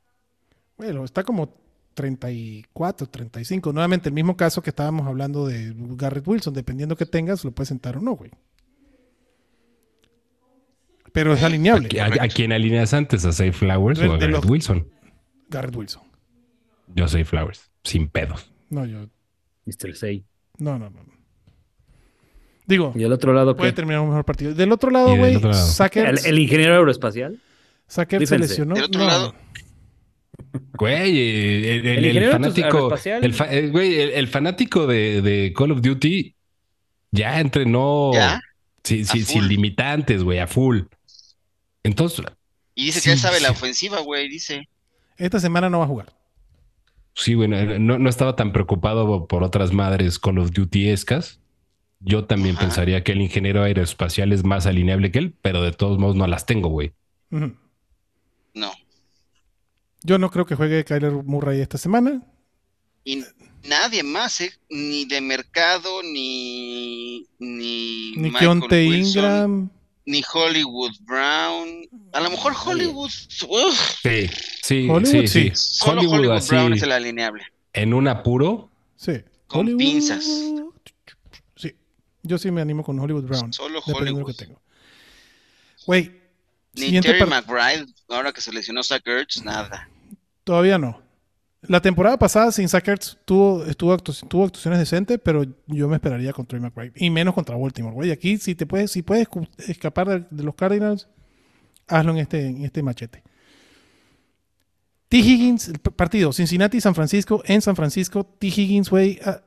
B: Bueno, está como 34, 35. Nuevamente, el mismo caso que estábamos hablando de Garrett Wilson. Dependiendo que tengas, lo puedes sentar o no, güey. Pero es alineable.
F: ¿A, a- a quién alineas antes? ¿A Say Flowers o a
B: De
F: Garrett
B: los-
F: Wilson?
B: Garrett Wilson.
F: Yo Say Flowers, sin pedos.
B: No, yo.
D: Mr. Say.
B: No, no, no. Digo,
D: Y al otro lado, ¿qué?
B: puede terminar un mejor partido. Del otro lado,
F: Y del
B: güey,
F: otro lado.
D: ¿El,
B: Sackers,
D: el ingeniero aeroespacial?
B: Sackers se
D: Defense.
B: lesionó.
C: Del otro
B: No,
C: lado,
F: Güey, el, el- el
D: ingeniero
F: fanático,
D: aeroespacial.
F: el, fa- eh, güey, el- el fanático de, de Call of Duty ya entrenó
C: ¿Ya?
F: Sí,
C: A
F: sí,
C: full.
F: sin limitantes, güey, a full. Entonces,
C: Y dice
F: Sí,
C: que él sabe la
F: sí.
C: ofensiva, güey. Dice.
B: Esta semana no va a jugar.
F: sí, güey, no- no, no estaba tan preocupado por otras madres Call of Duty-escas. Yo también
C: Ajá.
F: pensaría que el ingeniero aeroespacial es más alineable que él, pero de todos modos no las tengo, güey.
B: Ujú.
C: No.
B: Yo no creo que juegue Kyler Murray esta semana.
C: Y nadie más, ¿eh? Ni de mercado, ni. Ni.
B: Ni
C: Michael
B: Kionte
C: Wilson,
B: Ingram.
C: Ni Hollywood Brown. A lo mejor Hollywood. uf,
F: Sí, sí,
B: Hollywood,
F: sí, sí.
C: solo
F: Hollywood,
C: Hollywood,
F: así,
C: Brown es el alineable.
F: en un apuro,
B: Sí.
C: Con pinzas.
B: Sí. Yo sí me animo con Hollywood Brown.
C: Solo
B: dependiendo de lo
C: Hollywood.
B: que tengo. Güey.
C: Ni
B: siguiente
C: Terry
B: par-
C: McBride, ahora que se lesionó Zach Ertz, nada.
B: Todavía no. La temporada pasada sin Sackers tuvo, estuvo actu- tuvo actuaciones decentes, pero yo me esperaría con Trey McBride. Y menos contra Baltimore, güey. Aquí, si te puedes, si puedes cu- escapar de, de los Cardinals, hazlo en este, en este machete. T. Higgins, el p- partido Cincinnati San Francisco en San Francisco. T. Higgins, güey. ah,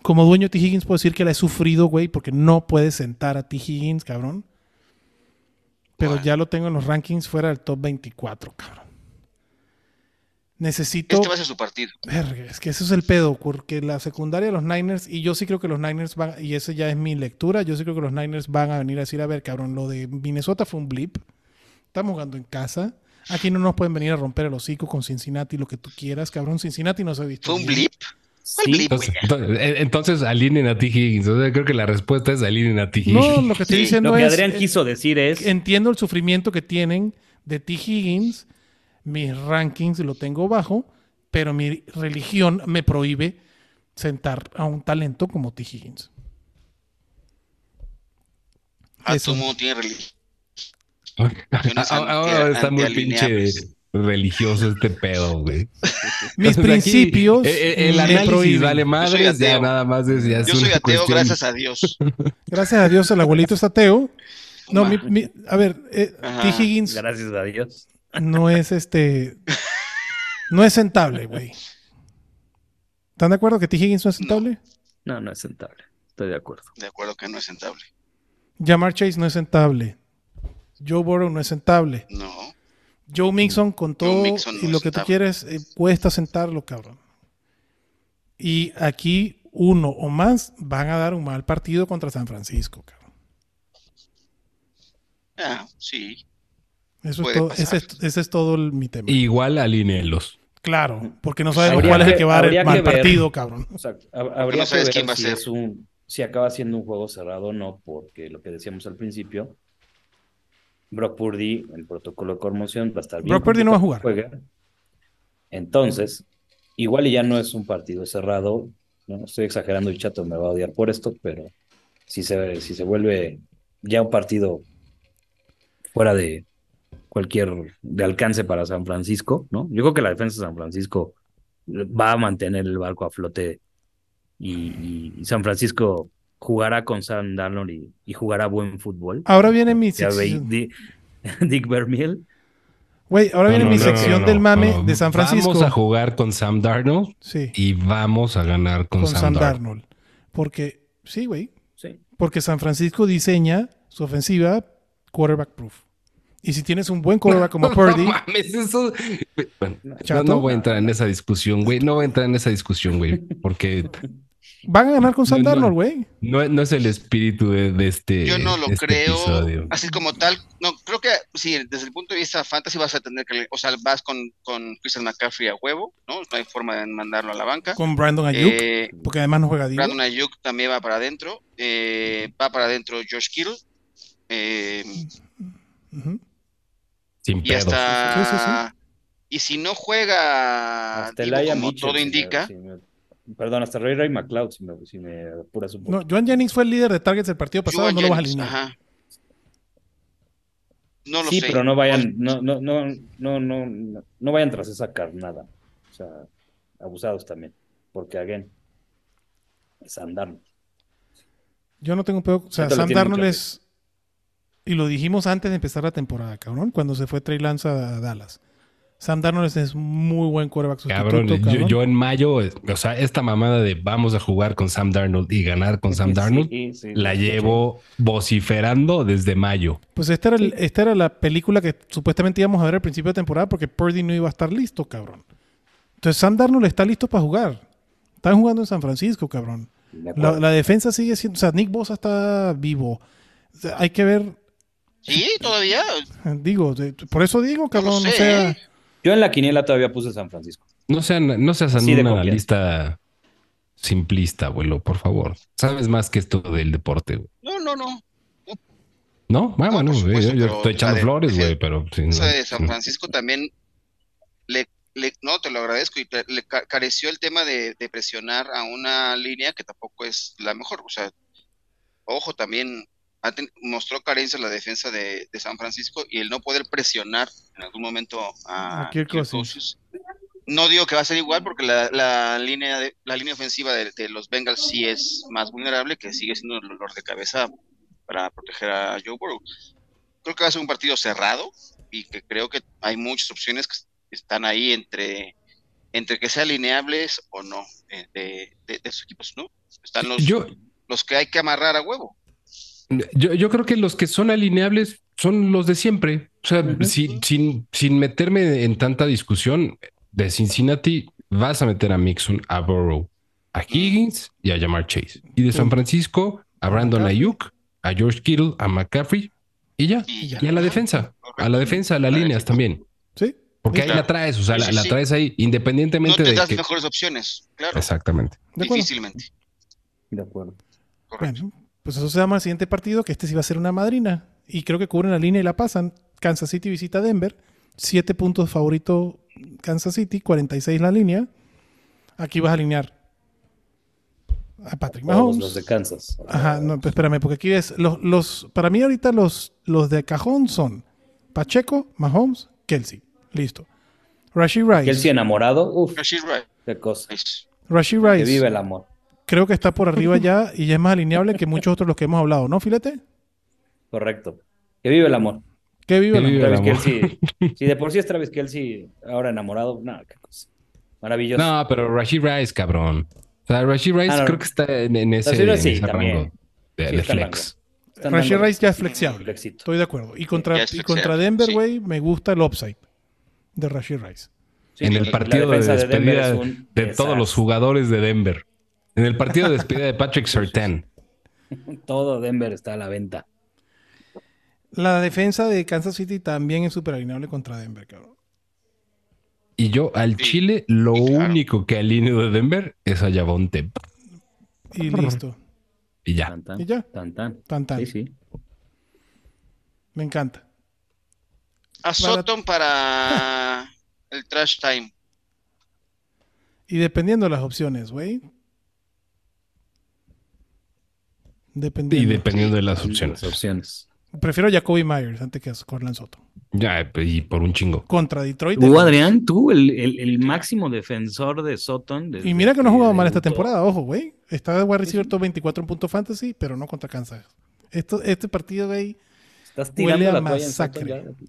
B: como dueño de T. Higgins puedo decir que la he sufrido, güey, porque no puedes sentar a T. Higgins, cabrón. Pero
C: Bueno.
B: ya lo tengo en los rankings fuera del top 24, cabrón. Necesito.
C: Este va a ser su partido.
B: Verga, es que ese es el pedo, porque la secundaria de los Niners, y yo sí creo que los Niners van, y esa ya es mi lectura, yo sí creo que los Niners van a venir a decir, a ver, cabrón, lo de Minnesota fue un blip, estamos jugando en casa, aquí no nos pueden venir a romper el hocico con Cincinnati, lo que tú quieras, cabrón, Cincinnati no se ha visto.
C: ¿Fue un
B: bien.
C: blip? ¿Cuál blip, güey?
F: entonces, entonces, eh, entonces alineen a T. Higgins. O sea, creo que la respuesta es alineen a T. Higgins.
B: No, lo que estoy
C: Sí,
B: diciendo
D: Lo que
B: es,
D: Adrián
B: eh,
D: quiso decir es.
B: entiendo el sufrimiento que tienen de T. Higgins, mis rankings lo tengo bajo, pero mi religión me prohíbe sentar a un talento como T. Higgins.
C: Ah,
B: Eso.
C: todo mundo tiene religión.
F: Ah, Ahora está muy pinche
C: antialineables.
F: religioso este pedo, güey.
B: Mis
F: O sea, aquí,
B: principios.
F: eh, eh, el
B: me
F: análisis
B: prohíben.
F: vale
C: Yo soy
F: madres,
C: ateo.
F: ya nada más es, ya es
C: Yo soy
F: una
C: ateo,
F: cuestión-
C: gracias a Dios.
B: Gracias a Dios, el abuelito es ateo. No, mi- mi- a ver, eh,
C: Ajá.
B: T. Higgins
D: Gracias a Dios.
B: no es este. No es sentable, güey. ¿Están de acuerdo que T. Higgins no es sentable?
D: No, no es sentable. Estoy de acuerdo.
C: De acuerdo que no es sentable.
B: Jamar Chase no es sentable. Joe Burrow no es sentable.
C: No.
B: Joe Mixon con todo
C: Mm. Mixon no
B: y
C: es
B: lo que tú
C: sentable.
B: quieres eh, cuesta sentarlo, cabrón. Y aquí uno o más van a dar un mal partido contra San Francisco, cabrón.
C: Ah, sí.
B: Eso es
C: Puede
B: todo,
C: pasar.
B: ese, es, ese es todo el- mi tema.
F: Igual alíneelos.
B: claro, porque no sabemos
D: Habría
B: cuál es el
D: que-
B: que va a dar
D: habría
B: el
D: que
B: mal
D: ver.
B: partido, cabrón.
D: O sea, hab- habría
C: no sabes
D: que ver
C: quién va a
D: si
C: ser.
D: es un- si acaba siendo un juego cerrado o no, porque lo que decíamos al principio, Brock Purdy, el protocolo de conmoción va a estar bien.
B: Brock Purdy no va a jugar.
D: Juega. Entonces, igual y ya no es un partido cerrado. ¿no? Estoy exagerando y Chato me va a odiar por esto, pero si se, si se vuelve ya un partido fuera de cualquier de alcance para San Francisco, ¿no? Yo creo que la defensa de San Francisco va a mantener el barco a flote y, y- y San Francisco jugará con Sam Darnold y, y jugará buen fútbol.
B: Ahora viene mi
D: Ya ve-
B: sección.
D: Di- Dick Vermeil.
B: Güey, ahora viene
F: No,
B: mi
F: no, no,
B: sección
F: no,
B: del
F: no,
B: mame
F: no.
B: de San Francisco.
F: Vamos a jugar con Sam Darnold
B: sí,
F: y vamos a ganar con,
B: con
F: Sam,
B: Sam
F: Darnold.
B: Darnold. Porque, sí, güey.
D: Sí.
B: Porque San Francisco diseña su ofensiva quarterback proof. Y si tienes un buen quarterback como Purdy,
F: No mames, eso. Bueno, no-
B: Chato.
F: no voy a entrar en esa discusión, güey. No voy a entrar en esa discusión, güey. Porque
B: van a ganar con Sam
F: No, no.
B: Darnold, güey.
F: no, no es el espíritu de, de este.
C: Yo no lo
F: este
C: creo.
F: episodio.
C: Así como tal, no, creo que sí, desde el punto de vista fantasy vas a tener que, o sea, vas con, con Christian McCaffrey a huevo, ¿no? No hay forma de mandarlo a la banca.
B: Con Brandon Ayuk,
C: Eh,
B: porque además no juega Divo.
C: Brandon Ayuk también va para adentro. eh, va para adentro Josh Kittle. eh,
B: Ujú.
F: Sin
C: y
F: pedos.
C: hasta.
B: Sí, sí,
C: Y si no juega,
D: Hasta
C: Divo,
D: Elijah
C: Ah, como
D: Mitchell,
C: todo
D: si me-
C: indica,
D: si me- perdón, hasta Ray Ray McLeod, si me, si me apuras un poco.
B: No, Joan Jennings fue el líder de targets del partido pasado,
C: Joan
B: no lo vas a
C: Jennings,
B: alinear.
C: ajá. No lo
D: sí,
C: sé.
D: pero no vayan, no, no, no, no, no, no, no vayan tras esa carnada. O sea, abusados también. Porque, again, es andar.
B: Yo no tengo un pedo. O sea,
D: Esto lo
B: Sam
D: tiene muy
B: Darnold
D: claro.
B: es. Y lo dijimos antes de empezar la temporada, cabrón, cuando se fue Trey Lance a Dallas. Sam Darnold es muy buen quarterback sustituto,
F: Cabrón,
B: cabrón.
F: yo, yo en mayo, o sea, esta mamada de vamos a jugar con Sam Darnold y ganar con Sam Darnold,
D: Sí, sí,
F: la
D: sí.
F: llevo vociferando desde mayo.
B: Pues esta era, el- esta era la película que supuestamente íbamos a ver al principio de temporada porque Purdy no iba a estar listo, cabrón. Entonces Sam Darnold está listo para jugar. Están jugando en San Francisco, cabrón.
D: De
B: La,
D: acuerdo.
B: la defensa sigue siendo... O sea, Nick Bosa está vivo. O sea, hay que ver...
C: Sí, todavía.
B: Digo, de- por eso digo, cabrón.
C: sé,
B: o sea,
C: ¿eh?
D: Yo en la quiniela todavía puse San Francisco.
F: No sean, no seas
D: Así de
F: un
D: confianza.
F: analista simplista, abuelo, por favor. Sabes más que esto del deporte, güey.
C: No, no, no.
F: No, ah,
C: No,
F: bueno,
C: por
F: güey,
C: supuesto,
F: yo- yo
C: pero
F: estoy echando
C: la de-
F: flores,
C: ese-
F: güey, pero sí,
C: Esa
F: no,
C: de San Francisco también le, le- no te lo agradezco y te- le ca- careció el tema de, de presionar a una línea que tampoco es la mejor. O sea, ojo, también ha ten- mostró carencia la defensa de, de San Francisco y el no poder presionar en algún momento a,
B: A Kirk
C: Kirk
B: Cousins.
C: Cousins. No digo que va a ser igual porque la, la línea de, la línea ofensiva de, de los Bengals sí es más vulnerable, que sigue siendo el dolor de cabeza para proteger a Joe Burrow. Creo que va a ser un partido cerrado y que creo que hay muchas opciones que están ahí entre, entre que sean alineables o no eh, de, de, de sus equipos, ¿no? Están los,
F: Yo,
C: los que hay que amarrar a huevo.
F: Yo, yo creo que los que son alineables son los de siempre. O sea,
D: Ujú.
F: sin, sin, sin meterme en tanta discusión, de Cincinnati vas a meter a Mixon, a Burrow, a Higgins y a Jamar Chase. Y de San Francisco, a Brandon
B: McCaffrey.
F: Ayuk, a George Kittle, a McCaffrey y ya.
C: Y, ya.
F: Y a la defensa, a la defensa, a las líneas también.
B: sí.
F: Porque ahí
C: Claro.
F: la traes, o sea,
C: Sí,
F: la,
C: sí,
F: la
C: sí.
F: traes ahí
C: No
F: independientemente
C: te
F: de
C: das
F: que...
C: mejores opciones, claro,
F: Exactamente.
B: De acuerdo.
C: difícilmente.
D: De acuerdo.
C: Correcto.
B: Bueno, pues eso se llama el siguiente partido, que este sí va a ser una madrina. Y creo que cubren la línea y la pasan. Kansas City visita Denver. Siete puntos favorito Kansas City, 46 la línea. Aquí vas a alinear a Patrick
D: Todos los
B: Mahomes.
D: de Kansas. O sea,
B: Ajá, no, pues espérame, porque aquí ves, los, los, para mí ahorita los, los de cajón son Pacheco, Mahomes, Kelsey. Listo. Rashid Rice.
D: Kelsey enamorado, uff,
C: Rashid Rice.
D: qué cosa.
B: Rashid
D: Que
B: Rice.
D: vive el amor.
B: Creo que está por arriba ya y ya es más alineable que muchos otros los que hemos hablado, ¿no, Filete?
D: Correcto. Que vive el amor.
B: Que vive
F: Que
B: la-
F: vive
D: Travis
F: el amor.
D: Kelce, si de por sí es Travis Kelsey ahora enamorado, nada, qué cosa. Maravilloso.
F: No, pero Rashid Rice, cabrón. O sea, Rashid Rice
D: Ah, no.
F: creo que está en, en ese,
D: Rashid Rice sí,
F: en ese
D: también.
F: rango de,
D: Sí,
F: de
D: está en
F: flex.
D: Están
B: Rashid
D: dando
B: Rice ya es flexible.
D: flexito.
B: Estoy de acuerdo. Y contra,
C: Mm. Ya es
B: y contra
C: flexible,
B: Denver,
C: sí.
B: güey, me gusta el upside de Rashid Rice.
D: Sí,
F: en
D: la-
F: el
D: la
F: partido de
D: defensa Denver
F: despedida
D: es
F: de,
D: un
F: todos los jugadores de Denver. En el partido de despedida de Patrick Sertan.
D: desastre. Todo Denver está a la venta.
B: La defensa de Kansas City también es súper alineable contra Denver, cabrón.
F: Y yo al
C: Sí,
F: Chile lo
C: sí, claro.
F: único que alineo de Denver es a Yavonte.
B: Y listo.
F: Y ya.
D: Tan, tan,
B: ¿Y ya?
D: tan, tan.
B: Tan, tan.
D: Sí, sí.
B: Me encanta.
C: A Sutton para el trash time.
B: Y dependiendo de las opciones, güey.
F: Y
B: Dependiendo.
F: dependiendo de las
D: Las
F: opciones.
D: opciones.
B: Prefiero a Jacoby Myers antes que a Corland Soto.
F: Ya, pues, y por un chingo.
B: Contra Detroit.
D: Tú, Adrián, tú, el, el- el máximo defensor de Sutton. desde
B: Y mira que no ha jugado mal esta
D: debutó.
B: temporada, ojo, güey. Está de wide receiver top 24 en punto fantasy, pero no contra Kansas. Esto, este partido, güey,
D: Estás
B: Huele
D: tirando
B: a
D: la toalla en
B: masacre.
D: Sutton ya.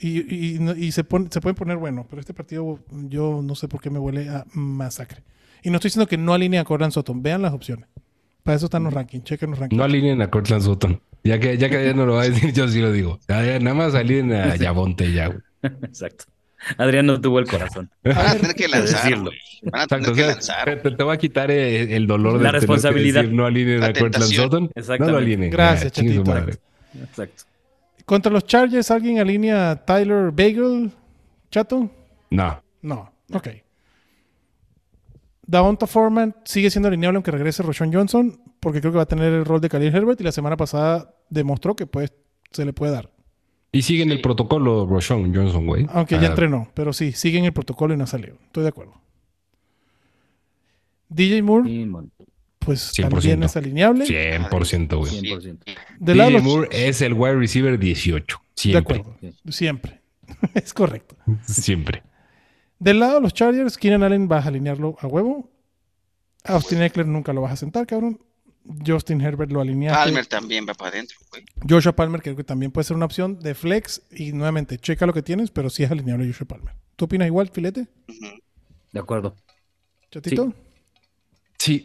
B: Y, y- y no- y se, pon- se pueden poner buenos, pero este partido yo no sé por qué me huele a masacre. Y no estoy diciendo que no alineen a Corland Sutton. Vean las opciones. Para eso están los rankings. Chequen los rankings.
F: No alineen a Cortland Sutton. Ya que ya que Adrián no lo va a decir, yo sí lo digo. Ya, ya, nada más salir en a Yabonte ya, güey.
D: Exacto. Adrián no tuvo el corazón.
C: Van a tener que lanzar,
D: decirlo.
C: güey. Van a tener
F: Exacto, o
C: Ah, que
F: sea,
C: lanzar.
F: te, te- te va a quitar el, el dolor de
D: La
F: tener que
D: responsabilidad.
F: decir, no alineen
C: La
F: a Cortland
C: tentación.
F: Sutton. No lo
D: Exactamente.
F: alineen.
B: Gracias,
F: Ya, chingue su
B: chatito.
F: madre.
D: Exacto.
B: Contra los Chargers, ¿alguien alinea a Tyler Bagel? ¿Chato?
F: No.
B: No. Ok. Daonta Foreman sigue siendo alineable aunque regrese Roshon Johnson, porque creo que va a tener el rol de Khalil Herbert y la semana pasada demostró que pues, se le puede dar.
F: Y siguen el
C: Sí.
F: protocolo Roshon Johnson, güey.
B: Aunque ya
F: Ah,
B: entrenó, pero sí, sigue en el protocolo y no ha salido. Estoy de acuerdo. DJ Moore,
D: Sí, mon,
B: pues
F: 100%.
B: también es alineable.
F: 100%, güey.
D: 100%.
B: De, lado de
F: DJ
B: los-
F: Moore es el wide receiver 18.
B: de
F: Siempre.
B: acuerdo, siempre. es correcto.
F: Siempre.
B: Del lado de los Chargers, Keenan Allen vas a alinearlo a huevo. Austin Eckler nunca lo vas a sentar, cabrón. Justin Herbert lo alineaste.
C: Palmer también va para adentro, güey.
B: Joshua Palmer, creo que también puede ser una opción de flex. Y nuevamente, checa lo que tienes, pero sí es alineable Joshua Palmer. ¿Tú opinas igual, Filete?
C: Ujú.
D: De acuerdo.
B: ¿Chatito?
D: Sí.
F: Sí,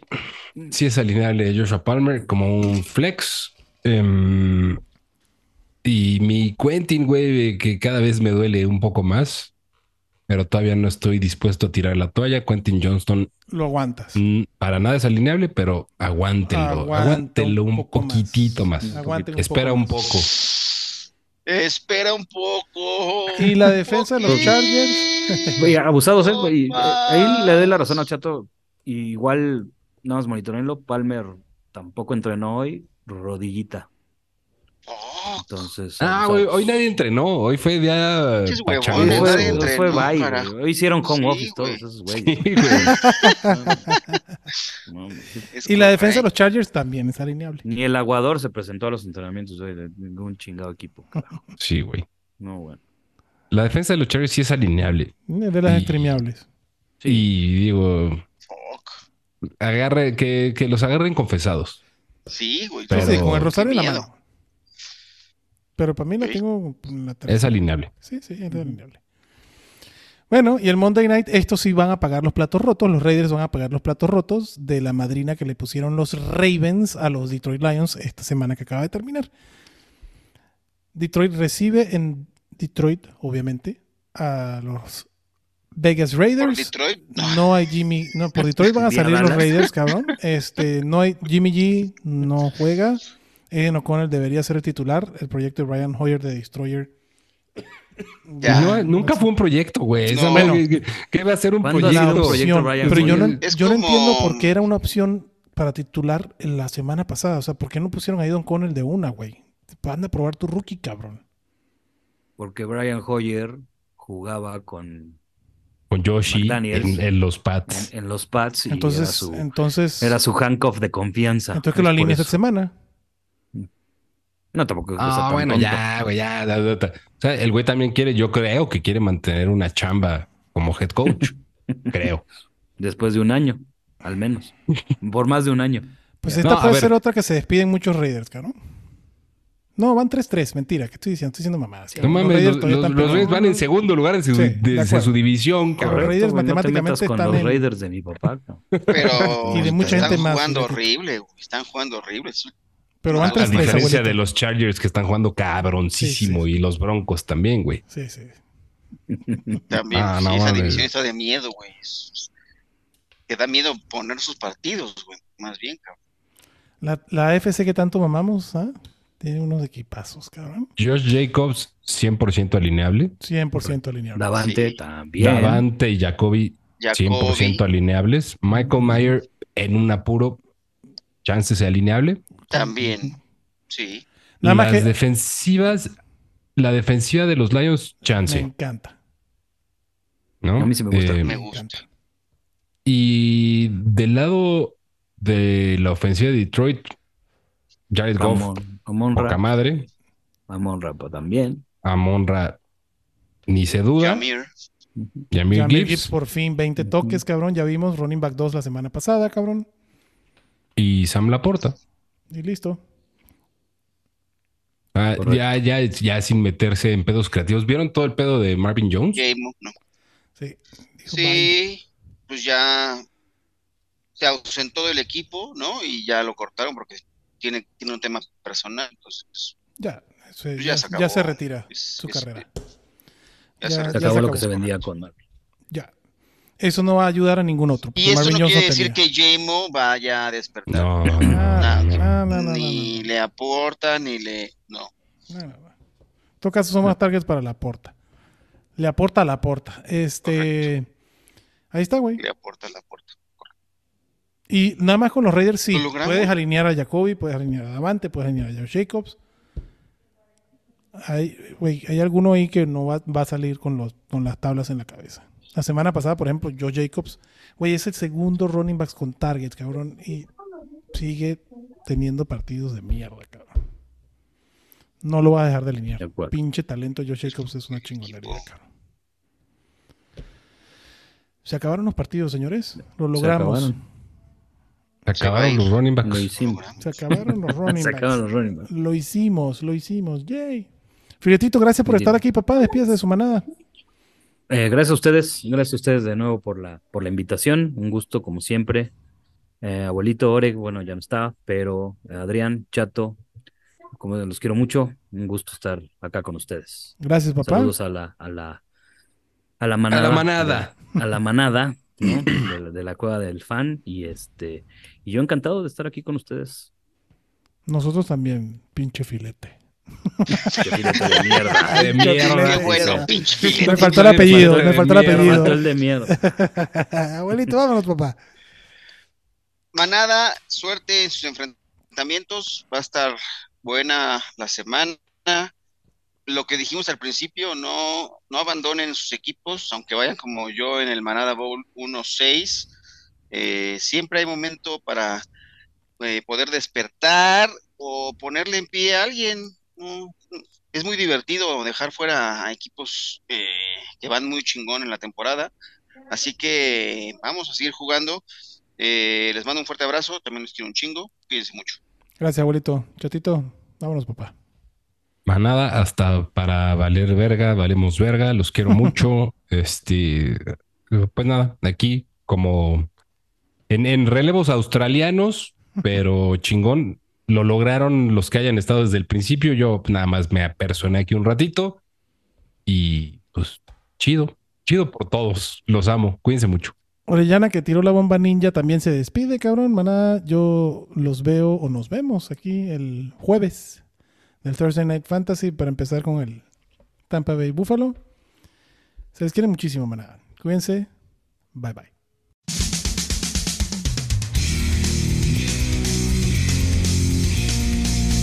F: sí es alineable Joshua Palmer como un flex. Em, y mi Quentin, güey, que cada vez me duele un poco más, pero todavía no estoy dispuesto a tirar la toalla. Quentin Johnston
B: Lo aguantas.
F: mm, para nada es alineable, pero aguántenlo,
B: Aguanta
F: aguántenlo un,
B: poco más.
F: poquitito más.
B: Aguántenlo un
F: Espera
B: poco
F: un
B: más.
F: poco.
C: Espera un poco.
B: Y la defensa de los
C: Chargers.
D: Oye, abusados, ¿eh? Oye, eh, ahí le doy la razón a Chato. Y igual, nada más monitorenlo. Palmer tampoco entrenó hoy. Rodillita. Entonces.
F: Ah,
D: abusados.
F: güey, hoey nadie entrenó, hoy fue día
C: Pinches
F: pa'
C: huevones,
D: Hoy fue,
F: chambear,
C: nadie
F: güey.
D: hoy
C: entrenó,
D: fue bye,
C: carajo.
D: güey. Hoy hicieron home
C: Sí,
D: office
C: güey.
D: todos esos güeyes.
F: Sí, güey.
D: No, no.
B: Y la defensa de los Chargers también es alineable.
D: Ni el aguador se presentó a los entrenamientos hoy de ningún chingado equipo. carajo.
F: Sí, güey.
D: No, bueno.
F: La defensa de los Chargers sí es alineable.
B: De las
F: Y-
B: extremeables.
D: Sí.
F: Y digo, agarre, que, que los agarren confesados.
C: Sí, güey.
F: Pero-
B: sí, con el rosario
C: Qué
B: en la
C: miedo.
B: mano. Pero para mí la
C: Sí.
B: tengo en la tercera.
F: Es alineable.
B: Sí, sí, es alineable. Bueno, y el Monday Night, estos sí van a pagar los platos rotos. Los Raiders van a pagar los platos rotos de la madrina que le pusieron los Ravens a los Detroit Lions esta semana que acaba de terminar. Detroit recibe en Detroit, obviamente, a los Vegas
C: Por
B: Raiders.
C: Detroit.
B: No hay Jimmy. No, por Detroit van a
D: Vía
B: salir los
D: Dallas.
B: Raiders, cabrón. Este, no hay Jimmy G, no juega. Aiden O'Connell debería ser el titular. El proyecto de Brian Hoyer de Destroyer.
C: Ya.
F: No, nunca fue un proyecto, güey. Esa
C: No.
F: madre,
B: Bueno.
F: ¿qué- ¿Qué va a ser un
D: ¿Cuándo ha sido
F: proyecto?
D: un proyecto?
B: opción,
D: Brian
B: pero yo no,
F: Hoyer.
C: Es
B: yo no
C: como-
B: entiendo por qué era una opción para titular en la semana pasada. O sea, ¿por qué no pusieron a Aiden O'Connell de una, güey? Van a probar tu rookie, cabrón.
D: Porque Brian Hoyer jugaba con
F: Con Yoshi
D: McDaniels.
F: en, en los Pats.
D: en, en los pads y era
B: Entonces,
D: su,
B: entonces,
D: era su handcuff de confianza.
B: entonces que lo
D: Es por
B: alinees esta
D: eso.
B: semana.
D: No, tampoco. es que Pues, sea
F: Ah,
D: tan
F: bueno,
D: tonto.
F: ya, güey, ya. da, da, da. O sea, el güey también quiere, yo creo que quiere mantener una chamba como head coach. creo.
D: Después de un año, al menos. Por más de un año.
B: Pues
F: Ya.
B: esta
F: No, a
B: puede
F: ver.
B: ser otra que se despiden muchos Raiders, cabrón. No, van 3-3, mentira, que estoy diciendo, estoy diciendo mamadas.
F: No
B: cabrón.
F: mames,
B: Raiders
F: los,
B: todavía
F: los-
B: están
F: los Reyes
B: peleando.
F: van en segundo lugar en su,
B: Sí, de
F: desde
B: acuerdo.
F: su división,
B: Correcto,
F: cabrón.
B: Raiders
D: güey,
B: matemáticamente
D: no te metas con
B: están
D: los
B: en-
D: Raiders de mi papá. cabrón.
C: Pero
B: Y de mucha
C: están
B: gente más,
C: jugando
B: fíjate.
C: horrible, güey. Están jugando horrible. Es-
B: Pero van
C: A
F: A
B: 3-3,
F: diferencia
B: pues, abuelito.
F: de los Chargers que están jugando cabroncísimo
B: Sí,
F: y los Broncos también, güey.
B: Sí, sí.
C: También. pues,
F: Ah,
C: sí,
F: no
C: esa
F: mames.
C: división está de miedo, güey. Es- es- Te da miedo poner sus partidos, güey. Más bien, cabrón.
B: La, la AFC que tanto mamamos, ¿ah? Tiene unos equipazos, cabrón.
F: Josh Jacobs, 100% alineable.
B: 100% alineable.
D: Davante
C: Sí.
D: también.
F: Davante y Jacoby,
C: Jacoby,
F: 100% alineables. Michael Mayer, en un apuro, chances de alineable.
C: también. Sí.
B: Nada más
F: Las
B: que
F: defensivas, la defensiva de los Lions,
B: me
F: chance,
B: encanta.
F: ¿no?
D: A mí sí me gusta.
F: Eh,
C: Me
B: Me
C: gusta.
B: encanta.
F: y del lado de la ofensiva de Detroit, Jared Goff,
D: Ramón, Ramón
F: poca
D: Rapa.
F: madre.
D: Ramón Rapa también.
F: Amonra, ni se duda.
C: Jamir.
F: Jamil,
B: Jamil Gibbs.
F: Gibbs.
B: por fin 20
D: Ujú.
B: toques, cabrón. Ya vimos Running Back 2 la semana pasada, cabrón.
F: y Sam Laporta.
B: Y listo.
F: Ah,
D: Correcto.
F: ya, ya, ya sin meterse en pedos creativos. ¿Vieron todo el pedo de Marvin Jones?
C: Jamo, no.
B: Sí. Dijo, bye.
C: Sí, pues ya se ausentó del equipo, ¿no? Y ya lo cortaron porque tiene, tiene un tema personal, entonces
B: Ya, se,
C: Ya
B: ya,
C: se
B: ya
C: acabó.
B: se retira
C: pues, Es-
B: su
C: es-
B: carrera. Ya-
C: ya, se
B: ya
D: Se
C: retiró.
D: acabó lo que
B: acabó.
D: se vendía con Marvin.
B: Ya. Eso no va a ayudar a ningún otro.
C: Y
B: porque
C: eso
B: Marvin
C: no
B: Jones
C: quiere decir
B: tenía.
C: que Jamo vaya a despertar.
F: No, no,
B: Ah,
F: no, no.
B: ah, no, no, no,
C: ni
B: no.
C: le aporta, ni le. No.
B: No, no, no. En todo caso, son más targets para la porta. Le aporta a la porta. Este. Ahí está, güey.
C: le aporta, le aporta.
B: Y nada más con los Raiders sí.
C: Lo logramos.
B: Puedes alinear a Jacoby, puedes alinear a Davante, puedes alinear a Josh Jacobs. Hay, güey, hay alguno ahí que no va, va a salir con, los, con las tablas en la cabeza. La semana pasada, por ejemplo, Josh Jacobs, güey, es el segundo running back con targets, cabrón. Y sigue teniendo partidos de mierda, cabrón. No lo va a dejar de alinear.
D: De acuerdo.
B: Pinche talento, Josh Jacobs es una chingonería, cabrón. Se acabaron los partidos, señores. Lo logramos.
D: Se acabaron.
F: Acabaron los running
D: Lo
F: backs.
D: hicimos.
B: Se acabaron los running
D: Se
B: backs.
D: acabaron los running backs.
B: Lo hicimos, lo hicimos. Yay. Filetito, gracias por
D: Bien.
B: estar aquí, papá. Despídase de su manada.
D: Eh, gracias a ustedes, gracias a ustedes de nuevo por la, por la invitación. Un gusto, como siempre. Eh, abuelito Oreg, bueno, ya no está, pero eh, Adrián, Chato, como los quiero mucho, un gusto estar acá con ustedes.
B: Gracias, papá.
D: Saludos a la, a la, a la manada.
F: manada.
D: A la, a la manada, ¿no? De, la- de la cueva del fan. Y este, y yo encantado de estar aquí con ustedes.
B: Nosotros también, pinche filete.
D: Qué filete de mierda.
F: De mierda.
C: Qué bueno,
B: Esa.
C: pinche
B: Me
C: filete.
B: faltó el apellido, me
F: de
B: faltó el
F: mierda.
D: Me
B: apellido.
D: faltó el de mierda.
B: Abuelito, vámonos, papá.
C: Manada, suerte en sus enfrentamientos. Va a estar buena la semana. Lo que dijimos al principio, no, no abandonen sus equipos, aunque vayan como yo en el Manada Bowl 1-6. eh, siempre hay momento para eh, poder despertar o ponerle en pie a alguien. No, Es muy divertido dejar fuera a equipos eh, que van muy chingón en la temporada. Así que vamos a seguir jugando. Eh, les mando un fuerte abrazo, también les quiero un chingo, cuídense mucho.
B: Gracias, abuelito. Chatito, vámonos, papá.
F: Manada hasta para valer verga, valemos verga, los quiero mucho. este, pues nada, aquí como en, en relevos australianos, pero chingón, lo lograron los que hayan estado desde el principio. Yo nada más me apersoné aquí un ratito y pues chido, chido por todos, los amo, cuídense mucho.
B: Orellana, que tiró la bomba ninja, también se despide, cabrón. Maná, yo los veo o nos vemos aquí el jueves del Thursday Night Fantasy para empezar con el Tampa Bay Buffalo. Se les quiere muchísimo, maná. Cuídense. Bye bye.